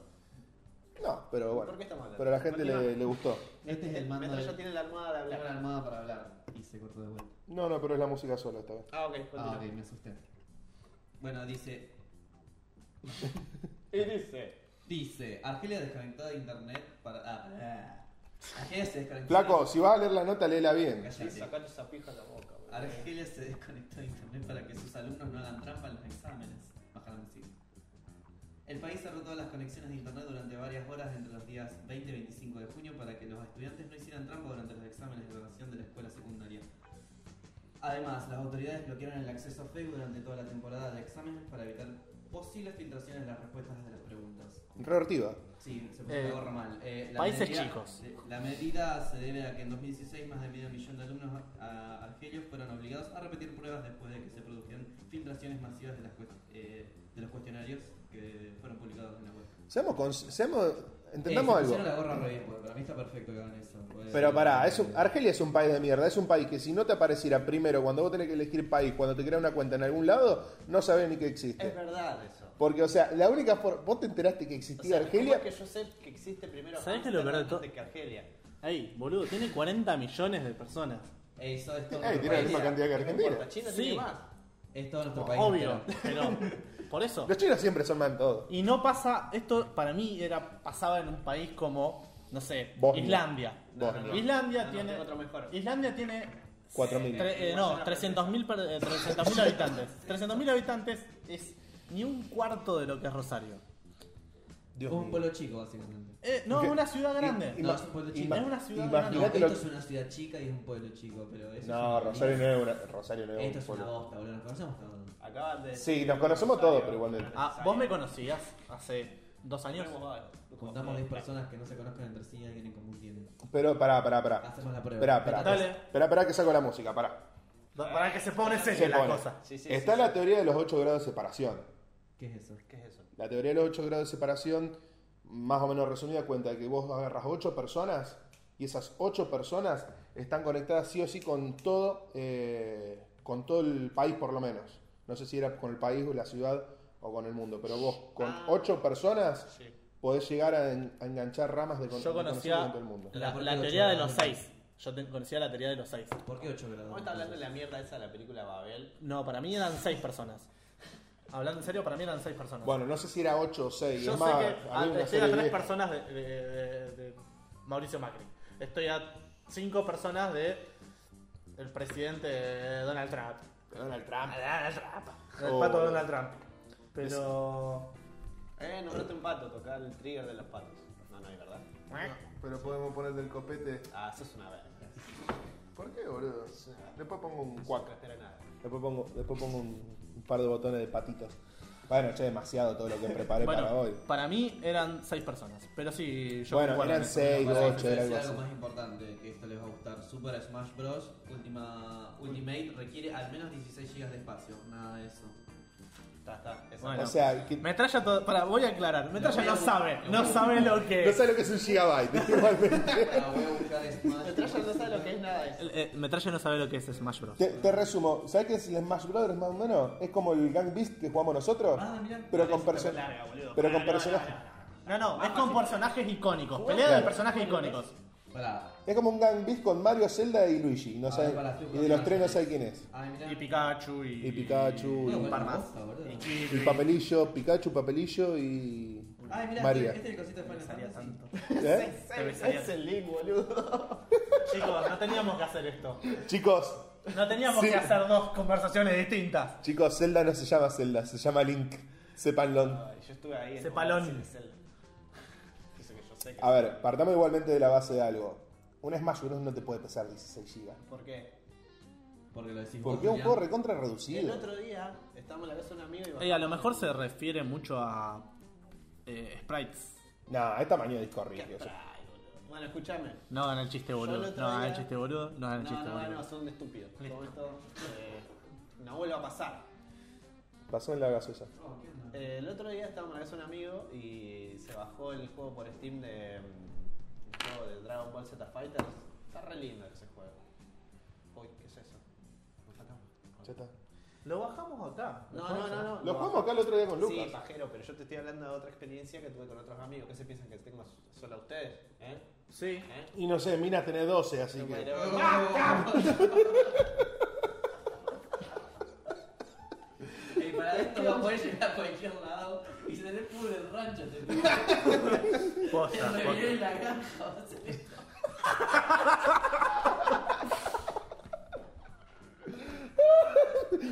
[SPEAKER 2] No, pero bueno.
[SPEAKER 3] ¿Por qué estamos hablando?
[SPEAKER 2] Pero a la gente
[SPEAKER 3] Continúa.
[SPEAKER 2] le, le gustó.
[SPEAKER 6] Este es el mando
[SPEAKER 3] Metralla
[SPEAKER 6] de-
[SPEAKER 3] tiene la almohada de
[SPEAKER 6] Tengo
[SPEAKER 3] hablar.
[SPEAKER 6] una almohada para hablar. Y se cortó de vuelta.
[SPEAKER 2] No, no, pero es la música sola esta vez.
[SPEAKER 3] Ah, ok, continúa.
[SPEAKER 6] Ah, ok, me asusté. Bueno, dice.
[SPEAKER 3] Y dice...
[SPEAKER 6] Dice, Argelia desconectó de internet para. Ah, pará. Argelia se desconectó.
[SPEAKER 2] Flaco, si vas a leer la nota, léela bien.
[SPEAKER 6] Cállate.
[SPEAKER 3] Sacate esa pija de la boca, boludo.
[SPEAKER 6] Argelia se desconectó de internet para que sus alumnos no hagan trampa en los exámenes. Baja la música. El país cerró todas las conexiones de internet durante varias horas entre los días 20 y 25 de junio para que los estudiantes no hicieran trampa durante los exámenes de graduación de la escuela secundaria. Además, las autoridades bloquearon el acceso a Facebook durante toda la temporada de exámenes para evitar posibles filtraciones de las respuestas de las preguntas.
[SPEAKER 2] Revertiva.
[SPEAKER 6] Sí, se puso
[SPEAKER 4] Eh,
[SPEAKER 6] la gorra mal. Eh, la
[SPEAKER 4] países
[SPEAKER 6] medida-
[SPEAKER 4] chicos.
[SPEAKER 6] eh, La medida se debe a que en 2016 más de medio millón de alumnos a- a- argelios fueron obligados a repetir pruebas después de que se produjeran filtraciones filtraciones masivas de, las cuest- eh, de los cuestionarios que fueron publicados en la web.
[SPEAKER 2] Seamos, cons- seamos entendamos
[SPEAKER 6] Eh, se
[SPEAKER 2] algo.
[SPEAKER 6] pusieron la gorra re bien, porque para mí está perfecto que hagan eso. porque-
[SPEAKER 2] Pero pará, es un-
[SPEAKER 6] Eh,
[SPEAKER 2] Argelia es un país de mierda. Es un país que si no te apareciera primero cuando vos tenés que elegir país, cuando te crea una cuenta en algún lado, no sabés ni que
[SPEAKER 3] Es
[SPEAKER 2] existe.
[SPEAKER 3] verdad eso.
[SPEAKER 2] Porque, o sea, la única forma. Vos te enteraste que
[SPEAKER 3] O
[SPEAKER 2] existía
[SPEAKER 3] sea,
[SPEAKER 2] Argelia.
[SPEAKER 3] ¿cómo es que yo sé que existe primero
[SPEAKER 4] ¿Sabés qué es lo
[SPEAKER 3] Ámsterdam
[SPEAKER 4] peor de todo?
[SPEAKER 3] antes que Argelia.
[SPEAKER 4] Ahí, boludo, tiene 40 millones de personas.
[SPEAKER 6] Ey, so- es todo
[SPEAKER 2] Ey,
[SPEAKER 6] nuestro
[SPEAKER 2] Eh, tiene la
[SPEAKER 6] país.
[SPEAKER 2] misma cantidad que
[SPEAKER 3] No importa,
[SPEAKER 2] Argentina.
[SPEAKER 3] China
[SPEAKER 4] Sí.
[SPEAKER 3] tiene más.
[SPEAKER 6] Es todo nuestro país.
[SPEAKER 4] Obvio,
[SPEAKER 6] entero.
[SPEAKER 4] pero por eso.
[SPEAKER 2] Los chinos siempre son mal en todo.
[SPEAKER 4] Y no pasa, esto para mí era pasaba en un país como, no sé,
[SPEAKER 2] Bosnia.
[SPEAKER 4] Islandia.
[SPEAKER 2] Bosnia.
[SPEAKER 3] No, no, no.
[SPEAKER 4] Islandia
[SPEAKER 3] No, no,
[SPEAKER 4] tiene
[SPEAKER 3] tengo otro mejor.
[SPEAKER 4] Islandia tiene
[SPEAKER 2] 4.000.
[SPEAKER 4] tre- eh, no, 300.000 per- eh, 300.000 habitantes. 300.000 habitantes es ni un cuarto de lo que es Rosario.
[SPEAKER 2] Dios
[SPEAKER 6] un
[SPEAKER 2] mío.
[SPEAKER 6] pueblo chico, básicamente.
[SPEAKER 4] Eh, no,
[SPEAKER 2] ¿Qué?
[SPEAKER 4] es una ciudad grande.
[SPEAKER 2] Ima-
[SPEAKER 6] No, es un pueblo chico.
[SPEAKER 2] ima-
[SPEAKER 4] Es una ciudad
[SPEAKER 6] No,
[SPEAKER 4] grande.
[SPEAKER 2] Imagínate
[SPEAKER 6] esto
[SPEAKER 2] lo
[SPEAKER 6] es una ciudad chica y es un pueblo chico, pero eso
[SPEAKER 2] No,
[SPEAKER 6] es una
[SPEAKER 2] Rosario no
[SPEAKER 6] mierda.
[SPEAKER 2] es una. Rosario no es
[SPEAKER 6] Esto
[SPEAKER 2] un
[SPEAKER 6] es una
[SPEAKER 2] pueblo.
[SPEAKER 6] bosta, boludo. Nos conocemos todos.
[SPEAKER 3] Acaban de
[SPEAKER 2] Sí,
[SPEAKER 3] decir
[SPEAKER 2] nos
[SPEAKER 3] que
[SPEAKER 2] conocemos
[SPEAKER 3] Rosario
[SPEAKER 2] todos, pero igualmente.
[SPEAKER 3] no es
[SPEAKER 4] Ah, vos me
[SPEAKER 3] necesario.
[SPEAKER 4] conocías hace dos años.
[SPEAKER 6] Juntamos
[SPEAKER 2] eh,
[SPEAKER 6] 10 personas que no se conozcan entre sí y alguien en común tienen.
[SPEAKER 2] Pero pará, pará, pará.
[SPEAKER 6] Hacemos la prueba.
[SPEAKER 2] Esperá, esperá.
[SPEAKER 4] Dale.
[SPEAKER 2] Esperá, esperá que saco la música, pará.
[SPEAKER 4] Para que se pone
[SPEAKER 2] Se
[SPEAKER 4] seria la
[SPEAKER 2] pone.
[SPEAKER 4] cosa.
[SPEAKER 3] Sí, sí,
[SPEAKER 2] Está
[SPEAKER 3] sí,
[SPEAKER 2] la teoría de los 8 grados de separación.
[SPEAKER 6] ¿Qué es eso?
[SPEAKER 3] ¿Qué es eso?
[SPEAKER 2] La teoría de los 8 grados de separación, más o menos resumida, cuenta de que vos agarras 8 personas y esas 8 personas están conectadas sí o sí con todo, eh, con todo el país por lo menos. No sé si era con el país o la ciudad o con el mundo, pero vos con
[SPEAKER 4] Ah.
[SPEAKER 2] 8 personas podés llegar a, en- a enganchar ramas de, con-
[SPEAKER 4] Yo
[SPEAKER 2] de
[SPEAKER 4] conocía
[SPEAKER 2] conocimiento del mundo.
[SPEAKER 4] la,
[SPEAKER 6] ¿Por qué
[SPEAKER 4] la
[SPEAKER 6] ocho
[SPEAKER 4] teoría de los
[SPEAKER 6] grados?
[SPEAKER 4] seis. Yo te- conocía la teoría de los seis.
[SPEAKER 6] ¿Por qué 8 grados?
[SPEAKER 3] ¿Cómo está hablando de la mierda esa de la película Babel?
[SPEAKER 4] No, para mí eran seis personas. Hablando en serio, para mí eran seis personas.
[SPEAKER 2] Bueno, no sé si era 8 o 6.
[SPEAKER 4] Yo
[SPEAKER 2] es
[SPEAKER 4] sé
[SPEAKER 2] más,
[SPEAKER 4] que
[SPEAKER 2] había una
[SPEAKER 4] antes estoy
[SPEAKER 2] serie
[SPEAKER 4] a tres
[SPEAKER 2] vieja.
[SPEAKER 4] personas de, de- de- de Mauricio Macri. Estoy a cinco personas de el presidente Donald Trump. Ah,
[SPEAKER 2] Donald Trump.
[SPEAKER 4] Donald Trump. El
[SPEAKER 2] Oh.
[SPEAKER 4] pato Donald Trump. Pero.
[SPEAKER 3] Eh, nombraste un pato, tocar el trigger de los patos. No, no hay verdad.
[SPEAKER 4] eh.
[SPEAKER 2] Pero podemos poner del copete.
[SPEAKER 3] Ah, sos una verga.
[SPEAKER 2] ¿Por qué, boludo? Después pongo un
[SPEAKER 3] No
[SPEAKER 2] cuaca.
[SPEAKER 3] espera nada.
[SPEAKER 2] Después pongo, después pongo un, un par de botones de patitas. Bueno, che, demasiado todo lo que preparé para
[SPEAKER 4] Bueno,
[SPEAKER 2] hoy.
[SPEAKER 4] para mí eran seis personas. Pero sí, yo
[SPEAKER 2] Bueno,
[SPEAKER 4] concuerdo
[SPEAKER 2] eran
[SPEAKER 4] en eso.
[SPEAKER 2] seis,
[SPEAKER 6] Para
[SPEAKER 2] ocho,
[SPEAKER 6] diferenciar
[SPEAKER 2] era algo así.
[SPEAKER 6] algo más importante que esto les va a gustar. Super Smash Bros. Ultima, Ultimate requiere al menos 16 GB de espacio. Nada de eso.
[SPEAKER 3] Está, está. Esa
[SPEAKER 4] Bueno.
[SPEAKER 2] O sea, que-
[SPEAKER 4] Metralla todo. Para, voy a aclarar. Metralla
[SPEAKER 6] voy a
[SPEAKER 4] no
[SPEAKER 6] bu-
[SPEAKER 4] sabe.
[SPEAKER 6] lo
[SPEAKER 4] No
[SPEAKER 6] voy a
[SPEAKER 4] sabe lo que.
[SPEAKER 2] no sé lo que es un gigabyte, igualmente.
[SPEAKER 6] Ahora voy a buscar Smash.
[SPEAKER 3] Metralla no sabe lo que es nada de eso.
[SPEAKER 4] El- eh, Metralla no sabe lo que es Smash Bros.
[SPEAKER 2] Te, te resumo, ¿sabes qué es el Smash Brothers más o menos? Es como el Gang Beast que jugamos nosotros,
[SPEAKER 6] Ah, mirá.
[SPEAKER 2] pero con
[SPEAKER 6] Parece
[SPEAKER 2] personajes.
[SPEAKER 6] Ah,
[SPEAKER 2] Pero con personajes.
[SPEAKER 4] No, no, es con personajes icónicos. Pelea de
[SPEAKER 2] Claro.
[SPEAKER 4] personajes icónicos.
[SPEAKER 6] Pará.
[SPEAKER 2] Es como un Gang Beast con Mario, Zelda y Luigi. No
[SPEAKER 6] A
[SPEAKER 2] sabe-
[SPEAKER 6] ver, pará, estoy
[SPEAKER 2] y de los
[SPEAKER 6] buscando
[SPEAKER 2] tres no
[SPEAKER 6] las-
[SPEAKER 2] sabe quién es.
[SPEAKER 6] Ay, mirá.
[SPEAKER 4] Y Pikachu y.
[SPEAKER 2] Y Pikachu,
[SPEAKER 6] Bueno,
[SPEAKER 2] y,
[SPEAKER 6] bueno,
[SPEAKER 4] par más.
[SPEAKER 6] posta, boludo.
[SPEAKER 2] y papelillo, Pikachu, papelillo y.
[SPEAKER 6] Ay, mirá,
[SPEAKER 2] María.
[SPEAKER 6] este es el cosito de Final
[SPEAKER 4] Pensaría
[SPEAKER 6] Fantasy.
[SPEAKER 4] tanto.
[SPEAKER 2] ¿Eh?
[SPEAKER 4] Pensaría-
[SPEAKER 3] Es el link, boludo.
[SPEAKER 4] Chicos, no teníamos que hacer esto.
[SPEAKER 6] este-
[SPEAKER 2] Chicos,
[SPEAKER 4] No teníamos
[SPEAKER 2] Sí.
[SPEAKER 4] que hacer dos conversaciones distintas.
[SPEAKER 2] Chicos, Zelda no se llama Zelda, se llama Link. Sépanlo.
[SPEAKER 3] Ay, Yo estuve ahí. en
[SPEAKER 4] Ese palón.
[SPEAKER 3] Oasis de Zelda. Eso que yo sé que-
[SPEAKER 2] A ver, partamos igualmente de la base de algo. Un Smash Bros. no te puede pesar 16 GB.
[SPEAKER 3] ¿Por qué?
[SPEAKER 6] Porque lo decís vos,
[SPEAKER 2] Porque es un
[SPEAKER 6] Julián.
[SPEAKER 2] juego recontra
[SPEAKER 3] El
[SPEAKER 2] reducido.
[SPEAKER 3] otro día estábamos en la casa de un amigo y
[SPEAKER 4] Ey, Eh, a lo mejor se refiere mucho a. eh, sprites.
[SPEAKER 2] Nah, es tamaño de disco
[SPEAKER 3] ¿Qué
[SPEAKER 2] rígido.
[SPEAKER 3] trae, boludo? Bueno, escúchame.
[SPEAKER 4] No hagan el chiste
[SPEAKER 3] Yo el
[SPEAKER 4] boludo.
[SPEAKER 3] otro
[SPEAKER 4] No hagan el
[SPEAKER 3] día-
[SPEAKER 4] chiste boludo. No hagan el
[SPEAKER 3] No,
[SPEAKER 4] chiste
[SPEAKER 3] no, no,
[SPEAKER 4] boludo.
[SPEAKER 3] son estúpidos. Todo
[SPEAKER 4] Listo.
[SPEAKER 3] esto eh, no vuelve a pasar.
[SPEAKER 2] Pasó en la gaseosa.
[SPEAKER 6] Oh, ¿qué onda?
[SPEAKER 3] Eh, el otro día estábamos en la casa de un amigo y se bajó el juego por Steam de. mm, el juego de Dragon Ball Z Fighters. Está re lindo ese juego. Uy, ¿qué es eso? Nos
[SPEAKER 2] Ya
[SPEAKER 3] sacamos.
[SPEAKER 2] está.
[SPEAKER 4] Lo bajamos acá.
[SPEAKER 3] No, no, no, no.
[SPEAKER 2] Lo jugamos acá el otro día con
[SPEAKER 3] Sí,
[SPEAKER 2] Lucas.
[SPEAKER 3] pajero, pero yo te estoy hablando de otra experiencia que tuve con otros amigos. ¿Qué se piensan que tengo solo a ustedes? ¿Eh?
[SPEAKER 4] Sí.
[SPEAKER 3] ¿Eh?
[SPEAKER 2] Y no sé, Minas tenés 12, así que.
[SPEAKER 3] Pero-
[SPEAKER 6] Ey, para esto va a poder llegar a cualquier lado y se le pudo el rancho. Te pido. Te
[SPEAKER 4] Posta,
[SPEAKER 6] reviré en la granja. o sea.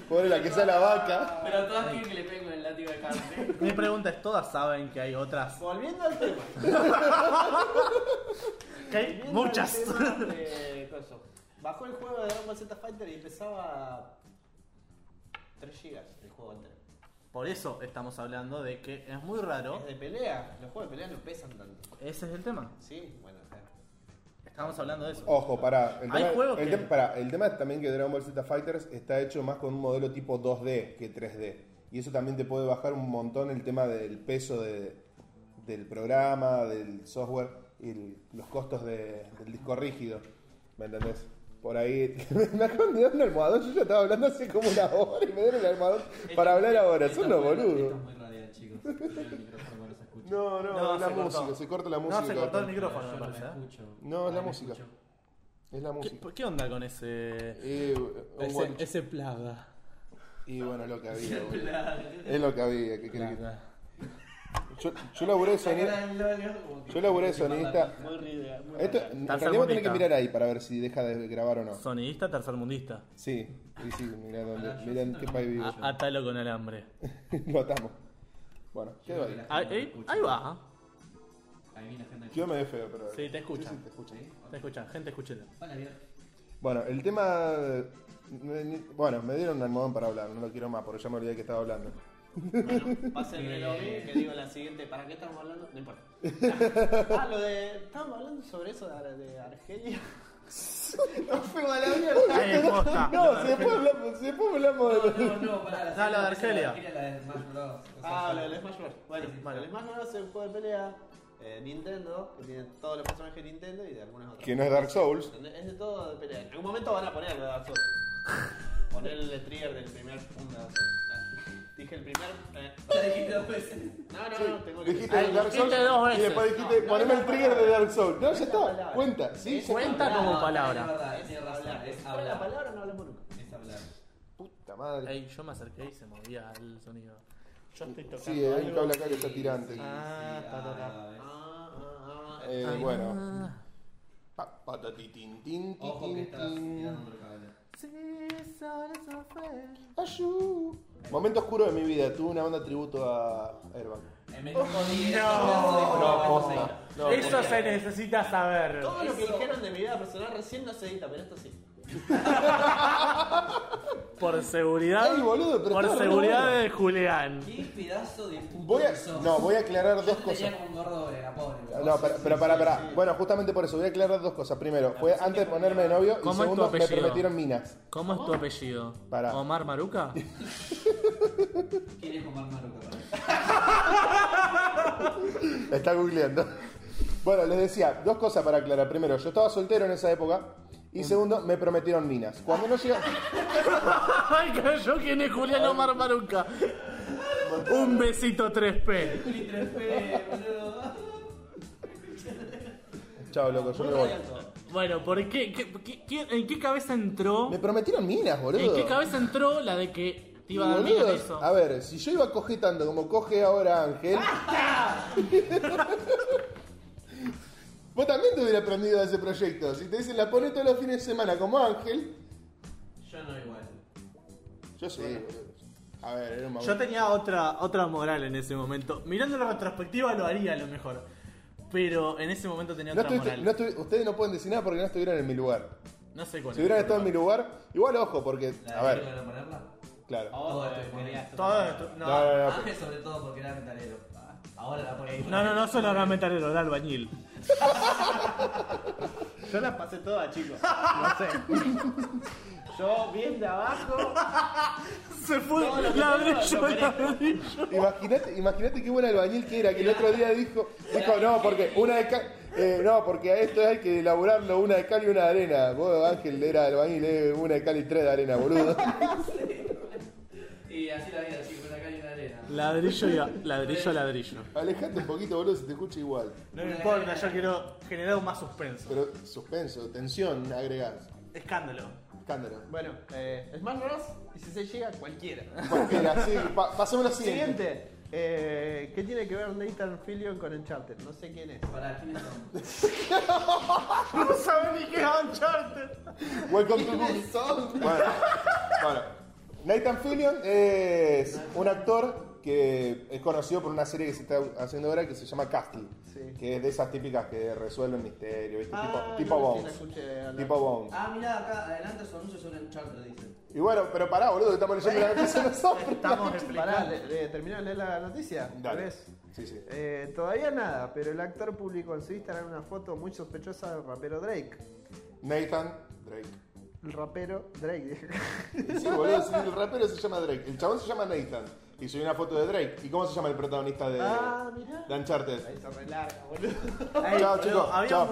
[SPEAKER 2] Pobre la que sea la vaca.
[SPEAKER 6] Pero todas quieren que le peguen con el látigo de carne.
[SPEAKER 4] Mi pregunta es: ¿todas saben que hay otras?
[SPEAKER 3] Volviendo al tema.
[SPEAKER 4] Que hay
[SPEAKER 3] Volviendo al
[SPEAKER 4] muchas.
[SPEAKER 3] tema de coso. Bajó el juego de Dragon Ball Z Fighter y pesaba 3 gigas el juego entero.
[SPEAKER 4] Por eso estamos hablando de que es muy raro.
[SPEAKER 3] Es de pelea, los juegos de pelea no pesan tanto.
[SPEAKER 4] Ese es el tema.
[SPEAKER 3] Sí, bueno, está.
[SPEAKER 4] Estábamos hablando de eso.
[SPEAKER 2] Ojo, pará. El
[SPEAKER 4] Hay
[SPEAKER 2] tema,
[SPEAKER 4] juegos
[SPEAKER 2] el
[SPEAKER 4] que-
[SPEAKER 2] tem- pará, el tema es también que Dragon Ball Z Fighters está hecho más con un modelo tipo 2D que 3D. Y eso también te puede bajar un montón el tema del peso de- del programa, del software y el- los costos de- del disco rígido. ¿Me entendés? Por ahí me acaban de dar un almohadón. Yo ya estaba hablando hace como una hora y me dieron el almohadón para hablar ahora. Son los
[SPEAKER 6] Esto es muy- Esto
[SPEAKER 2] boludos.
[SPEAKER 6] es muy radial, chicos. El micrófono no se escucha.
[SPEAKER 2] No, no,
[SPEAKER 4] No,
[SPEAKER 2] es la
[SPEAKER 4] se cortó.
[SPEAKER 2] música. Se corta la música.
[SPEAKER 4] No, se cortó el micrófono,
[SPEAKER 6] Yo
[SPEAKER 4] me
[SPEAKER 6] no
[SPEAKER 4] parece.
[SPEAKER 6] me
[SPEAKER 4] ¿eh?
[SPEAKER 6] escucho.
[SPEAKER 2] No, es la
[SPEAKER 6] Ay, me
[SPEAKER 2] música.
[SPEAKER 6] escucho.
[SPEAKER 2] Es la
[SPEAKER 4] ¿Qué,
[SPEAKER 2] música.
[SPEAKER 4] qué onda con ese,
[SPEAKER 2] Eh, un
[SPEAKER 4] ese,
[SPEAKER 2] buen-
[SPEAKER 4] ese plaga?
[SPEAKER 2] Y bueno, lo que había. boludo. Es lo que había, ¿qué querés que- Yo, yo laburé de sonidista. Yo laburé de sonidista. Esto, en realidad vos tenés
[SPEAKER 4] Tan salmónica.
[SPEAKER 2] que mirar ahí para ver si deja de grabar o no.
[SPEAKER 4] Sonidista tercermundista.
[SPEAKER 2] Sí, sí, sí, mirá
[SPEAKER 4] Ah,
[SPEAKER 2] dónde, mirá en qué país vivo
[SPEAKER 4] A- Atalo con alambre.
[SPEAKER 2] yo. Lo atamos. Bueno, quedó
[SPEAKER 6] creo que
[SPEAKER 2] ahí.
[SPEAKER 6] la-
[SPEAKER 4] Ahí, Ah, ¿eh? ahí- ahí va.
[SPEAKER 6] Ahí viene gente.
[SPEAKER 2] Yo me veo feo, pero.
[SPEAKER 4] Sí, te escuchan.
[SPEAKER 2] Sí, te escuchan.
[SPEAKER 6] ¿Sí?
[SPEAKER 4] Te escuchan, gente, escúchenlo.
[SPEAKER 6] Hola, bien.
[SPEAKER 2] Bueno, el tema. me- ni- Bueno, me dieron un almohadón para hablar, no lo quiero más porque ya me olvidé que estaba hablando.
[SPEAKER 3] Bueno, pásenme lo
[SPEAKER 6] Eh,
[SPEAKER 3] mío eh, que digo la siguiente. ¿Para qué estamos hablando? No importa. Ah, lo de. Estábamos hablando sobre eso de, Ar- de Argelia. no fuimos a la mierda.
[SPEAKER 4] Ahí es posta.
[SPEAKER 2] No, si después hablamos, si después hablamos de.
[SPEAKER 6] No, no, pará.
[SPEAKER 4] No, la de Argelia.
[SPEAKER 6] La de Smash Bros. O sea,
[SPEAKER 3] Ah,
[SPEAKER 6] yo-
[SPEAKER 3] lo del Smash Bros. Bueno,
[SPEAKER 7] Bueno.
[SPEAKER 3] el Smash Bros es un juego de pelea. eh, Nintendo, que tiene todos los personajes de Nintendo y de algunas otras.
[SPEAKER 2] Que no es Dark Souls.
[SPEAKER 3] Es de todo de pelea. En algún momento van a poner algo de Dark Souls. Poner el trigger del primer punto de Dark Souls. Ah, Dije el primer. eh,
[SPEAKER 6] La dijiste dos veces.
[SPEAKER 3] No, no, no, tengo que
[SPEAKER 2] Dijiste
[SPEAKER 4] Ay,
[SPEAKER 2] Dark Souls
[SPEAKER 4] dijiste dos
[SPEAKER 2] y
[SPEAKER 4] veces.
[SPEAKER 2] después dijiste,
[SPEAKER 3] No,
[SPEAKER 2] poneme
[SPEAKER 3] no,
[SPEAKER 2] el
[SPEAKER 3] no,
[SPEAKER 2] trigger
[SPEAKER 3] no,
[SPEAKER 2] de Dark Souls. No,
[SPEAKER 3] no,
[SPEAKER 2] ya
[SPEAKER 3] no,
[SPEAKER 2] está,
[SPEAKER 3] no, no.
[SPEAKER 2] cuenta, sí, ya
[SPEAKER 4] Cuenta
[SPEAKER 2] está.
[SPEAKER 4] como
[SPEAKER 6] No, no,
[SPEAKER 4] palabra.
[SPEAKER 6] Es verdad, es
[SPEAKER 3] Es
[SPEAKER 6] razón,
[SPEAKER 3] hablar.
[SPEAKER 6] es
[SPEAKER 3] Fuera la
[SPEAKER 6] hablar.
[SPEAKER 3] palabra no hablamos nunca.
[SPEAKER 6] Es hablar.
[SPEAKER 2] Puta madre.
[SPEAKER 4] Ey, yo me acerqué y se movía el sonido. Yo estoy tocando.
[SPEAKER 2] Sí, hay un
[SPEAKER 4] algo.
[SPEAKER 2] cable acá que está tirante.
[SPEAKER 4] Ah, ta, ta, ta.
[SPEAKER 6] Ah,
[SPEAKER 3] Ah, ah, ah.
[SPEAKER 2] Eh,
[SPEAKER 4] Ah.
[SPEAKER 2] bueno. Pa- patatitín, tin, tin,
[SPEAKER 6] Ojo que
[SPEAKER 2] tin,
[SPEAKER 6] estás
[SPEAKER 2] tin.
[SPEAKER 6] tirando otro cable.
[SPEAKER 4] Sí, solo eso fue.
[SPEAKER 2] Ayú. Momento oscuro de mi vida, tuve una banda tributo a Airbag.
[SPEAKER 6] En
[SPEAKER 4] Oh,
[SPEAKER 6] menos de 10
[SPEAKER 4] No,
[SPEAKER 6] horas de-
[SPEAKER 2] posta. No,
[SPEAKER 4] Eso
[SPEAKER 2] porque-
[SPEAKER 4] se necesita saber.
[SPEAKER 3] Todo lo que
[SPEAKER 6] Eso.
[SPEAKER 3] dijeron de mi vida personal recién no se edita, pero esto sí.
[SPEAKER 4] Por seguridad.
[SPEAKER 2] Ay, boludo, pero
[SPEAKER 4] por
[SPEAKER 2] está re
[SPEAKER 4] seguridad
[SPEAKER 2] bueno.
[SPEAKER 4] de Julián.
[SPEAKER 6] Qué pedazo de puto
[SPEAKER 2] Voy
[SPEAKER 6] que
[SPEAKER 2] a,
[SPEAKER 6] sos.
[SPEAKER 2] no, voy a aclarar
[SPEAKER 6] Yo
[SPEAKER 2] dos
[SPEAKER 6] te
[SPEAKER 2] cosas.
[SPEAKER 6] tenía como un gordo de la pobre, vos
[SPEAKER 2] No,
[SPEAKER 6] sos
[SPEAKER 2] pero,
[SPEAKER 6] un
[SPEAKER 2] pero para, para.
[SPEAKER 6] imbécil.
[SPEAKER 2] Bueno, justamente por eso, voy a aclarar dos cosas. Primero, fue antes de ponerme de novio y
[SPEAKER 4] ¿Cómo es tu
[SPEAKER 2] segundo, me
[SPEAKER 4] apellido?
[SPEAKER 2] prometieron minas.
[SPEAKER 4] ¿Cómo es tu apellido?
[SPEAKER 2] Pará.
[SPEAKER 4] ¿Omar Maruca?
[SPEAKER 6] ¿Quién es Omar Maruco?
[SPEAKER 2] Está googleando. Bueno, les decía, dos cosas para aclarar. Primero, yo estaba soltero en esa época. Y segundo, me prometieron minas. Cuando no llega.
[SPEAKER 4] Ay, cayó quién es Julián Omar Maruca. Un besito 3P.
[SPEAKER 6] Juli 3P, boludo.
[SPEAKER 2] Chao, loco, yo me voy.
[SPEAKER 4] Bueno, ¿por qué? ¿Qué- qué- qué- ¿En qué cabeza entró?
[SPEAKER 2] Me prometieron minas, boludo.
[SPEAKER 4] ¿En qué cabeza entró la de que te
[SPEAKER 2] Y,
[SPEAKER 4] iba a dar
[SPEAKER 2] boludos,
[SPEAKER 4] miedo eso?
[SPEAKER 2] A ver, si yo iba a coger tanto como coge ahora Ángel. Vos también te hubieras aprendido de ese proyecto. Si te dicen la pones todos los fines de semana como Ángel.
[SPEAKER 6] Yo no igual.
[SPEAKER 2] Yo sí, boludo. A ver, era un
[SPEAKER 4] Yo tenía otra, otra moral en ese momento. Mirando la retrospectiva lo haría a lo mejor. Pero en ese momento tenía
[SPEAKER 2] No
[SPEAKER 4] otra
[SPEAKER 2] estuviste-
[SPEAKER 4] moral.
[SPEAKER 2] no
[SPEAKER 4] No,
[SPEAKER 2] estuvi- ustedes no pueden decir nada porque no estuvieron en mi lugar.
[SPEAKER 4] sé cuál.
[SPEAKER 2] Si
[SPEAKER 4] es.
[SPEAKER 2] hubieran estado en mi lugar, igual ojo, porque.
[SPEAKER 6] ¿La
[SPEAKER 2] A
[SPEAKER 6] de
[SPEAKER 2] ver,
[SPEAKER 6] Virgo de ponerla?
[SPEAKER 2] claro.
[SPEAKER 6] Todo esto es ponerla.
[SPEAKER 4] Todo esto-
[SPEAKER 2] No,
[SPEAKER 4] no.
[SPEAKER 2] no, no,
[SPEAKER 6] Ángel sobre todo porque era metalero. Ah, Ahora la ponemos.
[SPEAKER 4] No, no, no solo era metalero, era albañil.
[SPEAKER 3] Yo las pasé todas, chicos. No sé. Yo bien de abajo.
[SPEAKER 4] Se fue
[SPEAKER 3] Todo lo que
[SPEAKER 4] ladrillo,
[SPEAKER 3] tengo, lo
[SPEAKER 4] ladrillo.
[SPEAKER 2] Imagínate, imagínate qué buen albañil que era, que el otro día dijo, dijo no, porque una de cal- eh, no, porque a esto hay que elaborarlo una de cal y una de arena. Vos Ángel era albañil, eh, una de cal y tres de arena, boludo.
[SPEAKER 6] Y así la vida, chicos, acá hay una arena.
[SPEAKER 4] Ladrillo y a- ladrillo, ladrillo.
[SPEAKER 2] Alejate un poquito, boludo, se te escucha igual.
[SPEAKER 4] No me importa, yo quiero generar un más suspenso.
[SPEAKER 2] Pero suspenso, tensión, agregás.
[SPEAKER 4] Escándalo.
[SPEAKER 2] Escándalo.
[SPEAKER 3] Bueno, eh, Smash Bros. 16 llega cualquiera.
[SPEAKER 2] Porque era así, pa- pasemos a la siguiente.
[SPEAKER 3] Siguiente. Eh, ¿Qué tiene que ver Nathan Fillion con Uncharted? No sé quién es.
[SPEAKER 6] Para quiénes son.
[SPEAKER 4] No saben ni qué es Uncharted.
[SPEAKER 2] Welcome to Moon. Bueno, bueno. Nathan Fillion es un actor que es conocido por una serie que se está haciendo ahora que se llama Castle.
[SPEAKER 3] sí.
[SPEAKER 2] Que es de esas típicas que resuelven misterios, ¿viste?
[SPEAKER 3] Ah,
[SPEAKER 2] tipo tipo
[SPEAKER 3] yo sí la
[SPEAKER 2] Bones.
[SPEAKER 3] escuché hablar.
[SPEAKER 2] Tipo Bones.
[SPEAKER 6] Ah, mirá, acá adelante su anuncio sobre el charter, dice.
[SPEAKER 2] Y bueno, pero pará, boludo, que estamos leyendo la noticia nosotros.
[SPEAKER 4] Estamos
[SPEAKER 3] Pará,
[SPEAKER 4] explicando.
[SPEAKER 3] le, le- terminé de leer la noticia.
[SPEAKER 2] Dale.
[SPEAKER 3] ¿Ves?
[SPEAKER 2] Sí, sí.
[SPEAKER 3] Eh, todavía nada, pero el actor publicó en su Instagram una foto muy sospechosa del rapero Drake.
[SPEAKER 2] Nathan Drake.
[SPEAKER 3] El rapero Drake. dije.
[SPEAKER 2] Y Sí, boludo, sí, el rapero se llama Drake. El chabón se llama Nathan. Y soy una foto de Drake. ¿Y cómo se llama el protagonista de,
[SPEAKER 3] ah, mirá.
[SPEAKER 2] de Uncharted?
[SPEAKER 3] Ahí se relarga, boludo.
[SPEAKER 4] Ay,
[SPEAKER 2] Chao,
[SPEAKER 4] boludo,
[SPEAKER 2] chicos.
[SPEAKER 4] Había
[SPEAKER 2] chao.
[SPEAKER 4] un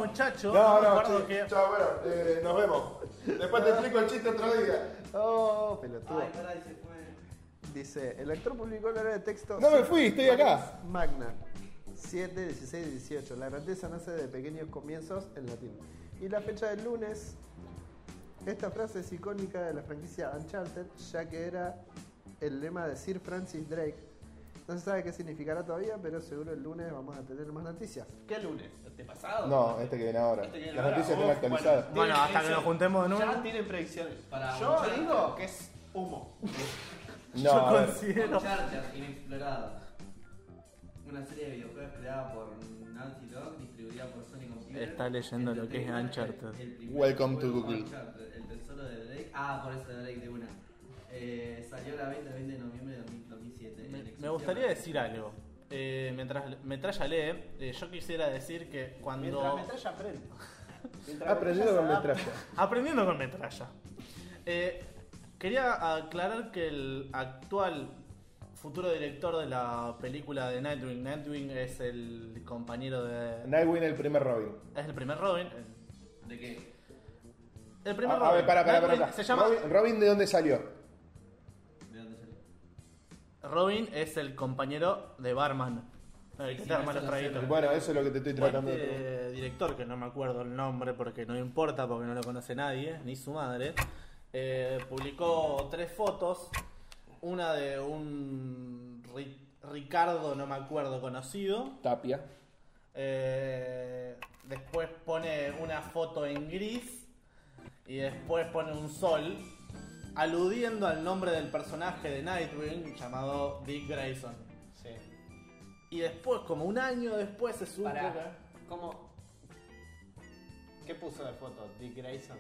[SPEAKER 2] No,
[SPEAKER 4] muchacho, me
[SPEAKER 2] no,
[SPEAKER 4] acuerdo
[SPEAKER 2] sí.
[SPEAKER 4] que-
[SPEAKER 2] Chao, bueno, eh, nos vemos. Después te explico el chiste otro día.
[SPEAKER 3] Oh, pelotudo.
[SPEAKER 6] Ay, pará, y se fue.
[SPEAKER 3] Dice, el actor publicó la hora de texto.
[SPEAKER 2] No me fui, estoy acá.
[SPEAKER 3] Magna. 7, 16, 18. La grandeza nace de pequeños comienzos en latín. Y la fecha del lunes. Esta frase es icónica de la franquicia Uncharted, ya que era el lema de Sir Francis Drake. No se sabe qué significará todavía, pero seguro el lunes vamos a tener más noticias.
[SPEAKER 7] ¿Qué lunes? ¿Te pasado?
[SPEAKER 2] No, este que viene ahora.
[SPEAKER 7] Este que viene
[SPEAKER 2] Las
[SPEAKER 7] ahora.
[SPEAKER 2] noticias están
[SPEAKER 7] Uf,
[SPEAKER 2] actualizadas.
[SPEAKER 4] Bueno, hasta que nos juntemos de
[SPEAKER 7] Ya
[SPEAKER 4] nuevo.
[SPEAKER 7] tienen predicciones.
[SPEAKER 6] Para
[SPEAKER 7] Yo
[SPEAKER 6] Uncharted.
[SPEAKER 7] digo que es humo.
[SPEAKER 2] No,
[SPEAKER 4] Yo
[SPEAKER 2] a ver.
[SPEAKER 4] considero.
[SPEAKER 6] Charter, inexplorado. Una serie de videojuegos creada por Naughty Dog, distribuida por Sony Computer.
[SPEAKER 4] Está leyendo lo que es
[SPEAKER 6] Entertainment,
[SPEAKER 4] Uncharted.
[SPEAKER 6] el primer
[SPEAKER 2] Welcome to
[SPEAKER 6] juego
[SPEAKER 2] Google.
[SPEAKER 6] Uncharted, el tesoro de Drake. Ah, por eso de Drake de una. Eh, salió a la venta el 20 de noviembre de 2007.
[SPEAKER 4] Me-
[SPEAKER 6] en
[SPEAKER 4] Me
[SPEAKER 6] exclusiva
[SPEAKER 4] gustaría
[SPEAKER 6] para-
[SPEAKER 4] decir algo. Eh, mientras Metralla lee, eh, yo quisiera decir que
[SPEAKER 7] Mientras
[SPEAKER 4] cuando.
[SPEAKER 7] metralla aprendo. Mientras
[SPEAKER 2] Aprendido con
[SPEAKER 7] se adapta.
[SPEAKER 2] metralla.
[SPEAKER 4] Aprendiendo con metralla. Eh, quería aclarar que el actual futuro director de la película de Nightwing, Nightwing es el compañero de.
[SPEAKER 2] Nightwing el primer Robin.
[SPEAKER 4] Es el primer Robin. el-
[SPEAKER 6] ¿De qué?
[SPEAKER 4] El
[SPEAKER 2] Ah, a,
[SPEAKER 4] primer
[SPEAKER 2] a
[SPEAKER 4] Robin.
[SPEAKER 2] ver, pará, pará, pará.
[SPEAKER 4] Nightwing
[SPEAKER 2] pará.
[SPEAKER 4] Se llama.
[SPEAKER 2] Robin, Robin, ¿de dónde salió?
[SPEAKER 6] ¿De dónde salió?
[SPEAKER 4] Robin es el compañero de Barman. El que
[SPEAKER 6] Sí, sí,
[SPEAKER 4] te arma
[SPEAKER 6] eso
[SPEAKER 4] los
[SPEAKER 6] lo
[SPEAKER 4] traguitos.
[SPEAKER 6] sé.
[SPEAKER 2] Bueno, eso es lo que te estoy tratando de preguntar.
[SPEAKER 4] Este director, que no me acuerdo el nombre porque no importa, porque no lo conoce nadie, ni su madre, eh, publicó tres fotos. Una de un Ri- Ricardo, no me acuerdo, conocido.
[SPEAKER 2] Tapia.
[SPEAKER 4] Eh, después pone una foto en gris y después pone un sol, aludiendo al nombre del personaje de Nightwing llamado Dick Grayson.
[SPEAKER 7] Sí.
[SPEAKER 4] Y después, como un año después, se supo
[SPEAKER 7] Pará. ¿Cómo? ¿Qué puso de foto? Dick Grayson.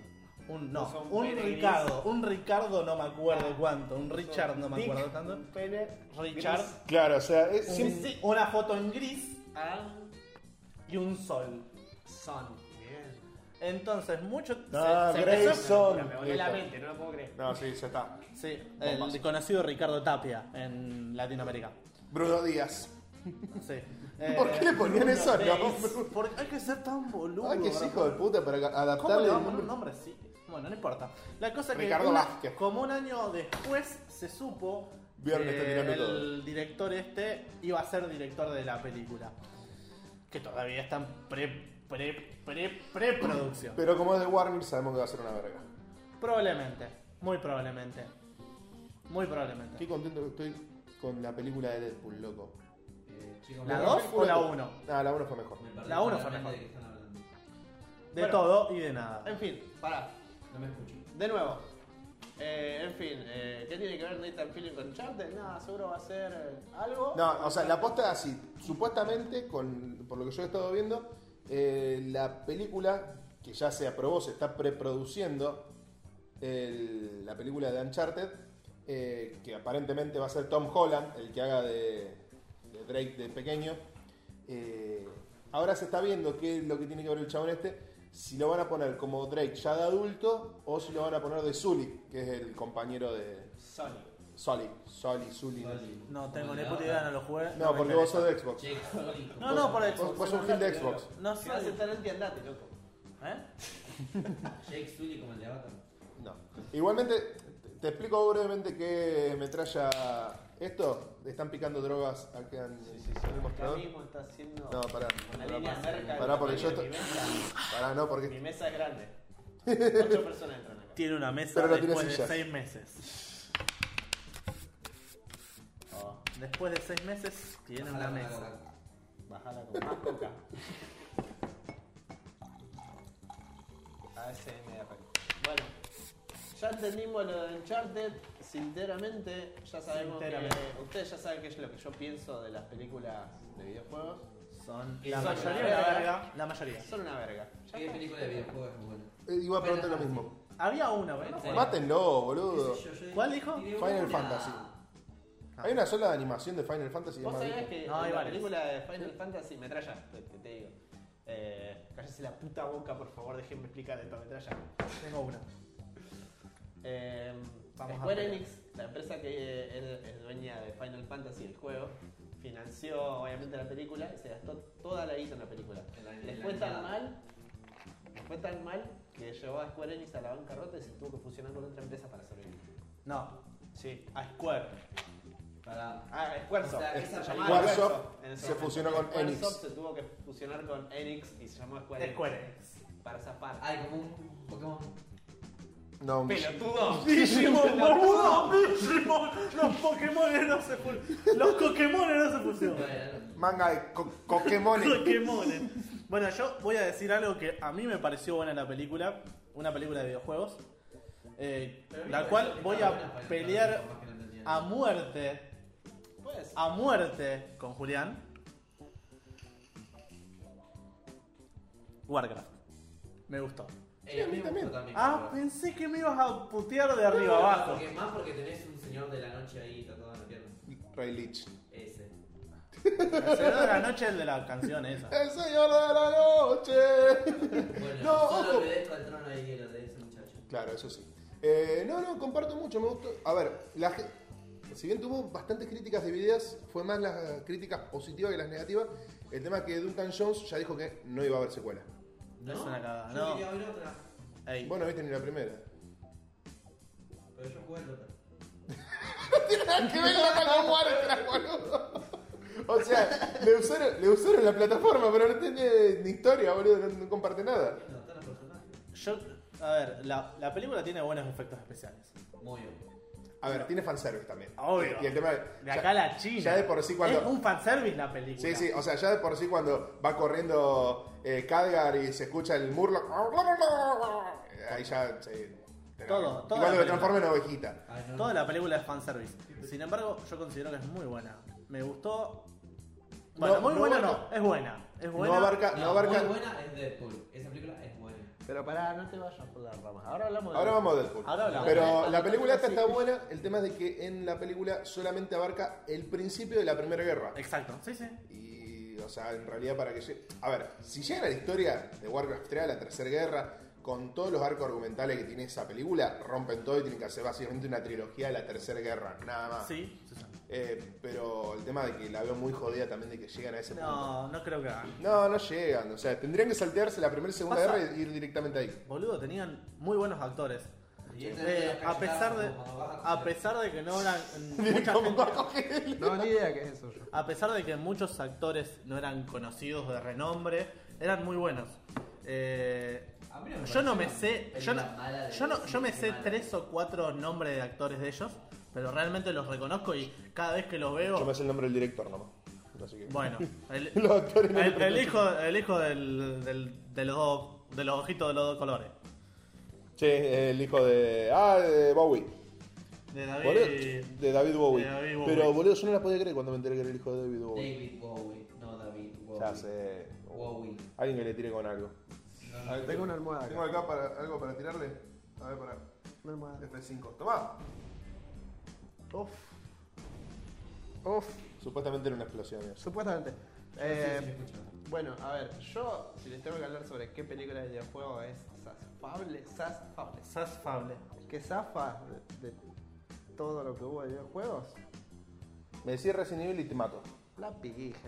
[SPEAKER 4] Un, no,
[SPEAKER 7] Puso un
[SPEAKER 4] un
[SPEAKER 7] pene
[SPEAKER 4] Ricardo, un Ricardo no me acuerdo cuánto, un Richard no me
[SPEAKER 7] Dick,
[SPEAKER 4] acuerdo tanto.
[SPEAKER 7] un pene,
[SPEAKER 4] Richard,
[SPEAKER 7] gris.
[SPEAKER 2] Claro, o sea, es
[SPEAKER 4] un-
[SPEAKER 2] siempre-
[SPEAKER 4] una foto en gris
[SPEAKER 7] Ah,
[SPEAKER 4] y un sol.
[SPEAKER 7] son. Bien.
[SPEAKER 4] Entonces, mucho.
[SPEAKER 2] Ah,
[SPEAKER 4] empezó-
[SPEAKER 2] Grayson.
[SPEAKER 7] Me volé la mente, no lo puedo creer.
[SPEAKER 2] No, sí, ya está.
[SPEAKER 4] Sí, el conocido Ricardo Tapia en Latinoamérica.
[SPEAKER 2] Bruno Díaz.
[SPEAKER 4] Sí.
[SPEAKER 2] ¿Por qué le ponían eso?
[SPEAKER 4] Days.
[SPEAKER 2] No.
[SPEAKER 4] Porque hay que ser tan boludo.
[SPEAKER 2] Ay, que es
[SPEAKER 4] ¿verdad?
[SPEAKER 2] hijo de puta para
[SPEAKER 4] ¿Cómo
[SPEAKER 2] adaptarle
[SPEAKER 4] le
[SPEAKER 2] el
[SPEAKER 4] vamos a poner
[SPEAKER 2] nombre.
[SPEAKER 4] un nombre así? Bueno, no importa. La cosa es que
[SPEAKER 2] Ricardo
[SPEAKER 4] una-
[SPEAKER 2] Vázquez.
[SPEAKER 4] como un año después se supo
[SPEAKER 2] Viernes está
[SPEAKER 4] que
[SPEAKER 2] tirando
[SPEAKER 4] el
[SPEAKER 2] todo.
[SPEAKER 4] director este iba a ser director de la película. Que todavía está en pre, pre, pre, preproducción.
[SPEAKER 2] Pero como es de Warner, sabemos que va a ser una verga.
[SPEAKER 4] Probablemente. Muy probablemente. Muy probablemente.
[SPEAKER 2] Qué contento que estoy con la película de Deadpool, loco.
[SPEAKER 6] Eh, chicos,
[SPEAKER 4] ¿La
[SPEAKER 6] me-
[SPEAKER 4] dos
[SPEAKER 2] película
[SPEAKER 4] o la
[SPEAKER 2] que-
[SPEAKER 4] uno?
[SPEAKER 2] Ah, la 1 fue mejor.
[SPEAKER 6] me perdí
[SPEAKER 4] La uno fue
[SPEAKER 6] totalmente
[SPEAKER 4] mejor.
[SPEAKER 6] de qué están hablando.
[SPEAKER 4] De
[SPEAKER 7] Bueno.
[SPEAKER 4] todo y de nada.
[SPEAKER 7] En fin, pará.
[SPEAKER 6] No me escucho.
[SPEAKER 7] De nuevo. Eh, en fin, eh, ¿qué tiene que ver Nathan Fillion con Charter? Nada, seguro va a ser eh, algo.
[SPEAKER 2] No, o sea, la posta es así. Supuestamente, con, por lo que yo he estado viendo, eh, la película que ya se aprobó, se está preproduciendo, el- la película de Uncharted, eh, que aparentemente va a ser Tom Holland, el que haga de, de Drake de pequeño. Eh, ahora se está viendo qué es lo que tiene que ver el chabón este, si lo van a poner como Drake ya de adulto o si lo van a poner de Sully, que es el compañero de...
[SPEAKER 7] Sony.
[SPEAKER 2] Sully, Sully, Sully.
[SPEAKER 6] Soli.
[SPEAKER 4] No tengo ni
[SPEAKER 6] Como
[SPEAKER 4] puta
[SPEAKER 6] la-
[SPEAKER 4] idea, no lo jugué.
[SPEAKER 2] No,
[SPEAKER 4] me
[SPEAKER 2] porque vos
[SPEAKER 4] interesa.
[SPEAKER 2] sos de Xbox.
[SPEAKER 6] Che, Soli, como-
[SPEAKER 4] No, no, por
[SPEAKER 2] Pues Vos-
[SPEAKER 4] Xbox.
[SPEAKER 2] Vos sos un gil de Xbox.
[SPEAKER 4] No
[SPEAKER 7] Si vas a
[SPEAKER 4] soy.
[SPEAKER 7] estar anti, andate, loco.
[SPEAKER 4] ¿Eh?
[SPEAKER 6] Jake Sully como el de Avatar.
[SPEAKER 2] No. Igualmente, te- te explico brevemente qué metralla esto. Están picando drogas acá en, en el
[SPEAKER 7] Acá
[SPEAKER 2] mostrador.
[SPEAKER 7] mismo está haciendo
[SPEAKER 2] No, pará.
[SPEAKER 7] una
[SPEAKER 2] Pará,
[SPEAKER 7] línea
[SPEAKER 2] pará.
[SPEAKER 7] cerca. del
[SPEAKER 2] Pará, porque
[SPEAKER 7] tamaño
[SPEAKER 2] yo estoy.
[SPEAKER 7] de Mi mesa,
[SPEAKER 2] Pará, no,
[SPEAKER 7] mi
[SPEAKER 2] porque.
[SPEAKER 7] mesa es grande. Ocho personas entran acá.
[SPEAKER 4] Tiene una mesa
[SPEAKER 2] Pero no tiene
[SPEAKER 4] después de
[SPEAKER 2] sillas.
[SPEAKER 4] seis meses. Oh, Después de seis meses tiene una
[SPEAKER 6] Bajala,
[SPEAKER 4] mesa.
[SPEAKER 6] bajala.
[SPEAKER 7] Bajala con más coca. ASMR. Bueno, ya entendimos lo de Uncharted. Sinceramente, ya sabemos
[SPEAKER 4] Sinceramente.
[SPEAKER 7] que. Ustedes ya saben qué es lo que yo pienso de las películas de videojuegos. Son
[SPEAKER 4] La
[SPEAKER 7] son
[SPEAKER 4] mayoría
[SPEAKER 7] una
[SPEAKER 4] de la
[SPEAKER 7] verga.
[SPEAKER 4] verga. La mayoría.
[SPEAKER 7] Son una verga.
[SPEAKER 6] ¿Qué película de videojuegos es buena?
[SPEAKER 2] Eh, iba a preguntar lo mismo.
[SPEAKER 4] Había una, pero no fue.
[SPEAKER 2] Mátenlo, boludo.
[SPEAKER 6] ¿Qué sé yo? Yo
[SPEAKER 4] ¿Cuál dijo?
[SPEAKER 6] tiré
[SPEAKER 2] Final
[SPEAKER 6] una.
[SPEAKER 2] Fantasy. Hay una sola animación de Final Fantasy que es
[SPEAKER 7] Vos
[SPEAKER 2] más
[SPEAKER 7] sabés
[SPEAKER 2] rica.
[SPEAKER 7] que
[SPEAKER 4] No, hay
[SPEAKER 7] en la
[SPEAKER 4] varias.
[SPEAKER 7] película de Final Fantasy, metralla, te, te- te digo. Eh, cállese la puta boca, por favor, déjenme explicar esta metralla.
[SPEAKER 4] Tengo una.
[SPEAKER 7] Eh,
[SPEAKER 4] Vamos a
[SPEAKER 7] Square
[SPEAKER 4] pelear.
[SPEAKER 7] Enix, la empresa que eh, es, es dueña de Final Fantasy, el juego, financió obviamente la película y se gastó toda la guita en la película.
[SPEAKER 6] En la- en
[SPEAKER 7] Les
[SPEAKER 6] la
[SPEAKER 7] fue tan
[SPEAKER 6] animada.
[SPEAKER 7] mal, les fue tan mal que llevó a Square Enix a la bancarrota y se tuvo que fusionar con otra empresa para sobrevivir.
[SPEAKER 4] No.
[SPEAKER 7] Sí, a Square.
[SPEAKER 6] Para.
[SPEAKER 7] Ah, Squaresoft.
[SPEAKER 6] O sea, esa
[SPEAKER 7] Se llamaba
[SPEAKER 2] Squaresoft
[SPEAKER 7] Squaresoft en ese
[SPEAKER 2] se
[SPEAKER 7] momento.
[SPEAKER 2] fusionó con
[SPEAKER 7] Squaresoft
[SPEAKER 2] Enix.
[SPEAKER 7] se tuvo que fusionar con Enix y se llamó Square Enix.
[SPEAKER 4] Square Enix.
[SPEAKER 7] Para zafar.
[SPEAKER 6] Ay, como un Pokémon.
[SPEAKER 2] No, un-
[SPEAKER 7] ¡Pelotudo!
[SPEAKER 4] Digimon, boludo, Digimon. Los Pokémon no se fusionan. Los Pokémon no se fusionan.
[SPEAKER 6] Bueno,
[SPEAKER 2] Manga de co- Pokémon.
[SPEAKER 4] Pokémones. Bueno, yo voy a decir algo que a mí me pareció buena la película, una película de videojuegos, eh,
[SPEAKER 6] pero
[SPEAKER 4] la
[SPEAKER 6] mira,
[SPEAKER 4] cual
[SPEAKER 6] está
[SPEAKER 4] voy
[SPEAKER 6] buena
[SPEAKER 4] a
[SPEAKER 6] para
[SPEAKER 4] pelear
[SPEAKER 6] el más que no entendía
[SPEAKER 4] a
[SPEAKER 6] nada.
[SPEAKER 4] muerte,
[SPEAKER 7] Pues,
[SPEAKER 4] a muerte con Julián. Warcraft. Me gustó.
[SPEAKER 6] Eh, a mí me gustó también.
[SPEAKER 4] Ah,
[SPEAKER 6] pero-
[SPEAKER 4] pensé que me ibas a putear de arriba abajo.
[SPEAKER 6] Porque- más porque tenés un señor de la noche ahí tatuado en la pierna.
[SPEAKER 2] Ray Lich.
[SPEAKER 6] Ese.
[SPEAKER 4] El Señor de la noche el de la canción esa.
[SPEAKER 2] El señor de la noche.
[SPEAKER 6] Bueno,
[SPEAKER 2] No,
[SPEAKER 6] solo
[SPEAKER 2] ojo.
[SPEAKER 6] obedezco al trono de hielo de ese muchacho.
[SPEAKER 2] Claro, eso sí. Eh, no, no, comparto mucho, me gustó. A ver, la ge- si bien tuvo bastantes críticas divididas, fue más las críticas positivas que las negativas. El tema es que Duncan Jones ya dijo que no iba a haber secuela.
[SPEAKER 6] No,
[SPEAKER 4] Es una cagada,
[SPEAKER 6] yo
[SPEAKER 4] no.
[SPEAKER 6] quería ver otra,
[SPEAKER 4] Ey.
[SPEAKER 2] Vos no viste ni la primera.
[SPEAKER 6] pero yo jugué al otra.
[SPEAKER 2] que venga con los Warcraft, boludo. O sea, le usaron, le usaron la plataforma, pero no tiene ni historia, boludo, no, no comparte nada.
[SPEAKER 6] No, están los personajes.
[SPEAKER 4] Yo, a ver, la, la película tiene buenos efectos especiales.
[SPEAKER 6] Muy bien.
[SPEAKER 2] A ver, tiene fanservice también.
[SPEAKER 4] Obvio.
[SPEAKER 2] Y el tema
[SPEAKER 4] De acá a la China.
[SPEAKER 2] ya de por sí cuando-
[SPEAKER 4] Es un fanservice la película.
[SPEAKER 2] Sí, sí, o sea, ya de por sí cuando va corriendo eh, Khadgar y se escucha el murlo. Ahí ya se. te la-
[SPEAKER 4] Todo,
[SPEAKER 2] y
[SPEAKER 4] toda
[SPEAKER 2] cuando
[SPEAKER 4] la
[SPEAKER 2] lo transforma en ovejita.
[SPEAKER 6] Ay, no,
[SPEAKER 4] Toda
[SPEAKER 6] no.
[SPEAKER 4] la película es fanservice. Sin embargo, yo considero que es muy buena. Me gustó.
[SPEAKER 2] No,
[SPEAKER 4] Bueno, muy
[SPEAKER 2] no
[SPEAKER 4] buena
[SPEAKER 2] abarca-
[SPEAKER 4] no, es buena. Es buena.
[SPEAKER 2] No abarca. No,
[SPEAKER 6] No,
[SPEAKER 2] abarca
[SPEAKER 6] muy buena es Deadpool. Esa película es buena.
[SPEAKER 7] pero pará, no te vayas por las ramas. Ahora hablamos de.
[SPEAKER 2] Ahora vamos a Deadpool.
[SPEAKER 4] Ahora hablamos.
[SPEAKER 2] Pero la película esta está buena. El tema es de que en la película solamente abarca el principio de la Primera Guerra.
[SPEAKER 4] Exacto, sí, sí.
[SPEAKER 2] Y, o sea, en realidad para que llegue... A ver, si llega la historia de Warcraft 3 a la Tercera Guerra, con todos los arcos argumentales que tiene esa película, rompen todo y tienen que hacer básicamente una trilogía de la Tercera Guerra, nada más.
[SPEAKER 4] Sí, sí, sí.
[SPEAKER 2] Eh, pero el tema de que la veo muy jodida también de que llegan a ese punto.
[SPEAKER 4] No, no creo que hagan.
[SPEAKER 2] No, no llegan. O sea, tendrían que saltearse la Primera y Segunda
[SPEAKER 4] Pasa.
[SPEAKER 2] Guerra y ir directamente ahí.
[SPEAKER 4] Boludo, tenían muy buenos actores.
[SPEAKER 6] Y esa
[SPEAKER 4] Eh,
[SPEAKER 6] es de las
[SPEAKER 4] a pesar de
[SPEAKER 6] cachetadas, como cuando vas a
[SPEAKER 4] a
[SPEAKER 6] coger.
[SPEAKER 4] pesar de que no eran mucha
[SPEAKER 2] ¿Cómo
[SPEAKER 4] gente-
[SPEAKER 2] va a coger?
[SPEAKER 3] No, ni idea que es eso yo.
[SPEAKER 4] A pesar de que muchos actores no eran conocidos de renombre, eran muy buenos. Eh,
[SPEAKER 6] A mí no me
[SPEAKER 4] yo no me
[SPEAKER 6] pareció
[SPEAKER 4] sé,
[SPEAKER 6] una
[SPEAKER 4] yo no,
[SPEAKER 6] película mala de
[SPEAKER 4] yo no- yo me
[SPEAKER 6] decir
[SPEAKER 4] sé
[SPEAKER 6] mala.
[SPEAKER 4] tres o cuatro nombres de actores de ellos, pero realmente los reconozco y cada vez que los
[SPEAKER 2] Yo me
[SPEAKER 4] veo,
[SPEAKER 2] sé el nombre del director nomás. Así que...
[SPEAKER 4] bueno, el,
[SPEAKER 2] Los actores no
[SPEAKER 4] el-
[SPEAKER 2] me
[SPEAKER 4] el hijo, el hijo del, del- de los dos, de los ojitos de los dos colores,
[SPEAKER 2] Che, el hijo de... Ah, de Bowie.
[SPEAKER 4] de David.
[SPEAKER 2] Boludo, de David Bowie.
[SPEAKER 4] de David Bowie.
[SPEAKER 2] Pero boludo, yo no la podía creer cuando me enteré que era el hijo de David Bowie.
[SPEAKER 6] David Bowie, no David Bowie.
[SPEAKER 2] Ya sé.
[SPEAKER 6] Bowie.
[SPEAKER 2] Alguien que le tire con algo.
[SPEAKER 6] No, no.
[SPEAKER 3] Tengo una almohada acá.
[SPEAKER 2] acá para, algo para tirarle. A ver, para.
[SPEAKER 3] Una almohada.
[SPEAKER 2] F5. Tomá.
[SPEAKER 3] Uf. Uf.
[SPEAKER 2] Supuestamente era una explosión. eso.
[SPEAKER 3] Supuestamente.
[SPEAKER 6] Sí, sí,
[SPEAKER 3] Eh,
[SPEAKER 6] escucho.
[SPEAKER 3] bueno, a ver, yo si les tengo que hablar sobre qué película de videojuego es zafable, zafable,
[SPEAKER 4] Sas Fable.
[SPEAKER 3] que zafa de, de todo lo que hubo de videojuegos,
[SPEAKER 2] Me decís Resident Evil y te mato.
[SPEAKER 3] la pija.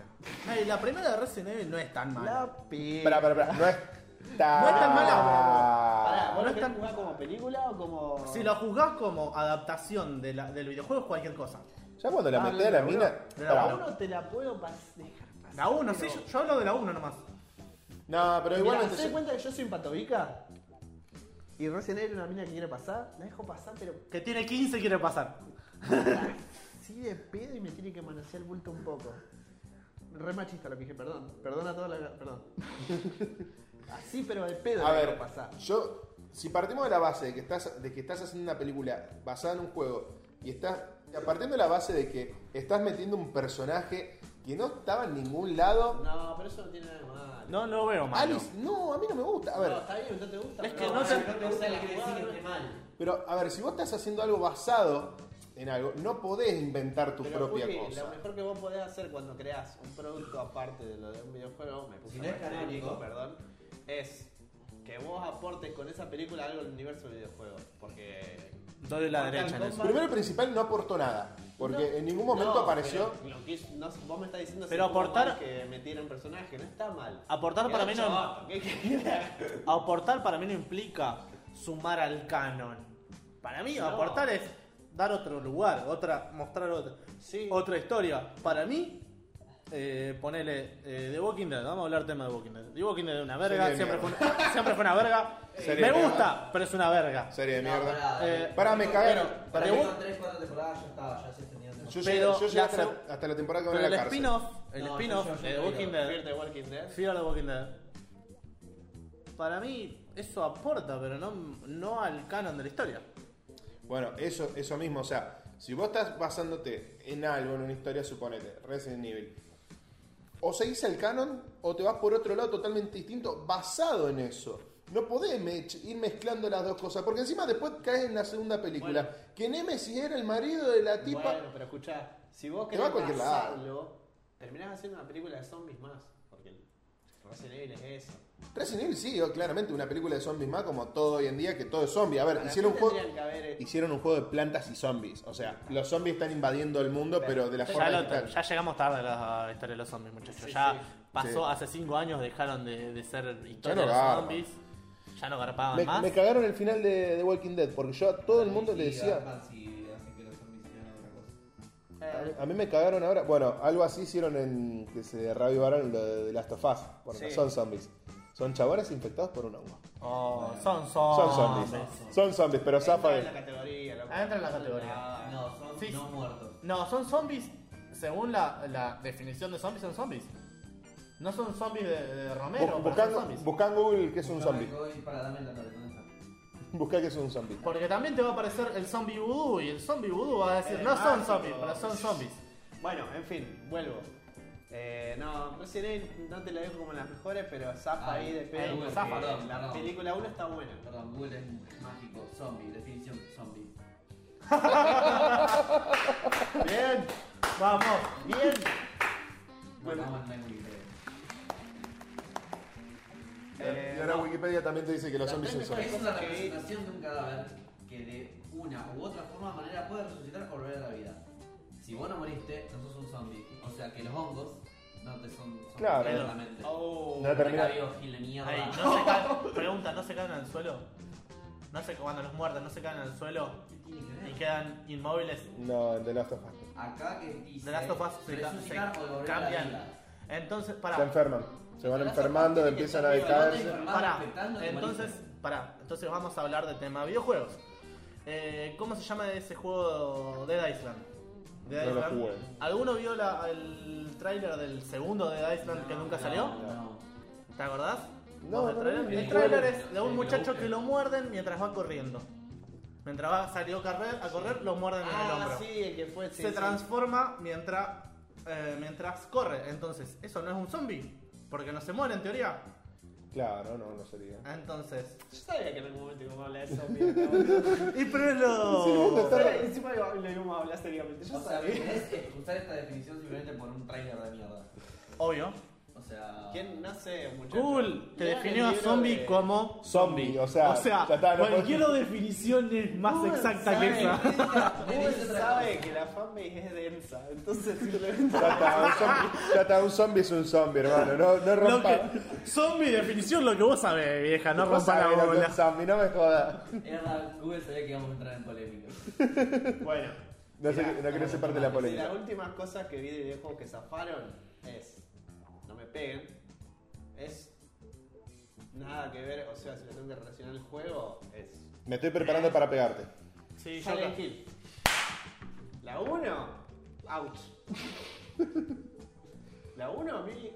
[SPEAKER 4] Ay, la primera de Resident Evil Ah, no es tan mala.
[SPEAKER 3] La pija.
[SPEAKER 2] Pará, pará, pará. No es tan.
[SPEAKER 4] No es tan mala, boludo.
[SPEAKER 7] Pará, ¿vos
[SPEAKER 4] No
[SPEAKER 7] no
[SPEAKER 4] es
[SPEAKER 7] están
[SPEAKER 4] tan-
[SPEAKER 7] jugando como película o como.?
[SPEAKER 4] Si lo juzgás como adaptación de la- del videojuego es cualquier cosa.
[SPEAKER 2] Ya cuando la
[SPEAKER 3] Ah,
[SPEAKER 2] metí a la
[SPEAKER 3] boludo.
[SPEAKER 2] mina.
[SPEAKER 4] De la
[SPEAKER 2] Pará.
[SPEAKER 4] boludo.
[SPEAKER 3] Uno te la puedo pas- dejar pasar.
[SPEAKER 4] La 1, sí, yo, yo hablo de la 1 nomás.
[SPEAKER 2] No, pero
[SPEAKER 3] Igual
[SPEAKER 2] igualmente.
[SPEAKER 3] ¿se
[SPEAKER 2] yo-
[SPEAKER 3] dan cuenta que yo soy un patobica? Y recién era una mina que quiere pasar, la dejo pasar, pero
[SPEAKER 4] Que tiene 15 y quiere pasar.
[SPEAKER 3] así de pedo y me tiene que manosear el bulto un poco. Re machista lo que dije, perdón. Perdón a toda la. Perdón. así, pero de pedo
[SPEAKER 2] A
[SPEAKER 3] la dejo
[SPEAKER 2] ver,
[SPEAKER 3] pasar.
[SPEAKER 2] yo, si partimos de la base de que estás, de que estás haciendo una película basada en un juego y estás partiendo de la base de que estás metiendo un personaje que no estaba en ningún lado.
[SPEAKER 3] No, pero eso no tiene nada de malo.
[SPEAKER 4] No lo veo malo.
[SPEAKER 2] Alice, no, a mí no me gusta. A ver,
[SPEAKER 3] No, está bien, no te gusta.
[SPEAKER 4] Es
[SPEAKER 3] pero
[SPEAKER 4] que no te-
[SPEAKER 3] no te gusta la jugada, no te mal.
[SPEAKER 2] pero a ver, si vos estás haciendo algo basado en algo, no podés inventar tu
[SPEAKER 3] Pero,
[SPEAKER 2] propia
[SPEAKER 3] Juli,
[SPEAKER 2] cosa.
[SPEAKER 3] Lo mejor que vos podés hacer cuando creás un producto aparte de lo de un videojuego, me puse
[SPEAKER 6] Si no es
[SPEAKER 3] re técnico,
[SPEAKER 6] canónico.
[SPEAKER 3] perdón, es que vos aportes con esa película algo al universo del videojuego. Porque.
[SPEAKER 4] Doy la
[SPEAKER 3] Mortal
[SPEAKER 4] derecha en eso.
[SPEAKER 3] Kombat-
[SPEAKER 2] Primero y principal, no aportó nada. Porque
[SPEAKER 3] No,
[SPEAKER 2] en ningún momento
[SPEAKER 3] no,
[SPEAKER 2] apareció.
[SPEAKER 3] pero lo que es- no, vos me estás diciendo
[SPEAKER 4] Pero
[SPEAKER 3] si estuvo
[SPEAKER 4] aportar-
[SPEAKER 3] mal que metieron personaje, no está mal.
[SPEAKER 4] Aportar para mí no-
[SPEAKER 3] no.
[SPEAKER 4] Aportar para mí no implica sumar al canon. Para mí,
[SPEAKER 3] No.
[SPEAKER 4] aportar es dar otro lugar, otra, mostrar otra,
[SPEAKER 3] Sí.
[SPEAKER 4] otra historia. Para mí, eh, ponele eh, The Walking Dead, vamos a hablar tema de The Walking Dead. The Walking Dead es una verga,
[SPEAKER 2] Serie de
[SPEAKER 4] siempre fue una, siempre fue una verga.
[SPEAKER 2] Serie
[SPEAKER 4] Me
[SPEAKER 2] de
[SPEAKER 4] gusta, pero es una verga.
[SPEAKER 2] Serie de
[SPEAKER 6] No,
[SPEAKER 2] mierda.
[SPEAKER 6] pará,
[SPEAKER 4] Eh,
[SPEAKER 6] eh,
[SPEAKER 2] Pará, me cagaron.
[SPEAKER 6] Para
[SPEAKER 4] ¿Te
[SPEAKER 6] mí
[SPEAKER 4] gu-
[SPEAKER 6] con 3, 4 temporadas ya estaba, ya se extendieron
[SPEAKER 2] Yo
[SPEAKER 6] demasiado.
[SPEAKER 2] llegué, yo
[SPEAKER 4] Pero
[SPEAKER 2] llegué
[SPEAKER 4] la
[SPEAKER 2] hasta,
[SPEAKER 4] seg-
[SPEAKER 2] la, hasta la temporada que van
[SPEAKER 4] Pero
[SPEAKER 2] a
[SPEAKER 4] el
[SPEAKER 2] la cárcel.
[SPEAKER 4] spin-off, el
[SPEAKER 6] No, yo-
[SPEAKER 4] spin-off
[SPEAKER 6] yo-
[SPEAKER 4] de
[SPEAKER 6] yo
[SPEAKER 4] The
[SPEAKER 6] digo,
[SPEAKER 4] Walking Dead,
[SPEAKER 3] Fear the Walking Dead.
[SPEAKER 4] Fear the Walking Dead. Para mí, eso aporta, pero no, no al canon de la historia.
[SPEAKER 2] Bueno, eso, eso mismo, o sea, si vos estás basándote en algo, en una historia, suponete, Resident Evil, o seguís el canon o te vas por otro lado totalmente distinto basado en eso. No podés mech- ir mezclando las dos cosas, porque encima después caes en la segunda película, que Nemesis era el marido de la tipa...
[SPEAKER 3] Bueno, pero escuchá, si vos
[SPEAKER 2] Te
[SPEAKER 3] querés
[SPEAKER 2] va a cualquier lado.
[SPEAKER 3] pasarlo, terminás haciendo una película de zombies más. Porque el Resident Evil es eso.
[SPEAKER 2] Resident Evil sí, oh, claramente una película de zombies más como todo hoy en día, que todo es zombie. A ver,
[SPEAKER 3] Para
[SPEAKER 2] hicieron
[SPEAKER 3] mí
[SPEAKER 2] un juego...
[SPEAKER 3] tendrían que haber hecho-
[SPEAKER 2] Hicieron un juego de plantas y zombies. O sea, los zombies están invadiendo el mundo, pero de la forma
[SPEAKER 4] Ya, lo-
[SPEAKER 2] digital.
[SPEAKER 4] ya llegamos tarde a la historia de los zombies, muchachos.
[SPEAKER 3] Sí,
[SPEAKER 4] ya
[SPEAKER 3] sí.
[SPEAKER 4] pasó,
[SPEAKER 2] Sí.
[SPEAKER 4] hace 5 años dejaron de, de ser historia
[SPEAKER 2] no
[SPEAKER 4] de los
[SPEAKER 2] garpan.
[SPEAKER 4] zombies. Ya no garpaban
[SPEAKER 2] Me,
[SPEAKER 4] más.
[SPEAKER 2] me cagaron el final de, de Walking Dead porque yo a todo el mundo
[SPEAKER 6] Y
[SPEAKER 2] le decía.
[SPEAKER 6] Batman si hacen que los zombies sean otra cosa.
[SPEAKER 3] Eh,
[SPEAKER 2] A mí me cagaron ahora. Bueno, algo así hicieron en que se reavivaron lo de, de Last of Us. Porque
[SPEAKER 3] Sí.
[SPEAKER 2] son zombies. Son chabones infectados por un hongo.
[SPEAKER 4] Oh, son
[SPEAKER 2] Son
[SPEAKER 4] zombies.
[SPEAKER 2] zombies. Son zombies, pero zafa
[SPEAKER 3] entra
[SPEAKER 2] de.
[SPEAKER 3] en la categoría, loco.
[SPEAKER 4] Ah, entra en la categoría.
[SPEAKER 3] Ah, no.
[SPEAKER 6] No, son
[SPEAKER 4] Sí,
[SPEAKER 6] no
[SPEAKER 4] sí.
[SPEAKER 6] muertos.
[SPEAKER 4] No, son zombies. Según la, la definición de zombies, son zombies. No son zombies de, de Romero,
[SPEAKER 2] Bu-
[SPEAKER 4] pero
[SPEAKER 2] buscan-
[SPEAKER 4] son zombies.
[SPEAKER 2] buscan Google que es un zombie.
[SPEAKER 6] Voy para darme la tarde, ¿dónde está?
[SPEAKER 2] Busca que es un zombie.
[SPEAKER 4] Porque también te va a aparecer el zombie voodoo y el zombie voodoo va a decir,
[SPEAKER 3] Eh,
[SPEAKER 4] no son
[SPEAKER 3] mágico.
[SPEAKER 4] zombies, pero son zombies.
[SPEAKER 3] Bueno, en fin, vuelvo. Eh, no, Resident Evil no te la dejo como las mejores, pero
[SPEAKER 4] Ah.
[SPEAKER 3] zafa
[SPEAKER 6] Ay,
[SPEAKER 3] ahí de pedo.
[SPEAKER 6] ay,
[SPEAKER 3] porque
[SPEAKER 4] zafa,
[SPEAKER 6] perdón,
[SPEAKER 3] la
[SPEAKER 6] perdón.
[SPEAKER 3] película 1 está buena.
[SPEAKER 6] Perdón, Google es mágico. Zombie, definición zombie.
[SPEAKER 4] Bien, vamos, bien.
[SPEAKER 3] Bueno.
[SPEAKER 6] Bueno, vamos a tener Wikipedia.
[SPEAKER 3] Eh,
[SPEAKER 2] y ahora
[SPEAKER 3] no.
[SPEAKER 2] Wikipedia también te dice que los
[SPEAKER 3] Las
[SPEAKER 2] zombies son
[SPEAKER 3] tres
[SPEAKER 2] zombies.
[SPEAKER 3] mejores-
[SPEAKER 6] Es una representación de un cadáver que de una u otra forma manera puede resucitar o volver a la vida. Si vos no moriste, no sos un zombie. O sea que los hongos no te son zombies
[SPEAKER 2] Claro.
[SPEAKER 6] eternamente.
[SPEAKER 4] Ah.
[SPEAKER 3] Oh,
[SPEAKER 2] No termina.
[SPEAKER 6] Recabido, gil de mierda.
[SPEAKER 4] Ahí, no se caen, pregunta, ¿no se caen al suelo? No sé, cuando los muerden, ¿no se caen al suelo
[SPEAKER 6] ¿Qué tiene que ver?
[SPEAKER 4] y quedan inmóviles?
[SPEAKER 2] No, el de Last of Us.
[SPEAKER 6] Acá que dice
[SPEAKER 4] De Last of Us se, ca- se
[SPEAKER 6] resucitar o volver a la
[SPEAKER 4] cambian.
[SPEAKER 6] vida.
[SPEAKER 4] Entonces,
[SPEAKER 2] Se
[SPEAKER 4] pará,
[SPEAKER 2] enferman. Se van enfermando, empiezan a decaerse.
[SPEAKER 4] pará. Entonces, pará, entonces vamos a hablar de tema videojuegos. Eh, ¿Cómo se llama ese juego Dead Island? Dead
[SPEAKER 2] No lo
[SPEAKER 4] Island.
[SPEAKER 2] jugué.
[SPEAKER 4] ¿Alguno vio la- el tráiler del segundo Dead Island que nunca salió?
[SPEAKER 6] No.
[SPEAKER 4] ¿Te acordás?
[SPEAKER 2] No,
[SPEAKER 4] ¿Vos del
[SPEAKER 2] no,
[SPEAKER 4] tráiler?
[SPEAKER 2] no, no,
[SPEAKER 4] El
[SPEAKER 2] no.
[SPEAKER 4] tráiler
[SPEAKER 6] Sí,
[SPEAKER 4] es de un
[SPEAKER 6] lo
[SPEAKER 4] muchacho
[SPEAKER 6] busqué.
[SPEAKER 4] que lo muerden mientras va corriendo. Mientras va salió a correr, a correr lo muerden en el
[SPEAKER 3] Ah,
[SPEAKER 4] hombro.
[SPEAKER 3] sí, el que fue. sí,
[SPEAKER 4] Se
[SPEAKER 3] sí.
[SPEAKER 4] transforma mientras eh, mientras corre. Entonces, eso no es un zombie, porque no se muere en teoría.
[SPEAKER 2] Claro, no, no sería.
[SPEAKER 4] Entonces,
[SPEAKER 3] Yo sabía que en algún momento íbamos a hablar de zombies.
[SPEAKER 4] y pero es
[SPEAKER 2] no,
[SPEAKER 4] lo
[SPEAKER 2] está-
[SPEAKER 3] Pero Encima lo íbamos a hablar seriamente. Yo
[SPEAKER 6] O sea,
[SPEAKER 3] sabía.
[SPEAKER 6] es excusar esta definición simplemente por un trailer de mierda.
[SPEAKER 4] obvio.
[SPEAKER 6] O sea.
[SPEAKER 3] ¿Quién? No sé, muchachos.
[SPEAKER 4] Cool, te
[SPEAKER 3] Lean
[SPEAKER 4] definió
[SPEAKER 3] el
[SPEAKER 4] a
[SPEAKER 3] libro
[SPEAKER 4] zombie
[SPEAKER 3] de-
[SPEAKER 4] como
[SPEAKER 2] Zombie, o sea, ya está, no
[SPEAKER 4] cualquier definición es más
[SPEAKER 3] Google
[SPEAKER 4] exacta
[SPEAKER 3] sabe-
[SPEAKER 4] que esa.
[SPEAKER 3] Google sabe que la fanbase es densa, entonces simplemente.
[SPEAKER 2] Ya está, un zombie, ya está, un zombie es un zombie, hermano. No, no
[SPEAKER 4] Lo
[SPEAKER 2] rompa.
[SPEAKER 4] que, zombie definición lo que vos sabés, vieja, no
[SPEAKER 2] Vos
[SPEAKER 4] rompa
[SPEAKER 2] sabés
[SPEAKER 4] la
[SPEAKER 2] lo que es
[SPEAKER 4] bola.
[SPEAKER 2] un zombie, no me jodas.
[SPEAKER 6] Era, Google sabía que íbamos a entrar en polémica.
[SPEAKER 3] Bueno,
[SPEAKER 2] No, sé, no quiero ser parte de la
[SPEAKER 3] y Ah, pues las
[SPEAKER 2] polémica.
[SPEAKER 3] últimas cosas que vi de videojuegos que zafaron es. No me peguen. Es. Nada que ver, o sea, si lo tengo que relacionar el juego, es.
[SPEAKER 2] Me estoy preparando para pegarte.
[SPEAKER 4] Sí, yo
[SPEAKER 3] Silent Hill. La 1, ouch. La 1 a mí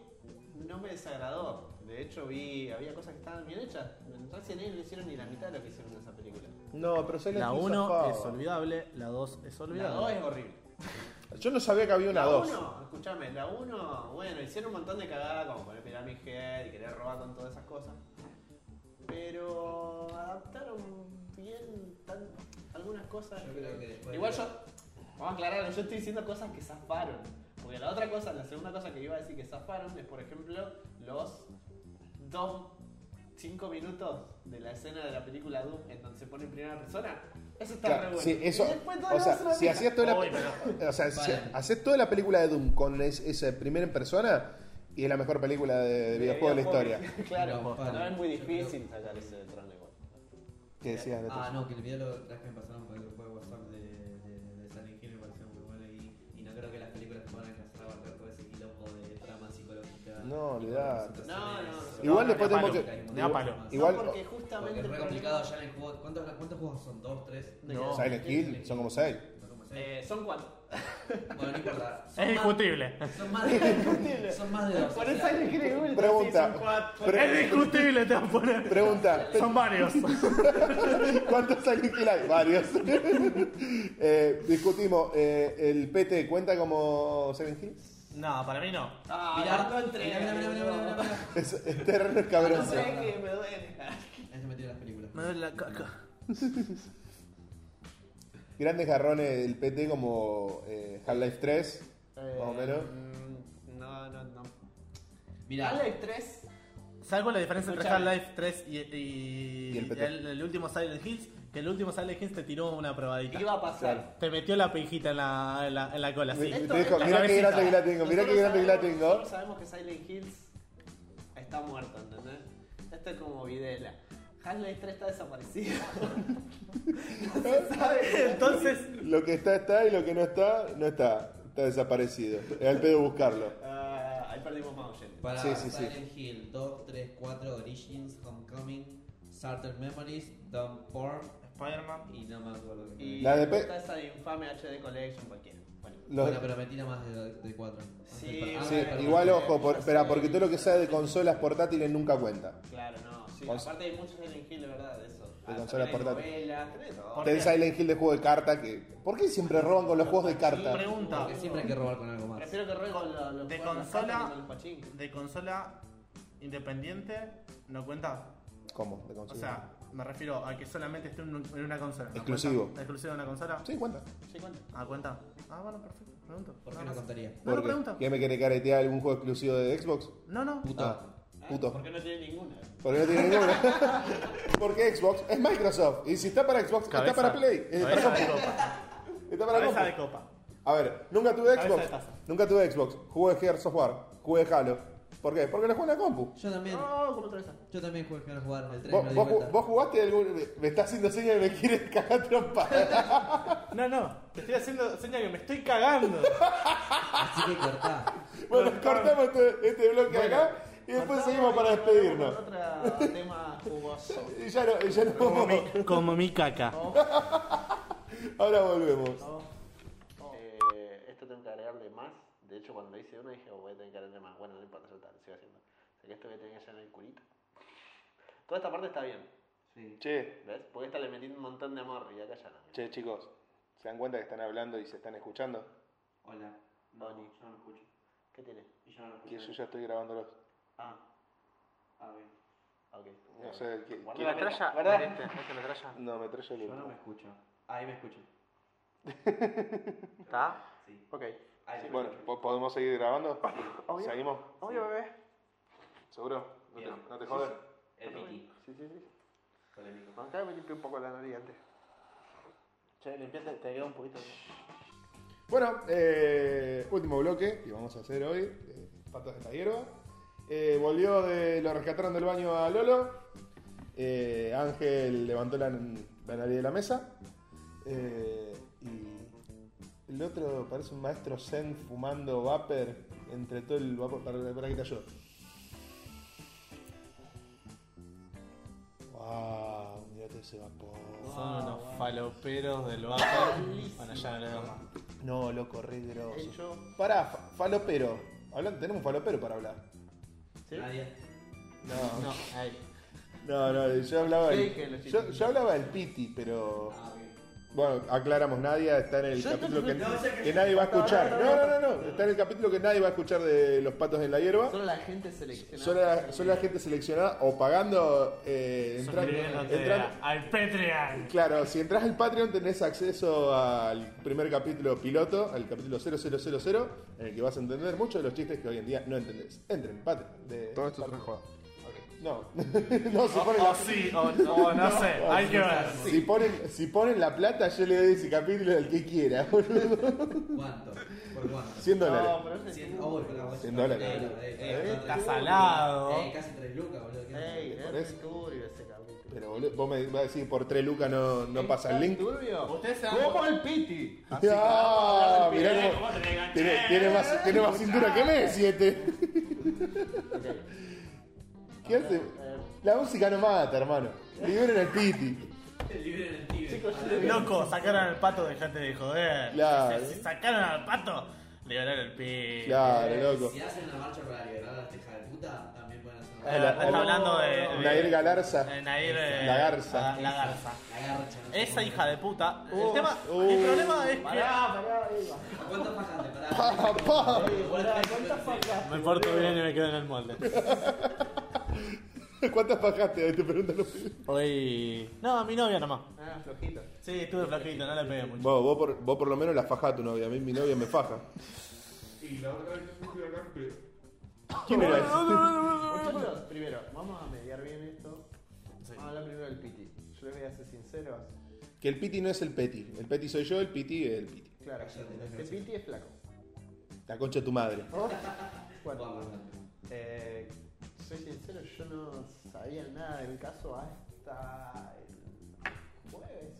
[SPEAKER 3] no me desagradó. De hecho, vi, había cosas que estaban bien hechas. Entonces en él no hicieron ni la mitad de lo que hicieron en esa película.
[SPEAKER 2] No, pero soy
[SPEAKER 4] La
[SPEAKER 2] estoy
[SPEAKER 4] 1
[SPEAKER 2] zafado.
[SPEAKER 4] es olvidable, la 2 es
[SPEAKER 3] La 2
[SPEAKER 4] olvidable.
[SPEAKER 3] es horrible.
[SPEAKER 2] Yo no sabía que había una
[SPEAKER 3] La
[SPEAKER 2] 2.
[SPEAKER 3] 1, escúchame, la 1, bueno, hicieron un montón de cagadas como poner Pyramid Head y querer robar con todas esas cosas. Pero adaptaron bien tan- algunas cosas.
[SPEAKER 6] Yo creo que después
[SPEAKER 3] Igual
[SPEAKER 6] de-
[SPEAKER 3] yo, vamos a aclararlo, yo estoy diciendo cosas que zafaron. Porque la otra cosa, la segunda cosa que iba a decir que zafaron es, por ejemplo, los dos, cinco minutos de la escena de la película Doom en donde se pone en primera persona. Eso está re
[SPEAKER 2] Claro,
[SPEAKER 3] bueno.
[SPEAKER 2] sí, eso,
[SPEAKER 3] Y después todo
[SPEAKER 2] o
[SPEAKER 3] lo
[SPEAKER 2] sea,
[SPEAKER 3] demás es una
[SPEAKER 2] si
[SPEAKER 3] pija.
[SPEAKER 2] hacías toda la,
[SPEAKER 4] Uy,
[SPEAKER 2] o sea, si
[SPEAKER 6] Vale.
[SPEAKER 2] haces toda la película de Doom con es- esa primera en persona y es la mejor película de, de videojuego de la historia.
[SPEAKER 3] claro,
[SPEAKER 6] No,
[SPEAKER 3] no,
[SPEAKER 6] para.
[SPEAKER 3] es muy difícil sacar ese trono igual.
[SPEAKER 2] Que decías de
[SPEAKER 6] Ah, no, que el video lo las que me pasaron por el grupo de WhatsApp de, de, de Silent Hill me pareció muy bueno y, y no creo que las películas puedan alcanzar a abarcar todo ese quilombo de trama psicológica.
[SPEAKER 2] No,
[SPEAKER 6] y
[SPEAKER 2] olvidate.
[SPEAKER 6] representaciones.
[SPEAKER 3] No, no, no.
[SPEAKER 2] Igual
[SPEAKER 4] No,
[SPEAKER 2] después
[SPEAKER 4] no,
[SPEAKER 2] tenemos
[SPEAKER 4] palo.
[SPEAKER 2] que.
[SPEAKER 4] Me da palo.
[SPEAKER 2] Igual-
[SPEAKER 3] no, porque
[SPEAKER 6] Porque
[SPEAKER 3] justamente
[SPEAKER 6] es re
[SPEAKER 3] el
[SPEAKER 6] complicado
[SPEAKER 3] problema-
[SPEAKER 6] ya en el juego. ¿Cuántos, cuántos juegos son? ¿Dos, tres?
[SPEAKER 3] No.
[SPEAKER 2] Silent Hill son como seis.
[SPEAKER 6] No, como seis.
[SPEAKER 3] Eh, son cuatro.
[SPEAKER 6] Bueno, no importa. Son
[SPEAKER 4] Es
[SPEAKER 6] más-
[SPEAKER 4] discutible.
[SPEAKER 6] Son más de, son más de dos.
[SPEAKER 3] Por
[SPEAKER 6] o
[SPEAKER 3] eso
[SPEAKER 6] sea,
[SPEAKER 3] es increíble.
[SPEAKER 2] Pregunta.
[SPEAKER 3] son cuatro.
[SPEAKER 2] Pre-
[SPEAKER 4] Es discutible, te voy a poner.
[SPEAKER 2] Pregunta.
[SPEAKER 4] Son varios.
[SPEAKER 2] ¿Cuántos Silent Hill hay? Varios. Eh, discutimos. eh, ¿El PT cuenta como Silent Hill?
[SPEAKER 4] No, para mí no.
[SPEAKER 3] Ah,
[SPEAKER 6] Mirá, Eh,
[SPEAKER 3] no lo entregué,
[SPEAKER 6] mirá, mirá, mirá, mirá, mirá, mirá.
[SPEAKER 2] Es, es terreno
[SPEAKER 3] Ah, No
[SPEAKER 2] escabroso.
[SPEAKER 3] sé que me duele.
[SPEAKER 6] Es que me tiran las películas.
[SPEAKER 4] Me duele la caca.
[SPEAKER 2] Grandes garrones del PT como eh, Half-Life 3. Más o menos.
[SPEAKER 3] eh, Mm, No, no, no.
[SPEAKER 6] Mirá.
[SPEAKER 3] Alex 3.
[SPEAKER 4] ¿Sabes cuál es la diferencia entre
[SPEAKER 3] Escuchame.
[SPEAKER 4] Half-Life 3 y, y-
[SPEAKER 2] Y el PT.
[SPEAKER 4] el, el último Silent Hills? Que el último Silent Hills te tiró una probadita.
[SPEAKER 3] Iba a pasar.
[SPEAKER 4] Te metió la pijita en la, en la, en la cola, sí.
[SPEAKER 2] Me-
[SPEAKER 3] Esto-
[SPEAKER 2] te dijo,
[SPEAKER 3] esto-
[SPEAKER 2] mira qué
[SPEAKER 4] cabecita.
[SPEAKER 2] grande que la tengo, mira qué
[SPEAKER 3] Nosotros
[SPEAKER 2] grande que la
[SPEAKER 3] sabemos-
[SPEAKER 2] tengo.
[SPEAKER 3] nosotros sabemos que Silent Hills está muerto, ¿entendés? Esto es como Videla. Half-Life 3 está desaparecido. no se sabe.
[SPEAKER 4] Entonces,
[SPEAKER 2] Lo que está está y lo que no está, no está. Está desaparecido. Es al pedo buscarlo.
[SPEAKER 3] Ah, ahí perdimos más oyentes.
[SPEAKER 6] Para
[SPEAKER 2] Sí, sí, sí.
[SPEAKER 6] Silent Hill 2, 3, 4, Origins, Homecoming, Starter Memories, Dumb Porn
[SPEAKER 4] Spider-Man.
[SPEAKER 6] y no me acuerdo qué
[SPEAKER 3] Y
[SPEAKER 2] La de Pe-
[SPEAKER 3] está esa infame HD Collection cualquiera. Bueno.
[SPEAKER 2] Los-
[SPEAKER 6] Bueno, pero me tira más de, de 4.
[SPEAKER 3] Sí,
[SPEAKER 2] sí, igual ojo, por- espera, porque todo lo que sea de consolas portátiles nunca cuenta.
[SPEAKER 3] Claro, no, sí.
[SPEAKER 2] Cons-
[SPEAKER 3] Aparte hay muchos Silent Hill, de verdad, de eso.
[SPEAKER 2] De consola portátil.
[SPEAKER 3] portátil.
[SPEAKER 2] Ten Silent Hill de juego de carta que. ¿Por qué siempre roban con los juegos de carta?
[SPEAKER 4] Pregunta.
[SPEAKER 6] Porque siempre hay que robar con algo más.
[SPEAKER 3] Prefiero que ruego los, los
[SPEAKER 4] De
[SPEAKER 3] juegos las
[SPEAKER 4] consola-
[SPEAKER 3] cartas que con los pachinko.
[SPEAKER 4] De consola independiente, ¿no cuenta?
[SPEAKER 2] ¿Cómo? ¿De
[SPEAKER 4] O
[SPEAKER 2] consola?
[SPEAKER 4] sea, me refiero a que solamente esté en un- en una consola. ¿no cuenta?
[SPEAKER 2] Exclusivo.
[SPEAKER 4] ¿Exclusivo de una consola?
[SPEAKER 2] sí, cuenta.
[SPEAKER 3] Sí, ¿cuánto?
[SPEAKER 4] Ah, cuenta. Ah, bueno, perfecto. Pregunto.
[SPEAKER 6] ¿Por qué
[SPEAKER 4] Nada
[SPEAKER 6] no
[SPEAKER 4] más.
[SPEAKER 6] contaría?
[SPEAKER 4] No, no
[SPEAKER 2] ¿Por qué?
[SPEAKER 4] pregunta.
[SPEAKER 2] ¿Qué me quiere caretear algún juego exclusivo de Xbox?
[SPEAKER 4] No, no.
[SPEAKER 6] Puto.
[SPEAKER 2] Ah,
[SPEAKER 3] Ah,
[SPEAKER 2] puto.
[SPEAKER 3] Porque no tiene ninguna.
[SPEAKER 2] ¿Por qué no tiene ninguno? Porque Xbox es Microsoft. Y si está para Xbox,
[SPEAKER 4] Cabeza-
[SPEAKER 2] está para Play. Está para
[SPEAKER 4] Cabeza de
[SPEAKER 2] compu.
[SPEAKER 4] copa.
[SPEAKER 2] Está para
[SPEAKER 4] Cabeza
[SPEAKER 2] compu.
[SPEAKER 4] de copa.
[SPEAKER 2] A ver, nunca tuve
[SPEAKER 4] Cabeza
[SPEAKER 2] Xbox.
[SPEAKER 4] de taza.
[SPEAKER 2] Nunca tuve Xbox. Jugué Gears of War. Jugué Halo. ¿Por qué? Porque lo jugué en la compu.
[SPEAKER 6] Yo también,
[SPEAKER 3] No, como otra vez.
[SPEAKER 6] yo también jugué que no jugaron el 3,
[SPEAKER 2] ¿Vos,
[SPEAKER 6] me di
[SPEAKER 2] vos ju-
[SPEAKER 6] cuenta.
[SPEAKER 2] vos jugaste algún. Me, me está haciendo señas y me quiere cagar trompada.
[SPEAKER 4] No, no. Te estoy haciendo señal que me estoy cagando.
[SPEAKER 6] Así que cortá.
[SPEAKER 2] bueno, cortamos este, este bloque acá y después seguimos para despedirnos.
[SPEAKER 3] Otro tema jugoso.
[SPEAKER 2] Y ya no, y ya no vamos.
[SPEAKER 4] Como mi caca.
[SPEAKER 2] Ahora volvemos.
[SPEAKER 3] Eh, esto tengo que agregarle más. De hecho, cuando le hice uno dije, oh, voy a tener que agregarle más. Bueno, no importa, ya está, lo sigo haciendo. O sea que esto voy a tener que allá en el culito. Toda esta parte está bien,
[SPEAKER 2] Che,
[SPEAKER 3] ¿ves? Porque esta le metí un montón de amor y acá ya no.
[SPEAKER 2] che, chicos. ¿Se dan cuenta que están hablando y se están escuchando?
[SPEAKER 3] Hola. Bonnie. Yo no lo escucho. ¿Qué tiene? Yo no lo
[SPEAKER 2] Que yo ya estoy grabándolos.
[SPEAKER 3] Ah. Ah, bien. Ok.
[SPEAKER 2] No sé qué.
[SPEAKER 3] Guarda
[SPEAKER 2] qué-
[SPEAKER 3] la metralla,
[SPEAKER 8] Este,
[SPEAKER 2] ¿Verdad? No, me trae el último.
[SPEAKER 3] me escucho. Ahí me escucho.
[SPEAKER 8] ¿Está?
[SPEAKER 3] Ok. Ahí me
[SPEAKER 2] Bueno,
[SPEAKER 3] escucho.
[SPEAKER 2] ¿po- ¿podemos seguir grabando?
[SPEAKER 3] Obvio.
[SPEAKER 2] ¿Seguimos?
[SPEAKER 8] Obvio, bebé.
[SPEAKER 2] ¿Seguro? ¿No
[SPEAKER 3] Bien.
[SPEAKER 2] te, no te jodas?
[SPEAKER 3] El Mickey. Sí, sí, sí. Con el Mickey.
[SPEAKER 8] Acá me limpié un poco la nariz antes. Che, limpiaste, te quedó un poquito.
[SPEAKER 2] Bueno, eh, último bloque que vamos a hacer hoy. eh, patas de la hierba. Eh, volvió de. Lo rescataron del baño a Lolo. Eh, Ángel levantó la, la nariz de la mesa. Eh, y. El otro parece un maestro Zen fumando vapor entre todo el vapor. Para, para que te ayudo. ¡Wow! Mirate ese vapor.
[SPEAKER 4] Son unos faloperos del bajo. Bueno, ya no le doy más.
[SPEAKER 2] No, loco, re
[SPEAKER 3] Hecho.
[SPEAKER 2] grosso. Pará, fa- falopero. Hablan- tenemos un falopero para hablar.
[SPEAKER 6] Nadie.
[SPEAKER 2] No,
[SPEAKER 4] No, ahí.
[SPEAKER 2] no, no, yo hablaba
[SPEAKER 3] Sí,
[SPEAKER 2] del,
[SPEAKER 3] que los
[SPEAKER 2] yo,
[SPEAKER 3] chiquitos.
[SPEAKER 2] yo hablaba del piti, pero.
[SPEAKER 6] Ah, ok.
[SPEAKER 2] Bueno, aclaramos, Nadia está en el
[SPEAKER 7] Yo
[SPEAKER 2] capítulo que,
[SPEAKER 6] no sé qué-
[SPEAKER 2] que nadie va a escuchar. No, no, no, no, está en el capítulo que nadie va a escuchar de los patos en la hierba.
[SPEAKER 7] Solo la gente seleccionada.
[SPEAKER 2] Solo la, solo la gente seleccionada o pagando. eh, entrando,
[SPEAKER 4] Suscribiéndote
[SPEAKER 2] entrando-
[SPEAKER 4] a- al Patreon.
[SPEAKER 2] Claro, si entras al Patreon tenés acceso al primer capítulo piloto, al capítulo 0000, en el que vas a entender muchos de los chistes que hoy en día no entendés. Entren, Patreon. de-
[SPEAKER 1] Todo esto es una joda.
[SPEAKER 2] No, no, si
[SPEAKER 4] O,
[SPEAKER 2] ponen,
[SPEAKER 4] o
[SPEAKER 2] la,
[SPEAKER 4] Oh, sí, o o no sé, hay que ver.
[SPEAKER 2] si, ponen, si ponen la plata, yo le doy ese capítulo al que quiera, boludo.
[SPEAKER 6] ¿Cuánto? ¿Por cuánto?
[SPEAKER 2] 100 dólares.
[SPEAKER 7] No, pero es el
[SPEAKER 6] Cien- oh, pero la
[SPEAKER 2] Cien
[SPEAKER 6] bolsa-
[SPEAKER 2] dólares.
[SPEAKER 6] Eh, eh, eh,
[SPEAKER 7] Eh,
[SPEAKER 6] está
[SPEAKER 4] está
[SPEAKER 6] tres-
[SPEAKER 4] salado.
[SPEAKER 6] Eh, casi 3 lucas, boludo. ¿qué haces?
[SPEAKER 7] Ey, es
[SPEAKER 2] Por
[SPEAKER 7] muy
[SPEAKER 2] eso.
[SPEAKER 7] turbio ese capítulo.
[SPEAKER 2] Pero boludo, vos me vas a decir por 3 lucas no, no pasa el link.
[SPEAKER 7] Turbio.
[SPEAKER 4] Ustedes se dan
[SPEAKER 7] ¿Cómo
[SPEAKER 4] cuenta-
[SPEAKER 7] el Piti?
[SPEAKER 2] Ah,
[SPEAKER 7] Mirá
[SPEAKER 2] mirá
[SPEAKER 4] cómo te
[SPEAKER 2] cómo.
[SPEAKER 4] enganché.
[SPEAKER 2] Tiene, tiene más, tiene más cintura que Messi este. ¿Qué hace? La música no mata, hermano. Liberen al Piti.
[SPEAKER 6] El libro en el tibet.
[SPEAKER 8] Eh.
[SPEAKER 4] Loco, sacaron al pato, dejate de joder.
[SPEAKER 2] Claro.
[SPEAKER 4] Si, si sacaron al pato, liberaron el pi.
[SPEAKER 2] Claro,
[SPEAKER 7] Eh,
[SPEAKER 2] loco.
[SPEAKER 6] Si hacen una marcha para liberar a las tejas de puta, también pueden hacer una
[SPEAKER 2] la-
[SPEAKER 4] Eh,
[SPEAKER 6] marcha.
[SPEAKER 4] está hablando de. de-
[SPEAKER 2] Nair Galarza.
[SPEAKER 4] de Nair, eh,
[SPEAKER 2] La garza.
[SPEAKER 4] ah, La garza.
[SPEAKER 6] La garcha. no sé
[SPEAKER 4] Esa
[SPEAKER 6] cómo
[SPEAKER 4] hija
[SPEAKER 6] se
[SPEAKER 4] de puta. el
[SPEAKER 2] Oh,
[SPEAKER 4] tema.
[SPEAKER 2] oh.
[SPEAKER 4] El problema es que.
[SPEAKER 6] llama. ¿Cuántas fajas te parás?
[SPEAKER 2] Pa, pa.
[SPEAKER 6] ¿Cuántas fajas?
[SPEAKER 4] Me porto bien y me quedo en el molde.
[SPEAKER 2] ¿Cuántas bajaste? Te preguntan los pibes.
[SPEAKER 4] Hoy. No, a mi novia nomás.
[SPEAKER 7] Ah, flojito.
[SPEAKER 4] Sí, estuve flaquito, no le pegué mucho.
[SPEAKER 2] Vos, vos, por, vos por lo menos la fajás a tu novia. A mí mi novia me faja. ¿Quién era ese?
[SPEAKER 7] Muchachos, primero, vamos a mediar bien esto. Vamos a hablar primero del Piti. Yo les voy a ser sinceros.
[SPEAKER 2] Que el Piti no es el Peti. El Peti soy yo, el Piti es el Piti.
[SPEAKER 7] Claro,
[SPEAKER 6] Cállate,
[SPEAKER 7] el Piti es flaco.
[SPEAKER 2] La concha de tu madre.
[SPEAKER 7] Bueno, eh, soy sincero, yo no sabía nada del caso hasta el jueves.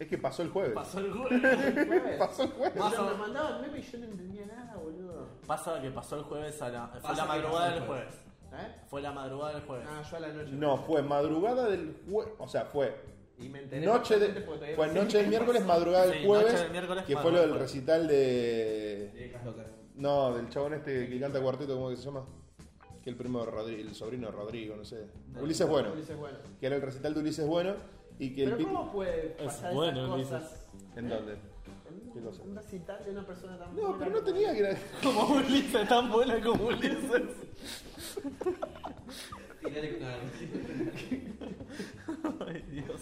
[SPEAKER 2] Es que pasó el jueves.
[SPEAKER 4] Pasó el jueves.
[SPEAKER 7] El jueves.
[SPEAKER 2] Pasó el jueves.
[SPEAKER 7] O sea, me mandaban meme y yo no entendía nada, boludo.
[SPEAKER 4] Pasa que pasó el jueves a la. Fue
[SPEAKER 6] Pasa
[SPEAKER 4] la
[SPEAKER 6] que
[SPEAKER 4] madrugada
[SPEAKER 6] pasó el
[SPEAKER 4] del jueves.
[SPEAKER 7] ¿Eh?
[SPEAKER 4] Fue la madrugada del jueves.
[SPEAKER 7] Ah, yo a la noche.
[SPEAKER 2] No, fue madrugada del jueves. O sea, fue
[SPEAKER 7] Y me enteré.
[SPEAKER 2] noche, de,
[SPEAKER 7] bastante porque todavía
[SPEAKER 2] fue
[SPEAKER 7] no
[SPEAKER 2] noche del
[SPEAKER 7] sé.
[SPEAKER 2] miércoles, madrugada del
[SPEAKER 4] Sí,
[SPEAKER 2] jueves.
[SPEAKER 4] noche del miércoles,
[SPEAKER 2] Que fue lo
[SPEAKER 4] madrugada
[SPEAKER 2] del
[SPEAKER 4] del
[SPEAKER 2] recital de.
[SPEAKER 6] Viejas locas.
[SPEAKER 2] No, del chabón este que canta cuarteto, ¿cómo que se llama? Que el primo de Rodrigo, el sobrino de Rodrigo, no sé. Ulises Bueno.
[SPEAKER 7] Ulises bueno.
[SPEAKER 2] Que era el recital de Ulises Bueno y que el
[SPEAKER 7] Pero
[SPEAKER 2] Piti.
[SPEAKER 7] ¿cómo puede pasar
[SPEAKER 4] bueno,
[SPEAKER 7] esas
[SPEAKER 4] Ulises.
[SPEAKER 7] cosas?
[SPEAKER 2] ¿En dónde?
[SPEAKER 7] en
[SPEAKER 2] ¿Qué cosa?
[SPEAKER 7] Un recital de una persona tan
[SPEAKER 2] No,
[SPEAKER 7] buena
[SPEAKER 2] pero no
[SPEAKER 7] como-
[SPEAKER 2] tenía que.
[SPEAKER 4] Como Ulises, tan buena como Ulises.
[SPEAKER 6] Tirale con algo.
[SPEAKER 4] Ay, Dios.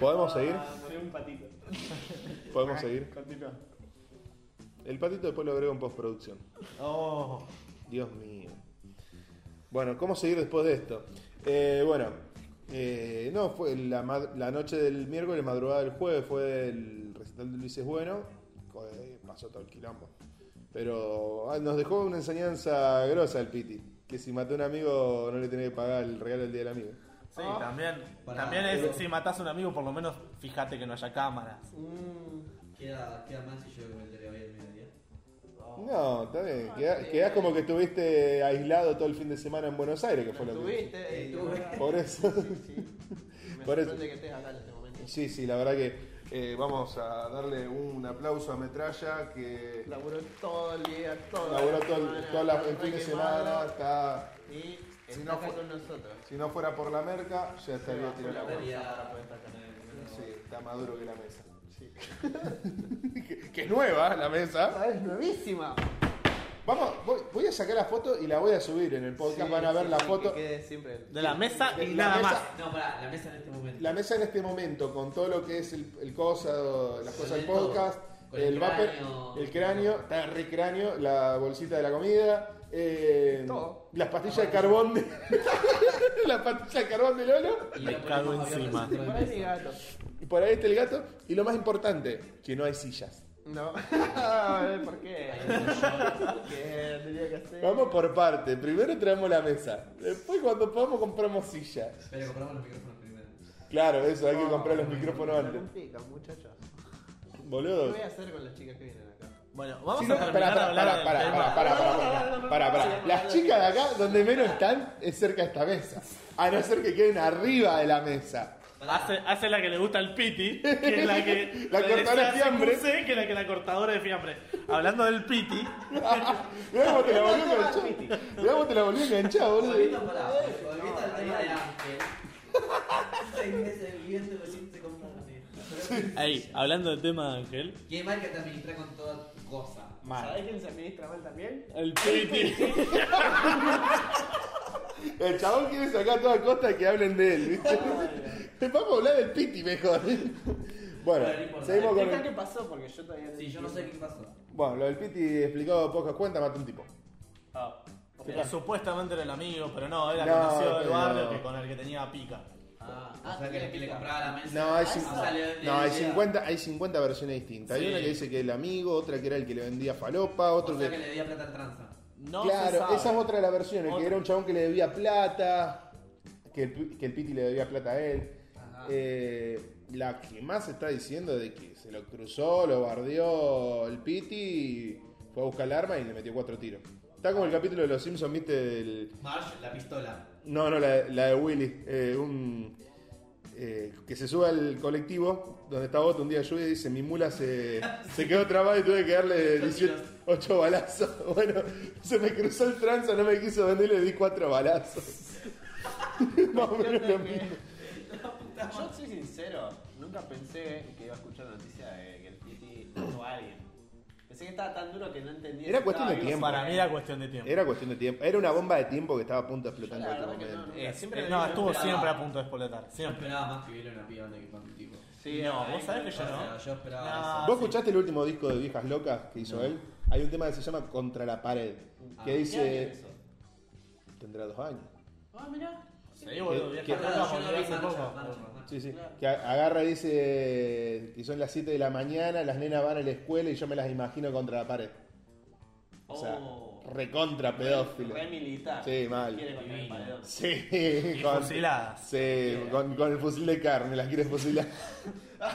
[SPEAKER 2] ¿Podemos seguir?
[SPEAKER 3] Ah, soy un patito.
[SPEAKER 2] ¿Podemos seguir?
[SPEAKER 3] Continúa.
[SPEAKER 2] El patito después lo agrego en postproducción.
[SPEAKER 4] Oh.
[SPEAKER 2] Dios mío. Bueno, ¿cómo seguir después de esto? Eh, bueno, eh, no, fue la, ma- la noche del miércoles, madrugada del jueves, fue el recital de Luis es Bueno. Joder, pasó todo el quilombo. Pero ah, nos dejó una enseñanza grosa el Piti. Que si mató a un amigo no le tenía que pagar el regalo del día del amigo.
[SPEAKER 4] Sí,
[SPEAKER 2] Ah.
[SPEAKER 4] también.
[SPEAKER 6] Pará,
[SPEAKER 4] también es,
[SPEAKER 6] pero-
[SPEAKER 4] si matás a un amigo, por lo menos fíjate que no haya cámaras.
[SPEAKER 7] Mm,
[SPEAKER 6] Queda, queda mal si yo me enteré hoy al mediodía.
[SPEAKER 2] No, está bien.
[SPEAKER 7] Ah,
[SPEAKER 2] Quedás, quedás como que estuviste aislado todo el fin de semana en Buenos Aires, que fue lo que...
[SPEAKER 7] Estuviste, eh,
[SPEAKER 6] Estuve.
[SPEAKER 2] Por eso.
[SPEAKER 7] Sí, sí. Me
[SPEAKER 2] Por eso.
[SPEAKER 7] sorprende que estés acá en este momento.
[SPEAKER 2] Sí, sí, la verdad que eh, vamos a darle un aplauso a Metralla que
[SPEAKER 7] Laburó todo el día, todo
[SPEAKER 2] laburó todo el,
[SPEAKER 7] semana,
[SPEAKER 2] todo la- el
[SPEAKER 7] está
[SPEAKER 2] fin de
[SPEAKER 7] re
[SPEAKER 2] semana.
[SPEAKER 7] quemado,
[SPEAKER 2] Está,
[SPEAKER 7] Y
[SPEAKER 2] Si
[SPEAKER 7] si
[SPEAKER 2] no
[SPEAKER 7] no
[SPEAKER 2] fue-
[SPEAKER 7] con nosotros.
[SPEAKER 2] si no fuera por la merca, ya estaría
[SPEAKER 7] Con la
[SPEAKER 2] tirado.
[SPEAKER 7] bolsa
[SPEAKER 6] Estaría-
[SPEAKER 7] para poder estar acá.
[SPEAKER 2] Sí, está más duro que la mesa.
[SPEAKER 7] Sí.
[SPEAKER 2] que, que es nueva la mesa.
[SPEAKER 7] Ah, Es nuevísima.
[SPEAKER 2] Vamos, voy, voy a sacar la foto y la voy a subir en el podcast. Van a ver
[SPEAKER 7] Sí,
[SPEAKER 2] la
[SPEAKER 7] sí,
[SPEAKER 2] foto.
[SPEAKER 7] Que quede siempre.
[SPEAKER 4] De la mesa y
[SPEAKER 2] La
[SPEAKER 4] nada
[SPEAKER 2] mesa-
[SPEAKER 4] más.
[SPEAKER 6] No, pará, la mesa en este momento.
[SPEAKER 2] La mesa en este momento, con todo lo que es el, el cosa, las
[SPEAKER 6] Con
[SPEAKER 2] cosas del
[SPEAKER 6] el todo.
[SPEAKER 2] podcast,
[SPEAKER 6] Con
[SPEAKER 2] el,
[SPEAKER 6] el
[SPEAKER 2] vapor,
[SPEAKER 6] cráneo.
[SPEAKER 2] el cráneo, está re cráneo, la bolsita de la comida, eh,
[SPEAKER 7] Todo.
[SPEAKER 2] las pastillas de carbón de. las pastillas de carbón de Lolo.
[SPEAKER 6] Y
[SPEAKER 4] Me
[SPEAKER 6] la ponemos
[SPEAKER 4] cago
[SPEAKER 6] abierta
[SPEAKER 4] encima.
[SPEAKER 6] dentro de
[SPEAKER 7] Por ahí
[SPEAKER 6] mesa.
[SPEAKER 7] mi gato.
[SPEAKER 2] Y por ahí está el gato. Y lo más importante, que no hay sillas.
[SPEAKER 7] No. A ver, ¿por qué?
[SPEAKER 6] Ahí está yo.
[SPEAKER 7] ¿Por qué? Tenía que hacer.
[SPEAKER 2] Vamos por parte. Primero traemos la mesa. Después cuando podamos compramos sillas.
[SPEAKER 6] Pero compramos los micrófonos primero.
[SPEAKER 2] Claro, eso, hay que
[SPEAKER 7] No,
[SPEAKER 2] comprar los
[SPEAKER 7] no,
[SPEAKER 2] micrófonos
[SPEAKER 7] No
[SPEAKER 2] antes.
[SPEAKER 7] complican, muchachos. ¿Qué
[SPEAKER 2] Boludo.
[SPEAKER 7] voy a hacer con las chicas que vienen acá?
[SPEAKER 4] Bueno, vamos
[SPEAKER 2] Si no,
[SPEAKER 4] a
[SPEAKER 2] para,
[SPEAKER 4] terminar de
[SPEAKER 2] para,
[SPEAKER 4] hablar
[SPEAKER 2] para, para,
[SPEAKER 4] del tema.
[SPEAKER 2] para, para, para, para, para. Las chicas de acá, donde menos están, es cerca de esta mesa. A no ser que queden arriba de la mesa.
[SPEAKER 4] Hace, hace la que le gusta al piti, que es la que...
[SPEAKER 2] La cortadora de
[SPEAKER 4] esa
[SPEAKER 2] fiambre.
[SPEAKER 4] CQC, que es la que la cortadora de fiambre. Hablando del piti,
[SPEAKER 2] Mirá cómo te la volvió enganchada. Mirá cómo te la volvió enganchada, boludo.
[SPEAKER 6] Volviste pará, volviste al tema de Ángel. Seis meses viviendo y recién se compraron.
[SPEAKER 4] Ahí, hablando del tema de Ángel.
[SPEAKER 6] Qué mal que te administra con toda tu cosa.
[SPEAKER 7] ¿Sabés quién se administra mal también?
[SPEAKER 4] El Piti.
[SPEAKER 2] El chabón quiere sacar a toda costa que hablen de él, ¿viste? Vamos a hablar del piti mejor. Bueno,
[SPEAKER 6] Bueno, no importa.
[SPEAKER 2] seguimos con
[SPEAKER 7] Explica
[SPEAKER 2] el...
[SPEAKER 7] qué pasó porque yo todavía
[SPEAKER 6] Sí, yo no sé qué pasó.
[SPEAKER 2] Bueno, lo del piti explicado pocas cuentas, mató un tipo.
[SPEAKER 7] Ah,
[SPEAKER 4] Era Supuestamente era el amigo, pero no, era el
[SPEAKER 2] No,
[SPEAKER 4] conocido del
[SPEAKER 2] pero-
[SPEAKER 4] barrio que con el que tenía pica.
[SPEAKER 6] Ah,
[SPEAKER 7] ah,
[SPEAKER 6] o sea, que,
[SPEAKER 7] que-
[SPEAKER 6] que le compraba la mesa.
[SPEAKER 2] No, hay,
[SPEAKER 6] Ah,
[SPEAKER 2] cin-
[SPEAKER 6] eso salió de-
[SPEAKER 2] no, hay
[SPEAKER 6] de-
[SPEAKER 2] 50, hay 50 versiones distintas. Hay
[SPEAKER 4] Sí.
[SPEAKER 2] una que dice que el amigo, otra que era el que le vendía falopa,
[SPEAKER 6] O
[SPEAKER 2] otro
[SPEAKER 6] sea, que
[SPEAKER 2] que...
[SPEAKER 6] le debía plata al tranza.
[SPEAKER 4] No se
[SPEAKER 2] claro,
[SPEAKER 4] sabe.
[SPEAKER 2] esa es otra de las versiones, que
[SPEAKER 4] Otra.
[SPEAKER 2] era un chabón que le debía plata, que el, pi- que el piti le debía plata a él.
[SPEAKER 6] Ajá.
[SPEAKER 2] Eh, la que más se está diciendo de que se lo cruzó, lo bardeó el piti, fue a buscar el arma y le metió cuatro tiros. Está como el capítulo de los Simpsons, viste, del...
[SPEAKER 6] Marsh, la pistola.
[SPEAKER 2] No, no, la, la de Willy. Eh, un, eh, que se sube al colectivo donde está Otto un día de lluvia y dice: Mi mula se, se quedó trabada y tuve que darle 18 balazos. Bueno, se me cruzó el tranza, no me quiso vender y le di 4 balazos. Más o menos lo mismo.
[SPEAKER 7] Yo soy sincero, nunca pensé que iba a escuchar la noticia de que el Piti mató a alguien. Pensé que estaba tan duro que no entendía.
[SPEAKER 2] Era
[SPEAKER 7] si
[SPEAKER 2] cuestión
[SPEAKER 7] estaba
[SPEAKER 2] de
[SPEAKER 7] vivo.
[SPEAKER 4] Para mí era cuestión de
[SPEAKER 6] Eh,
[SPEAKER 4] tiempo.
[SPEAKER 2] Era cuestión de tiempo. Era una bomba de tiempo que estaba a punto de explotar en
[SPEAKER 7] Yo la
[SPEAKER 2] cualquier
[SPEAKER 7] verdad que
[SPEAKER 2] momento.
[SPEAKER 7] Mira,
[SPEAKER 4] Eh,
[SPEAKER 7] siempre
[SPEAKER 4] eh,
[SPEAKER 7] me
[SPEAKER 4] no,
[SPEAKER 7] dijeron
[SPEAKER 4] estuvo
[SPEAKER 6] que
[SPEAKER 4] siempre
[SPEAKER 6] era-
[SPEAKER 4] a punto de explotar.
[SPEAKER 6] Yo
[SPEAKER 4] Siempre.
[SPEAKER 6] esperaba más que hubiera una piba antes que mató un tipo.
[SPEAKER 7] Sí,
[SPEAKER 4] No,
[SPEAKER 6] eh,
[SPEAKER 7] ahí
[SPEAKER 4] vos sabés que
[SPEAKER 7] me-
[SPEAKER 4] yo no.
[SPEAKER 6] Yo esperaba
[SPEAKER 4] No.
[SPEAKER 6] eso.
[SPEAKER 2] ¿Vos
[SPEAKER 4] sí.
[SPEAKER 2] escuchaste el último disco de Viejas Locas que hizo él? Hay un tema que se llama Contra la Pared,
[SPEAKER 6] Ah,
[SPEAKER 2] que
[SPEAKER 6] ¿qué
[SPEAKER 2] dice...
[SPEAKER 7] año es eso?
[SPEAKER 2] Tendrá dos años.
[SPEAKER 7] Ah, mirá.
[SPEAKER 4] Sí, boludo,
[SPEAKER 2] Que-
[SPEAKER 4] vieja,
[SPEAKER 2] que-
[SPEAKER 6] No, no, yo no
[SPEAKER 4] hace
[SPEAKER 6] vi Marcha,
[SPEAKER 4] poco.
[SPEAKER 6] Marcha, Marcha.
[SPEAKER 2] Sí, sí. Que a- agarra y dice que son las 7 de la mañana, las nenas van a la escuela y yo me las imagino contra la pared. O sea,
[SPEAKER 7] Oh.
[SPEAKER 2] recontra pedófilo.
[SPEAKER 7] Re militar.
[SPEAKER 2] Sí, mal.
[SPEAKER 7] Quiere comer el
[SPEAKER 6] Divino.
[SPEAKER 7] paredón.
[SPEAKER 2] Sí,
[SPEAKER 4] Y
[SPEAKER 2] con,
[SPEAKER 4] fusiladas.
[SPEAKER 2] sí, con, con el fusil de carne, las quiere fusilar.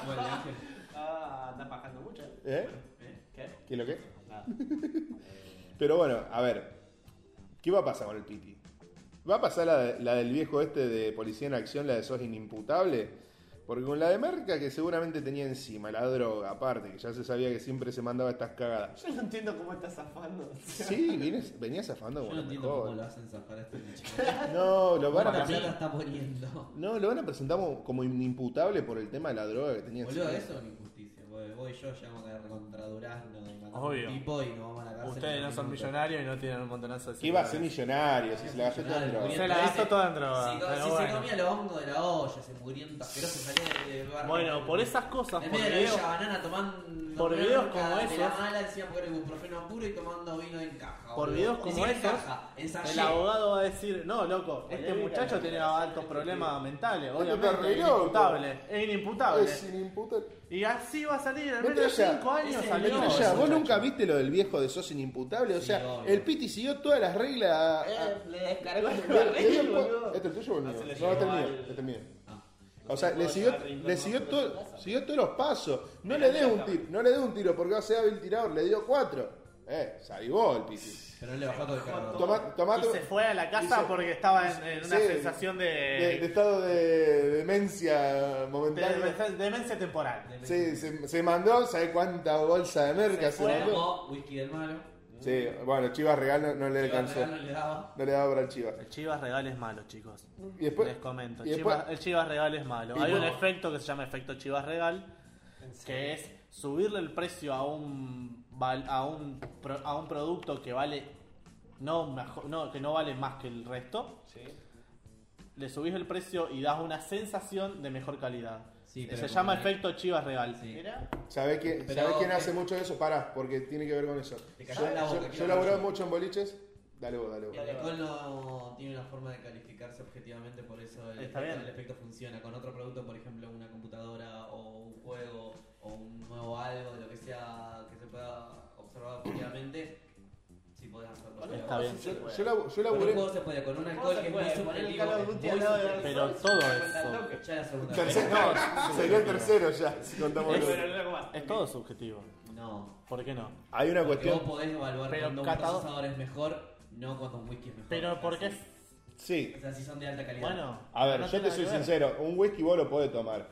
[SPEAKER 6] Bueno, Ángel.
[SPEAKER 7] Ah, anda pajando mucho. eh.
[SPEAKER 2] ¿Eh?
[SPEAKER 7] ¿Qué?
[SPEAKER 2] ¿Qué es lo que?
[SPEAKER 7] Nada.
[SPEAKER 2] Pero bueno, a ver. ¿Qué va a pasar con el Piti? ¿Va a pasar la, de- la del viejo este de Policía en Acción, la de Sos Inimputable? Porque con la de Merca que seguramente tenía encima, la droga aparte, que ya se sabía que siempre se mandaba estas cagadas.
[SPEAKER 7] Yo no entiendo cómo está zafando.
[SPEAKER 2] Sí, vienes, venía zafando
[SPEAKER 6] Yo no
[SPEAKER 2] bueno,
[SPEAKER 6] entiendo cómo lo
[SPEAKER 2] mejor.
[SPEAKER 6] hacen zafar a este bicho.
[SPEAKER 2] No, lo van a
[SPEAKER 6] ¿Cuánta
[SPEAKER 2] presentar.
[SPEAKER 6] plata está poniendo?
[SPEAKER 2] No, lo van a presentar como- como inimputable por el tema de la droga que tenía.
[SPEAKER 6] Boludo,
[SPEAKER 2] encima.
[SPEAKER 6] eso es una injusticia. Voy, voy yo, llegamos a caer contra Durazno y matamos
[SPEAKER 4] Obvio.
[SPEAKER 6] un tipo y nos vamos a la cárcel.
[SPEAKER 4] Ustedes no son millonarios y no tienen un montonazo de
[SPEAKER 2] Que iba a ser millonario si se la gastó toda en droga.
[SPEAKER 4] Se la gastó toda en droga,
[SPEAKER 6] Si,
[SPEAKER 4] pero
[SPEAKER 6] si se
[SPEAKER 4] bueno.
[SPEAKER 6] comía los hongos de la olla, se muriendo asqueroso, salía de, de barrio.
[SPEAKER 4] Bueno, por esas cosas,
[SPEAKER 6] En
[SPEAKER 4] por
[SPEAKER 6] medio de la Villa
[SPEAKER 4] videos,
[SPEAKER 6] Banana tomando.
[SPEAKER 4] por videos
[SPEAKER 6] bronca
[SPEAKER 4] como
[SPEAKER 6] de la
[SPEAKER 4] esos.
[SPEAKER 6] mala encima porque era ibuprofeno puro y tomando vino en caja.
[SPEAKER 4] por
[SPEAKER 6] boludo.
[SPEAKER 4] videos
[SPEAKER 6] Ni
[SPEAKER 4] como
[SPEAKER 6] siquiera en
[SPEAKER 4] esos,
[SPEAKER 6] caja, en sachet.
[SPEAKER 4] el abogado va a decir, no, loco, este
[SPEAKER 7] Polémica,
[SPEAKER 4] muchacho
[SPEAKER 7] la
[SPEAKER 4] tiene
[SPEAKER 7] declaración
[SPEAKER 4] altos
[SPEAKER 7] de
[SPEAKER 4] problemas mentales,
[SPEAKER 2] te
[SPEAKER 4] obviamente, es
[SPEAKER 2] rías, loco.
[SPEAKER 4] inimputable, es inimputable.
[SPEAKER 2] Es inimputable.
[SPEAKER 4] Y así va a salir, al
[SPEAKER 2] Vete
[SPEAKER 4] menos de
[SPEAKER 2] allá.
[SPEAKER 4] 5 años
[SPEAKER 6] Ese
[SPEAKER 4] salió.
[SPEAKER 6] niño.
[SPEAKER 2] Metralla,
[SPEAKER 4] ese
[SPEAKER 2] vos
[SPEAKER 4] muchacho.
[SPEAKER 2] nunca viste lo del viejo de sos inimputable, o
[SPEAKER 6] Sí,
[SPEAKER 2] sea,
[SPEAKER 6] obvio.
[SPEAKER 2] el Piti siguió todas las reglas. a-
[SPEAKER 7] Eh, le descargó el
[SPEAKER 2] Le- le dio
[SPEAKER 7] barril,
[SPEAKER 2] el po-
[SPEAKER 7] boludo.
[SPEAKER 2] ¿Este es el tuyo o el mío?
[SPEAKER 7] Ah, se le
[SPEAKER 2] No, este es el
[SPEAKER 7] llegó
[SPEAKER 2] mío.
[SPEAKER 7] al-
[SPEAKER 2] Este es el mío.
[SPEAKER 6] Ah.
[SPEAKER 2] O sea, le
[SPEAKER 7] puedo
[SPEAKER 2] siguió,
[SPEAKER 7] llevar rincón
[SPEAKER 2] le
[SPEAKER 7] más
[SPEAKER 2] siguió,
[SPEAKER 7] por
[SPEAKER 2] todo-
[SPEAKER 7] su casa.
[SPEAKER 2] siguió todos los pasos. No
[SPEAKER 7] Mira,
[SPEAKER 2] le des
[SPEAKER 7] mira,
[SPEAKER 2] un
[SPEAKER 7] está.
[SPEAKER 2] tiro, no le des un tiro porque va a ser hábil tirador, le dio cuatro. Eh, salivó el Piti.
[SPEAKER 6] Pero no le bajó todo el cargador.
[SPEAKER 2] Toma- tomate-
[SPEAKER 4] Y se fue a la
[SPEAKER 2] y
[SPEAKER 4] casa
[SPEAKER 2] se-
[SPEAKER 4] porque estaba en, en una
[SPEAKER 2] sí,
[SPEAKER 4] sensación de,
[SPEAKER 7] Eh.
[SPEAKER 2] de, de estado de demencia
[SPEAKER 4] de-
[SPEAKER 2] momentánea.
[SPEAKER 4] de- demencia temporal.
[SPEAKER 2] Sí, se, se mandó, ¿sabe cuánta bolsa de merca se,
[SPEAKER 4] fue,
[SPEAKER 2] mandó?
[SPEAKER 6] Tomó whisky del malo.
[SPEAKER 2] Sí, bueno, Chivas Real no, no le
[SPEAKER 6] Pero
[SPEAKER 2] alcanzó.
[SPEAKER 6] no le daba.
[SPEAKER 2] No le daba para el Chivas.
[SPEAKER 4] El Chivas Regal es malo, chicos.
[SPEAKER 2] Y después-
[SPEAKER 4] Les comento.
[SPEAKER 2] y
[SPEAKER 4] el
[SPEAKER 2] después-
[SPEAKER 4] Chivas- el Chivas Regal es malo.
[SPEAKER 2] y
[SPEAKER 4] Hay un
[SPEAKER 2] después-
[SPEAKER 4] efecto que se llama efecto Chivas Regal, que es subirle el precio a un val- a un pro- a un producto que vale no, mejor- no que no vale más que el resto. Le subís el precio y das una sensación de mejor calidad.
[SPEAKER 6] Sí, pero
[SPEAKER 4] se
[SPEAKER 6] como
[SPEAKER 4] llama
[SPEAKER 6] que-
[SPEAKER 4] efecto Chivas Regal.
[SPEAKER 6] Sí.
[SPEAKER 7] Mira,
[SPEAKER 2] ¿Sabés quién,
[SPEAKER 6] Pero-
[SPEAKER 2] ¿sabés quién
[SPEAKER 6] eh,
[SPEAKER 2] hace mucho de eso? Pará, porque tiene que ver con eso.
[SPEAKER 6] Te
[SPEAKER 2] Yo,
[SPEAKER 6] callás la boca,
[SPEAKER 2] yo-
[SPEAKER 6] quiero
[SPEAKER 2] yo he laburado
[SPEAKER 6] hablar.
[SPEAKER 2] mucho en boliches. Dale vos, dale vos.
[SPEAKER 6] El alcohol no tiene una forma de calificarse objetivamente, por eso el,
[SPEAKER 4] Está
[SPEAKER 6] efecto,
[SPEAKER 4] bien.
[SPEAKER 6] el efecto funciona. Con otro producto, por ejemplo, una computadora o un juego o un nuevo algo, de lo que sea que se pueda observar objetivamente, sí podés hacerlo. Pero-
[SPEAKER 4] Está bien.
[SPEAKER 2] Yo, yo labu- yo
[SPEAKER 6] Con un
[SPEAKER 2] laburé.
[SPEAKER 6] juego se puede, con un alcohol que es muy
[SPEAKER 7] poner el
[SPEAKER 6] subjetivo.
[SPEAKER 7] Call of
[SPEAKER 6] es
[SPEAKER 7] Duty
[SPEAKER 6] muy
[SPEAKER 7] al lado de
[SPEAKER 6] subjetivo.
[SPEAKER 4] Pero todo eso
[SPEAKER 6] Ya la segunda
[SPEAKER 2] Tercer- no, sería el tercero ya. si contamos
[SPEAKER 4] Es-
[SPEAKER 2] los-
[SPEAKER 4] es todo subjetivo.
[SPEAKER 6] vez. No.
[SPEAKER 4] ¿Por qué no?
[SPEAKER 2] Hay una
[SPEAKER 6] Porque vos
[SPEAKER 2] cuestión.
[SPEAKER 6] podés evaluar
[SPEAKER 4] Pero
[SPEAKER 6] cuando un
[SPEAKER 4] catador-
[SPEAKER 6] procesador es mejor, no cuando un whisky es mejor.
[SPEAKER 4] Pero porque es
[SPEAKER 2] Sí.
[SPEAKER 6] O sea, si son de alta calidad.
[SPEAKER 4] bueno.
[SPEAKER 2] A ver,
[SPEAKER 4] no
[SPEAKER 2] yo
[SPEAKER 4] tiene
[SPEAKER 2] te
[SPEAKER 4] nada
[SPEAKER 2] soy
[SPEAKER 4] que ver.
[SPEAKER 2] sincero. Un whisky vos lo podés tomar.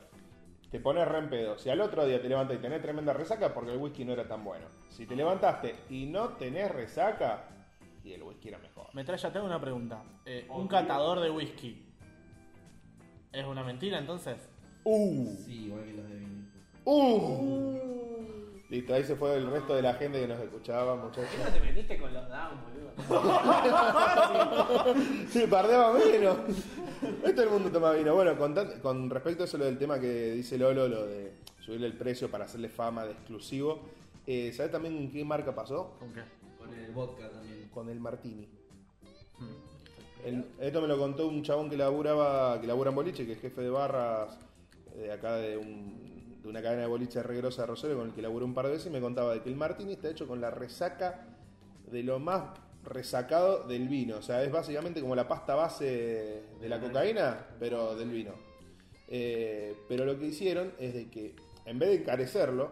[SPEAKER 2] Te pones re en pedo. Si al otro día te levantas y tenés tremenda resaca, porque el whisky no era tan bueno. Si te levantaste y no tenés resaca, y el whisky era mejor.
[SPEAKER 4] Metralla, tengo una pregunta. Eh, un catador de whisky. ¿Es una mentira entonces?
[SPEAKER 2] Uh.
[SPEAKER 6] Sí, igual que los de vino.
[SPEAKER 2] Uh. Listo, ahí se fue el resto de la gente que nos escuchaba, muchachos.
[SPEAKER 3] te metiste con los down, boludo?
[SPEAKER 2] Se pardeaba menos. No todo el mundo toma vino. Bueno, con, tan- con respecto a eso lo del tema que dice Lolo, lo de subirle el precio para hacerle fama de exclusivo, eh, ¿sabes también en qué marca pasó?
[SPEAKER 4] ¿Con qué?
[SPEAKER 6] Con el vodka también.
[SPEAKER 2] Con el Martini. El- esto me lo contó un chabón que laburaba, que labura en boliche, que es jefe de barras eh, de acá de, un- de una cadena de boliche regrosa de Rosario con el que laburé un par de veces y me contaba de que el Martini está hecho con la resaca de lo más resacado del vino. O sea, es básicamente como la pasta base de la cocaína, pero del vino. Eh, pero lo que hicieron es de que, en vez de encarecerlo,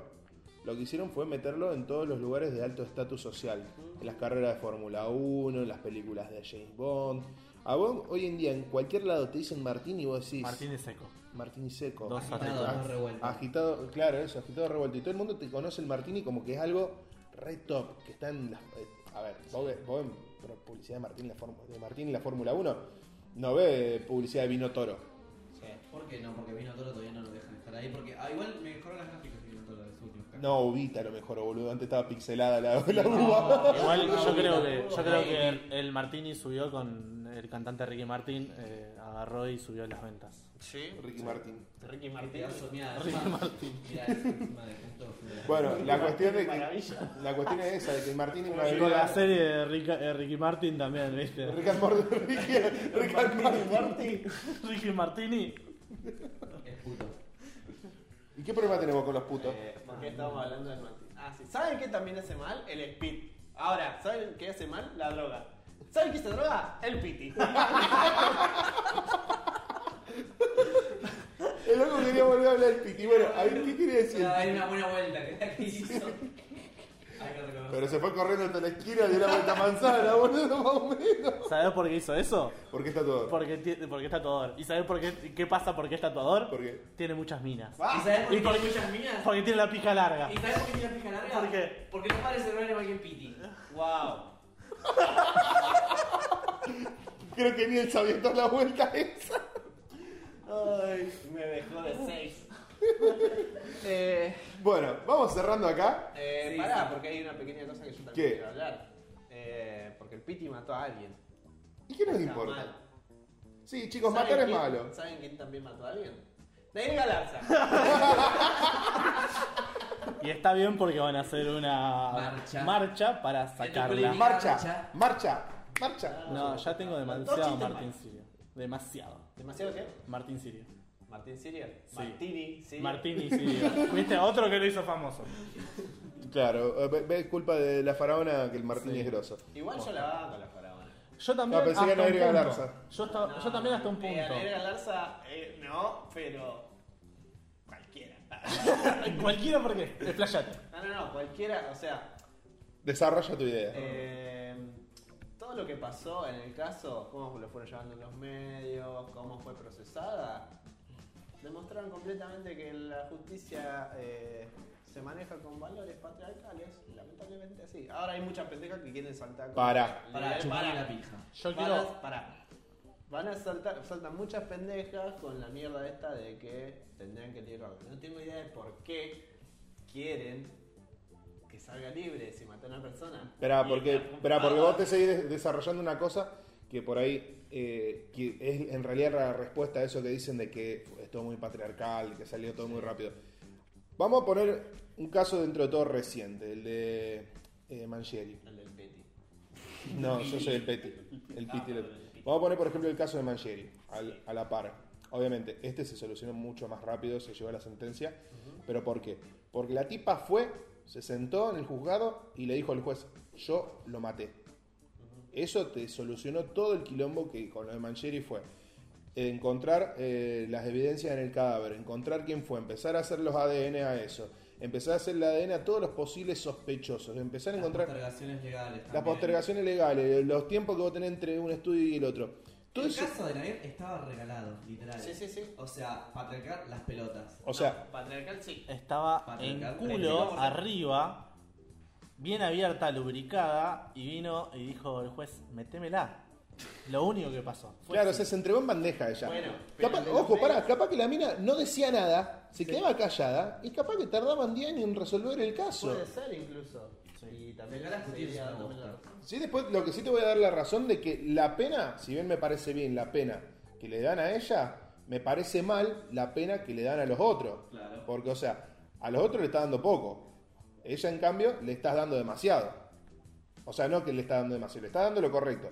[SPEAKER 2] lo que hicieron fue meterlo en todos los lugares de alto estatus social. En las carreras de Fórmula 1, en las películas de James Bond. A vos, hoy en día, en cualquier lado te dicen Martini y vos decís...
[SPEAKER 4] Martín de Seco.
[SPEAKER 2] Martini seco.
[SPEAKER 4] Dos
[SPEAKER 6] Agitado,
[SPEAKER 2] Ah,
[SPEAKER 6] no revuelto.
[SPEAKER 2] agitado, claro, eso, agitado revuelto. Y todo el mundo te conoce el Martini como que es algo re top, que está en las. eh, a ver, vos, ve- vos en pro- publicidad de Martini, en la Fórmula- de Martini en la Fórmula 1 no ve publicidad de vino toro.
[SPEAKER 6] ¿Por qué no? Porque Vino Toro todavía no lo dejan estar ahí. Porque ah, igual me mejoran las gráficas de Vino Toro de sus últimos casos.
[SPEAKER 2] No, Ubita a lo mejor, boludo. Antes estaba pixelada la, la uva.
[SPEAKER 4] Igual
[SPEAKER 6] No,
[SPEAKER 4] yo creo
[SPEAKER 6] no,
[SPEAKER 4] que,
[SPEAKER 6] no,
[SPEAKER 4] yo
[SPEAKER 6] no,
[SPEAKER 4] creo
[SPEAKER 6] no,
[SPEAKER 4] que el- el Martini subió con el cantante Ricky Martin, eh, agarró y subió las ventas.
[SPEAKER 3] Sí.
[SPEAKER 2] Ricky Martin.
[SPEAKER 3] Ricky
[SPEAKER 6] Te
[SPEAKER 3] Martín.
[SPEAKER 6] da soñada. encima- Mirá, es encima de punto.
[SPEAKER 2] Bueno, la cuestión, es que,
[SPEAKER 3] Maravilla.
[SPEAKER 2] la cuestión es esa, de que el Martini es una
[SPEAKER 4] Y con la
[SPEAKER 2] bebida.
[SPEAKER 4] serie de Rick- eh, Ricky Martin también, ¿viste?
[SPEAKER 2] Rick and Morty. Rick- Rick and Morty.
[SPEAKER 4] Ricky Martini.
[SPEAKER 6] Es puto.
[SPEAKER 2] ¿Y qué problema tenemos con los putos?
[SPEAKER 3] Eh, ¿Por qué estábamos hablando del Martín? Ah, sí. ¿Saben qué también hace mal? El speed. Ahora, ¿saben qué hace mal? La droga. ¿Saben qué es la droga? El piti.
[SPEAKER 2] El loco quería volver a hablar del piti. Bueno, a ver, ¿qué quería decir?
[SPEAKER 6] Ah, Hay una buena vuelta que la que hizo. Hay que reconocer.
[SPEAKER 2] Pero se fue corriendo hasta la esquina de una vuelta a manzana, boludo, más o menos.
[SPEAKER 4] ¿Sabes por qué hizo eso?
[SPEAKER 2] ¿Por qué está todo?
[SPEAKER 4] Porque, ti- porque es tatuador. ¿Y sabes por qué, qué pasa porque es tatuador?
[SPEAKER 2] ¿Por qué?
[SPEAKER 4] Tiene muchas minas.
[SPEAKER 6] ¿Y sabes por
[SPEAKER 4] Ah. ¿Y
[SPEAKER 6] qué
[SPEAKER 4] por
[SPEAKER 6] tiene
[SPEAKER 4] qué-
[SPEAKER 6] muchas minas?
[SPEAKER 4] Porque tiene la pija larga.
[SPEAKER 6] ¿Y sabes por qué tiene la pija larga?
[SPEAKER 4] ¿Por qué?
[SPEAKER 6] Porque los padres se lo igual que el Piti.
[SPEAKER 3] wow.
[SPEAKER 2] Creo que ni él sabía toda la vuelta esa.
[SPEAKER 3] Ay, me dejó de seis. eh,
[SPEAKER 2] Bueno, vamos cerrando acá.
[SPEAKER 3] eh,
[SPEAKER 6] Sí,
[SPEAKER 3] pará,
[SPEAKER 6] sí.
[SPEAKER 3] porque hay una pequeña cosa que yo también
[SPEAKER 2] ¿Qué?
[SPEAKER 3] quiero hablar. Eh, porque el Piti mató a alguien.
[SPEAKER 2] ¿Y qué nos
[SPEAKER 3] Está
[SPEAKER 2] importa?
[SPEAKER 3] mal.
[SPEAKER 2] Sí, chicos,
[SPEAKER 3] ¿Saben
[SPEAKER 2] matar es
[SPEAKER 3] quién-
[SPEAKER 2] malo.
[SPEAKER 3] ¿Saben quién también mató a alguien? Daniel Galarza.
[SPEAKER 4] Y está bien porque van a hacer una
[SPEAKER 6] Marcha.
[SPEAKER 4] marcha para
[SPEAKER 6] política.
[SPEAKER 4] sacarla.
[SPEAKER 2] Marcha, marcha, marcha.
[SPEAKER 4] No, ya tengo
[SPEAKER 3] Dos
[SPEAKER 4] demasiado
[SPEAKER 3] chistes
[SPEAKER 4] Martín
[SPEAKER 3] más.
[SPEAKER 4] Sirio. Demasiado.
[SPEAKER 3] ¿Demasiado qué?
[SPEAKER 4] Martín Sirio.
[SPEAKER 3] Martín Siria.
[SPEAKER 4] Sí.
[SPEAKER 3] Martini Siria.
[SPEAKER 4] Martín y Sirio. ¿Viste? Otro que lo hizo famoso.
[SPEAKER 2] Claro, eh, ve- ve, es culpa de la faraona que el Martín
[SPEAKER 4] Sí.
[SPEAKER 2] es grosso.
[SPEAKER 3] Igual yo la banco a la faraona.
[SPEAKER 4] Yo también.
[SPEAKER 2] No, pensé que
[SPEAKER 4] hasta
[SPEAKER 2] no
[SPEAKER 4] un
[SPEAKER 2] era
[SPEAKER 4] punto.
[SPEAKER 2] Galarza.
[SPEAKER 4] Yo, esta- yo también hasta un
[SPEAKER 3] Eh, Daniel
[SPEAKER 4] punto.
[SPEAKER 3] Galarza, eh, no, pero. Cualquiera.
[SPEAKER 4] Cualquiera porque. eh, Explayate.
[SPEAKER 3] No, no, no, cualquiera, o sea.
[SPEAKER 2] Desarrolla tu idea.
[SPEAKER 3] Eh, todo lo que pasó en el caso, cómo lo fueron llevando los medios, cómo fue procesada, demostraron completamente que la justicia eh, se maneja con valores patriarcales, lamentablemente así. Ahora hay muchas pendejas que quieren saltar con...
[SPEAKER 2] Pará.
[SPEAKER 6] Para
[SPEAKER 3] Legal-
[SPEAKER 6] chuparle
[SPEAKER 3] Eh, pará.
[SPEAKER 6] la pija.
[SPEAKER 4] Yo
[SPEAKER 3] Van
[SPEAKER 4] quiero.
[SPEAKER 3] a- pará. Van a saltar, saltan muchas pendejas con la mierda esta de que tendrían que libre. No tengo idea de por qué quieren que salga libre si mató a una persona.
[SPEAKER 2] Esperá,
[SPEAKER 3] Y
[SPEAKER 2] porque,
[SPEAKER 3] la-
[SPEAKER 2] esperá, porque vos te seguís des- desarrollando una cosa que por ahí eh, que es en realidad la respuesta a eso que dicen de que es todo muy patriarcal, que salió todo muy rápido. Vamos a poner un caso dentro de todo reciente, el de eh, Mangieri.
[SPEAKER 3] El del Peti.
[SPEAKER 2] No, yo soy el Peti. El Piti. Vamos a poner, por ejemplo, el caso de Mangieri, al- a la par. Obviamente, este se solucionó mucho más rápido, se llevó a la sentencia. ¿Pero por qué? Porque la tipa fue, se sentó en el juzgado y le dijo al juez, yo lo maté. Eso te solucionó todo el quilombo que con lo de Mangieri fue. Encontrar eh, las evidencias en el cadáver, encontrar quién fue, empezar a hacer los ADN a eso, empezar a hacer el ADN a todos los posibles sospechosos, empezar a
[SPEAKER 6] Las
[SPEAKER 2] encontrar...
[SPEAKER 6] postergaciones legales.
[SPEAKER 2] Las
[SPEAKER 6] también.
[SPEAKER 2] postergaciones legales, los tiempos que vos tenés entre un estudio y el otro. Todo
[SPEAKER 6] El
[SPEAKER 2] eso.
[SPEAKER 6] caso de Nair estaba regalado, literal.
[SPEAKER 3] Sí, sí, sí.
[SPEAKER 6] O sea, para atracar las pelotas.
[SPEAKER 2] O sea,
[SPEAKER 3] Patriarcal sí.
[SPEAKER 4] Estaba
[SPEAKER 6] Para
[SPEAKER 4] en
[SPEAKER 6] arrancar,
[SPEAKER 4] culo,
[SPEAKER 6] prendemos.
[SPEAKER 4] arriba, bien abierta, lubricada, y vino y dijo el juez, metémela. Lo único que pasó. fue
[SPEAKER 2] Claro, o
[SPEAKER 4] eso.
[SPEAKER 2] sea, se entregó en bandeja ella.
[SPEAKER 3] Bueno, pero
[SPEAKER 2] capaz,
[SPEAKER 3] de los
[SPEAKER 2] ojo, pará,
[SPEAKER 3] medios-
[SPEAKER 2] capaz que la mina no decía nada, se quedaba callada y capaz que tardaban 10 años en resolver el caso.
[SPEAKER 3] Puede ser incluso. Y también
[SPEAKER 6] Pero la justicia
[SPEAKER 3] seguiría
[SPEAKER 6] no me
[SPEAKER 3] dándome la
[SPEAKER 6] gusta.
[SPEAKER 3] razón.
[SPEAKER 2] Sí, después lo que sí te voy a dar la razón de que la pena, si bien me parece bien la pena que le dan a ella, me parece mal la pena que le dan a los otros.
[SPEAKER 6] Claro.
[SPEAKER 2] Porque, o sea, a los otros le está dando poco. Ella, en cambio, le estás dando demasiado. O sea, no que le está dando demasiado, le está dando lo correcto.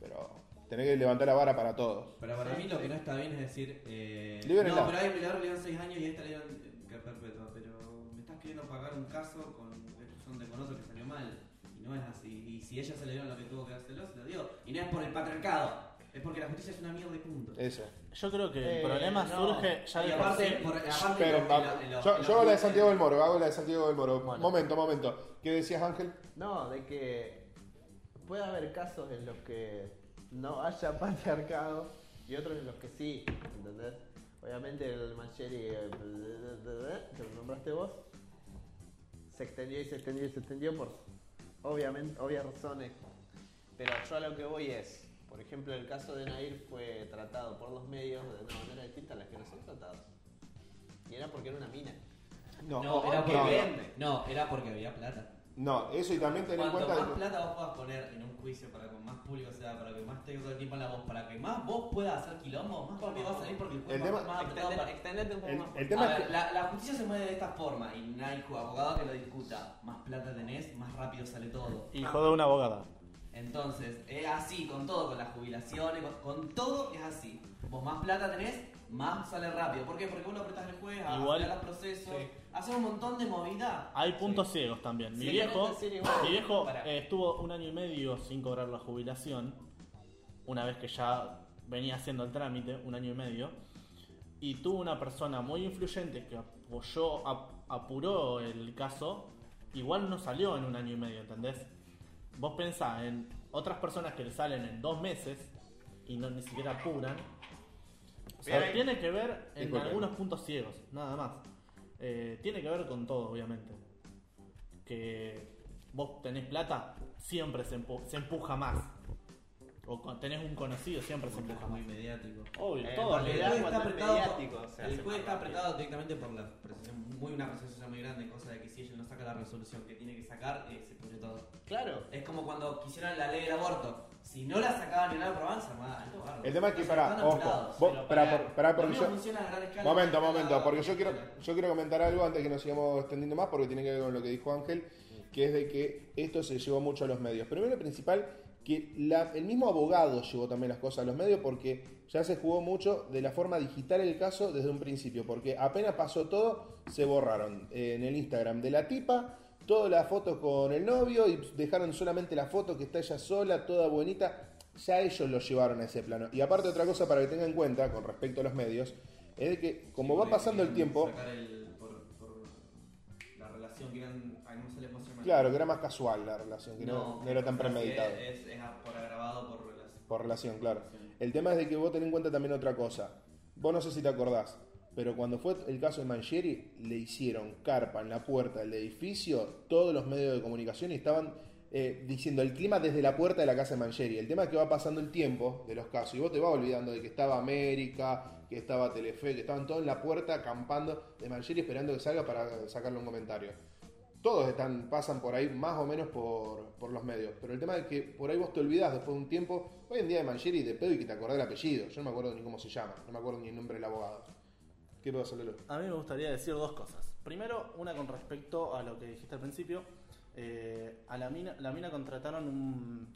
[SPEAKER 2] Pero tenés que levantar la vara para todos.
[SPEAKER 6] Pero para mí lo que no está bien es decir. Eh,
[SPEAKER 2] Libérenla.
[SPEAKER 6] no, pero hay un le dieron 6 años y a esta le dieron eh, que perpetua. Pero me estás queriendo pagar un caso con exclusión de con otro que salió mal. Y no es así. Y si ella se le dieron lo que tuvo que dárselo, se lo dio. Y no es por el patriarcado. Es porque la justicia es una mierda y punto.
[SPEAKER 2] Eso.
[SPEAKER 4] Yo creo que el
[SPEAKER 7] Eh,
[SPEAKER 4] problema
[SPEAKER 7] no.
[SPEAKER 4] surge ya
[SPEAKER 6] y
[SPEAKER 4] de por
[SPEAKER 6] aparte,
[SPEAKER 4] sí.
[SPEAKER 6] por, aparte
[SPEAKER 2] Pero,
[SPEAKER 6] en lo- en lo- en lo- eh.
[SPEAKER 2] yo,
[SPEAKER 6] en
[SPEAKER 2] yo
[SPEAKER 6] lo-
[SPEAKER 2] hago la de Santiago del Moro, hago la de Santiago del Moro.
[SPEAKER 7] Bueno.
[SPEAKER 2] Momento, momento. ¿Qué decías, Ángel?
[SPEAKER 3] No, de que puede haber casos en los que no haya patriarcado y otros en los que sí, ¿entendés? Obviamente el Mancheri eh, que lo nombraste vos se extendió y se extendió y se extendió por obviamente, obvias razones. Pero yo a lo que voy es, por ejemplo, el caso de Nair fue tratado por los medios de una manera distinta a las que no son tratados. Y era porque era una mina.
[SPEAKER 2] No,
[SPEAKER 6] No, era
[SPEAKER 2] no,
[SPEAKER 6] porque, no, era porque había plata.
[SPEAKER 2] no, eso y también ten en
[SPEAKER 6] Cuanto
[SPEAKER 2] cuenta
[SPEAKER 6] más
[SPEAKER 2] que-
[SPEAKER 6] plata vos puedas poner en un juicio para que más público sea, para que más tengas todo el tiempo en la voz, para que más vos puedas hacer quilombo, más rápido va a salir porque el juez
[SPEAKER 2] El
[SPEAKER 6] va
[SPEAKER 2] tema-
[SPEAKER 6] más apretado
[SPEAKER 3] Extender-
[SPEAKER 6] para-
[SPEAKER 3] extendete un poco
[SPEAKER 2] El,
[SPEAKER 3] más.
[SPEAKER 2] el
[SPEAKER 6] A
[SPEAKER 2] tema es
[SPEAKER 6] ver,
[SPEAKER 2] que.
[SPEAKER 6] la, la justicia se mueve de esta forma y no hay abogado que lo discuta. Más plata tenés, más rápido sale todo.
[SPEAKER 4] Hijo de una abogada.
[SPEAKER 6] Entonces, es así con todo, con las jubilaciones, con, con todo es así. Vos más plata tenés, más sale rápido. ¿Por qué? Porque vos lo apretás al juez, a
[SPEAKER 4] Igual-
[SPEAKER 6] los procesos,
[SPEAKER 4] sí.
[SPEAKER 6] hacer un montón de movida.
[SPEAKER 4] Hay puntos ciegos también. Mi
[SPEAKER 6] Sí,
[SPEAKER 4] viejo,
[SPEAKER 6] es decir, igual.
[SPEAKER 4] mi viejo
[SPEAKER 6] Pará.
[SPEAKER 4] eh, estuvo un año y medio sin cobrar la jubilación, una vez que ya venía haciendo el trámite, un año y medio, y tuvo una persona muy influyente que apoyó, ap- apuró el caso, igual no salió en un año y medio, ¿entendés? Vos pensás en otras personas que le salen en dos meses y no ni siquiera apuran. O sea,
[SPEAKER 2] Bien.
[SPEAKER 4] tiene que ver en
[SPEAKER 2] Disculpen.
[SPEAKER 4] algunos puntos ciegos, nada más. Eh, tiene que ver con todo, obviamente. Que vos tenés plata, siempre se, empu- se empuja más. O con- tenés un conocido, siempre se empuja
[SPEAKER 6] muy
[SPEAKER 4] más.
[SPEAKER 6] mediático.
[SPEAKER 4] Obvio,
[SPEAKER 3] Eh,
[SPEAKER 4] todo.
[SPEAKER 3] porque
[SPEAKER 6] el
[SPEAKER 3] ya
[SPEAKER 6] juez está
[SPEAKER 3] cuando es
[SPEAKER 6] apretado,
[SPEAKER 3] mediático, se
[SPEAKER 6] el
[SPEAKER 3] hace
[SPEAKER 6] juez
[SPEAKER 3] más rápido.
[SPEAKER 6] está apretado directamente por la precisión, muy una precisión muy grande, cosa de que si ella no saca la resolución que tiene que sacar, eh, se pone todo.
[SPEAKER 3] Claro.
[SPEAKER 6] Es como cuando quisieron la ley del aborto. Si no la sacaban en la Provenza, más alto barro.
[SPEAKER 2] El tema es que,
[SPEAKER 6] Entonces,
[SPEAKER 2] pará,
[SPEAKER 6] están
[SPEAKER 2] ojo,
[SPEAKER 6] apurados.
[SPEAKER 2] vos-
[SPEAKER 6] Pero
[SPEAKER 2] pará,
[SPEAKER 6] para-
[SPEAKER 2] por- pará,
[SPEAKER 6] lo
[SPEAKER 2] porque
[SPEAKER 6] mismo
[SPEAKER 2] yo-
[SPEAKER 6] funciona a gran escala.
[SPEAKER 2] Momento,
[SPEAKER 6] A gran
[SPEAKER 2] momento,
[SPEAKER 6] escala.
[SPEAKER 2] porque yo quiero, yo quiero comentar algo antes que nos sigamos extendiendo más, porque tiene que ver con lo que dijo Ángel, que es de que esto se llevó mucho a los medios. Primero y principal, que la- el mismo abogado llevó también las cosas a los medios, porque ya se jugó mucho de la forma digital el caso desde un principio, porque apenas pasó todo, se borraron eh, en el Instagram de la tipa. Todas las fotos con el novio y dejaron solamente la foto que está ella sola, toda bonita. Ya ellos lo llevaron a ese plano. Y aparte otra cosa para que tengan en cuenta con respecto a los medios, es de que como va
[SPEAKER 6] Porque
[SPEAKER 2] pasando el
[SPEAKER 6] quieren
[SPEAKER 2] tiempo,
[SPEAKER 6] sacar el- por- por La relación que eran. ay, no se les emociona.
[SPEAKER 2] claro, que era más casual la relación, que no, no era tan
[SPEAKER 6] o sea, sí,
[SPEAKER 2] premeditado.
[SPEAKER 6] Es, es a- por agravado por relación.
[SPEAKER 2] Por relación, claro.
[SPEAKER 6] Sí.
[SPEAKER 2] El tema es de que vos tenés en cuenta también otra cosa. Vos no sé si te acordás, pero cuando fue el caso de Mangieri, le hicieron carpa en la puerta del edificio todos los medios de comunicación y estaban eh, diciendo el clima desde la puerta de la casa de Mangieri. El tema es que va pasando el tiempo de los casos y vos te vas olvidando de que estaba América, que estaba Telefe, que estaban todos en la puerta acampando de Mangieri esperando que salga para sacarle un comentario todos están, pasan por ahí más o menos por, por los medios. Pero el tema es que por ahí vos te olvidás después de un tiempo, hoy en día de Mangieri de pedo y que te acordás el apellido. Yo no me acuerdo ni cómo se llama, no me acuerdo ni el nombre del abogado. ¿Qué pasa, Lolo?
[SPEAKER 4] A mí me gustaría decir dos cosas. Primero, una con respecto a lo que dijiste al principio. Eh, a la mina, la mina contrataron un,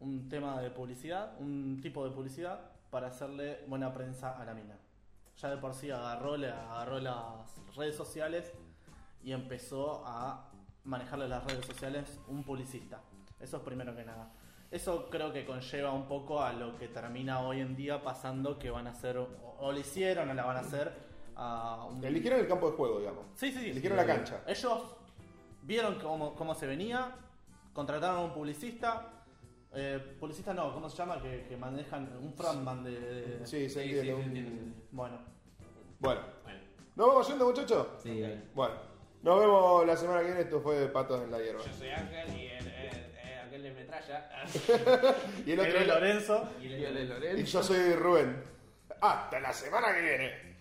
[SPEAKER 4] un tema de publicidad, un tipo de publicidad, para hacerle buena prensa a la mina. Ya de por sí agarró, la- agarró las redes sociales y empezó a manejarle las redes sociales un publicista. Eso es primero que nada. Eso creo que conlleva un poco a lo que termina hoy en día pasando que van a hacer, o, o lo hicieron o la van a hacer a un...
[SPEAKER 2] Eligieron el campo de juego, digamos.
[SPEAKER 4] Sí, sí, sí.
[SPEAKER 2] Eligieron la cancha.
[SPEAKER 4] Ellos vieron cómo, cómo se venía, contrataron a un publicista. eh, publicista no, ¿cómo se llama? Que, que manejan un frontman de... de-
[SPEAKER 2] Sí, se
[SPEAKER 6] Sí, sí,
[SPEAKER 2] entiende.
[SPEAKER 6] sí,
[SPEAKER 2] un-
[SPEAKER 6] entiendo, sí, sí.
[SPEAKER 4] Bueno,
[SPEAKER 2] Bueno. ¿Nos vamos yendo, muchachos?
[SPEAKER 6] Sí, vale.
[SPEAKER 2] Bueno. Nos vemos la semana que viene. Esto fue Patos en la Hierba.
[SPEAKER 3] Yo soy Ángel y el, el- el- aquel
[SPEAKER 7] él es metralla.
[SPEAKER 2] Y el
[SPEAKER 4] Pero
[SPEAKER 2] otro.
[SPEAKER 4] Lorenzo.
[SPEAKER 7] Y él es Lorenzo.
[SPEAKER 2] Y yo soy Rubén. Hasta la semana que viene.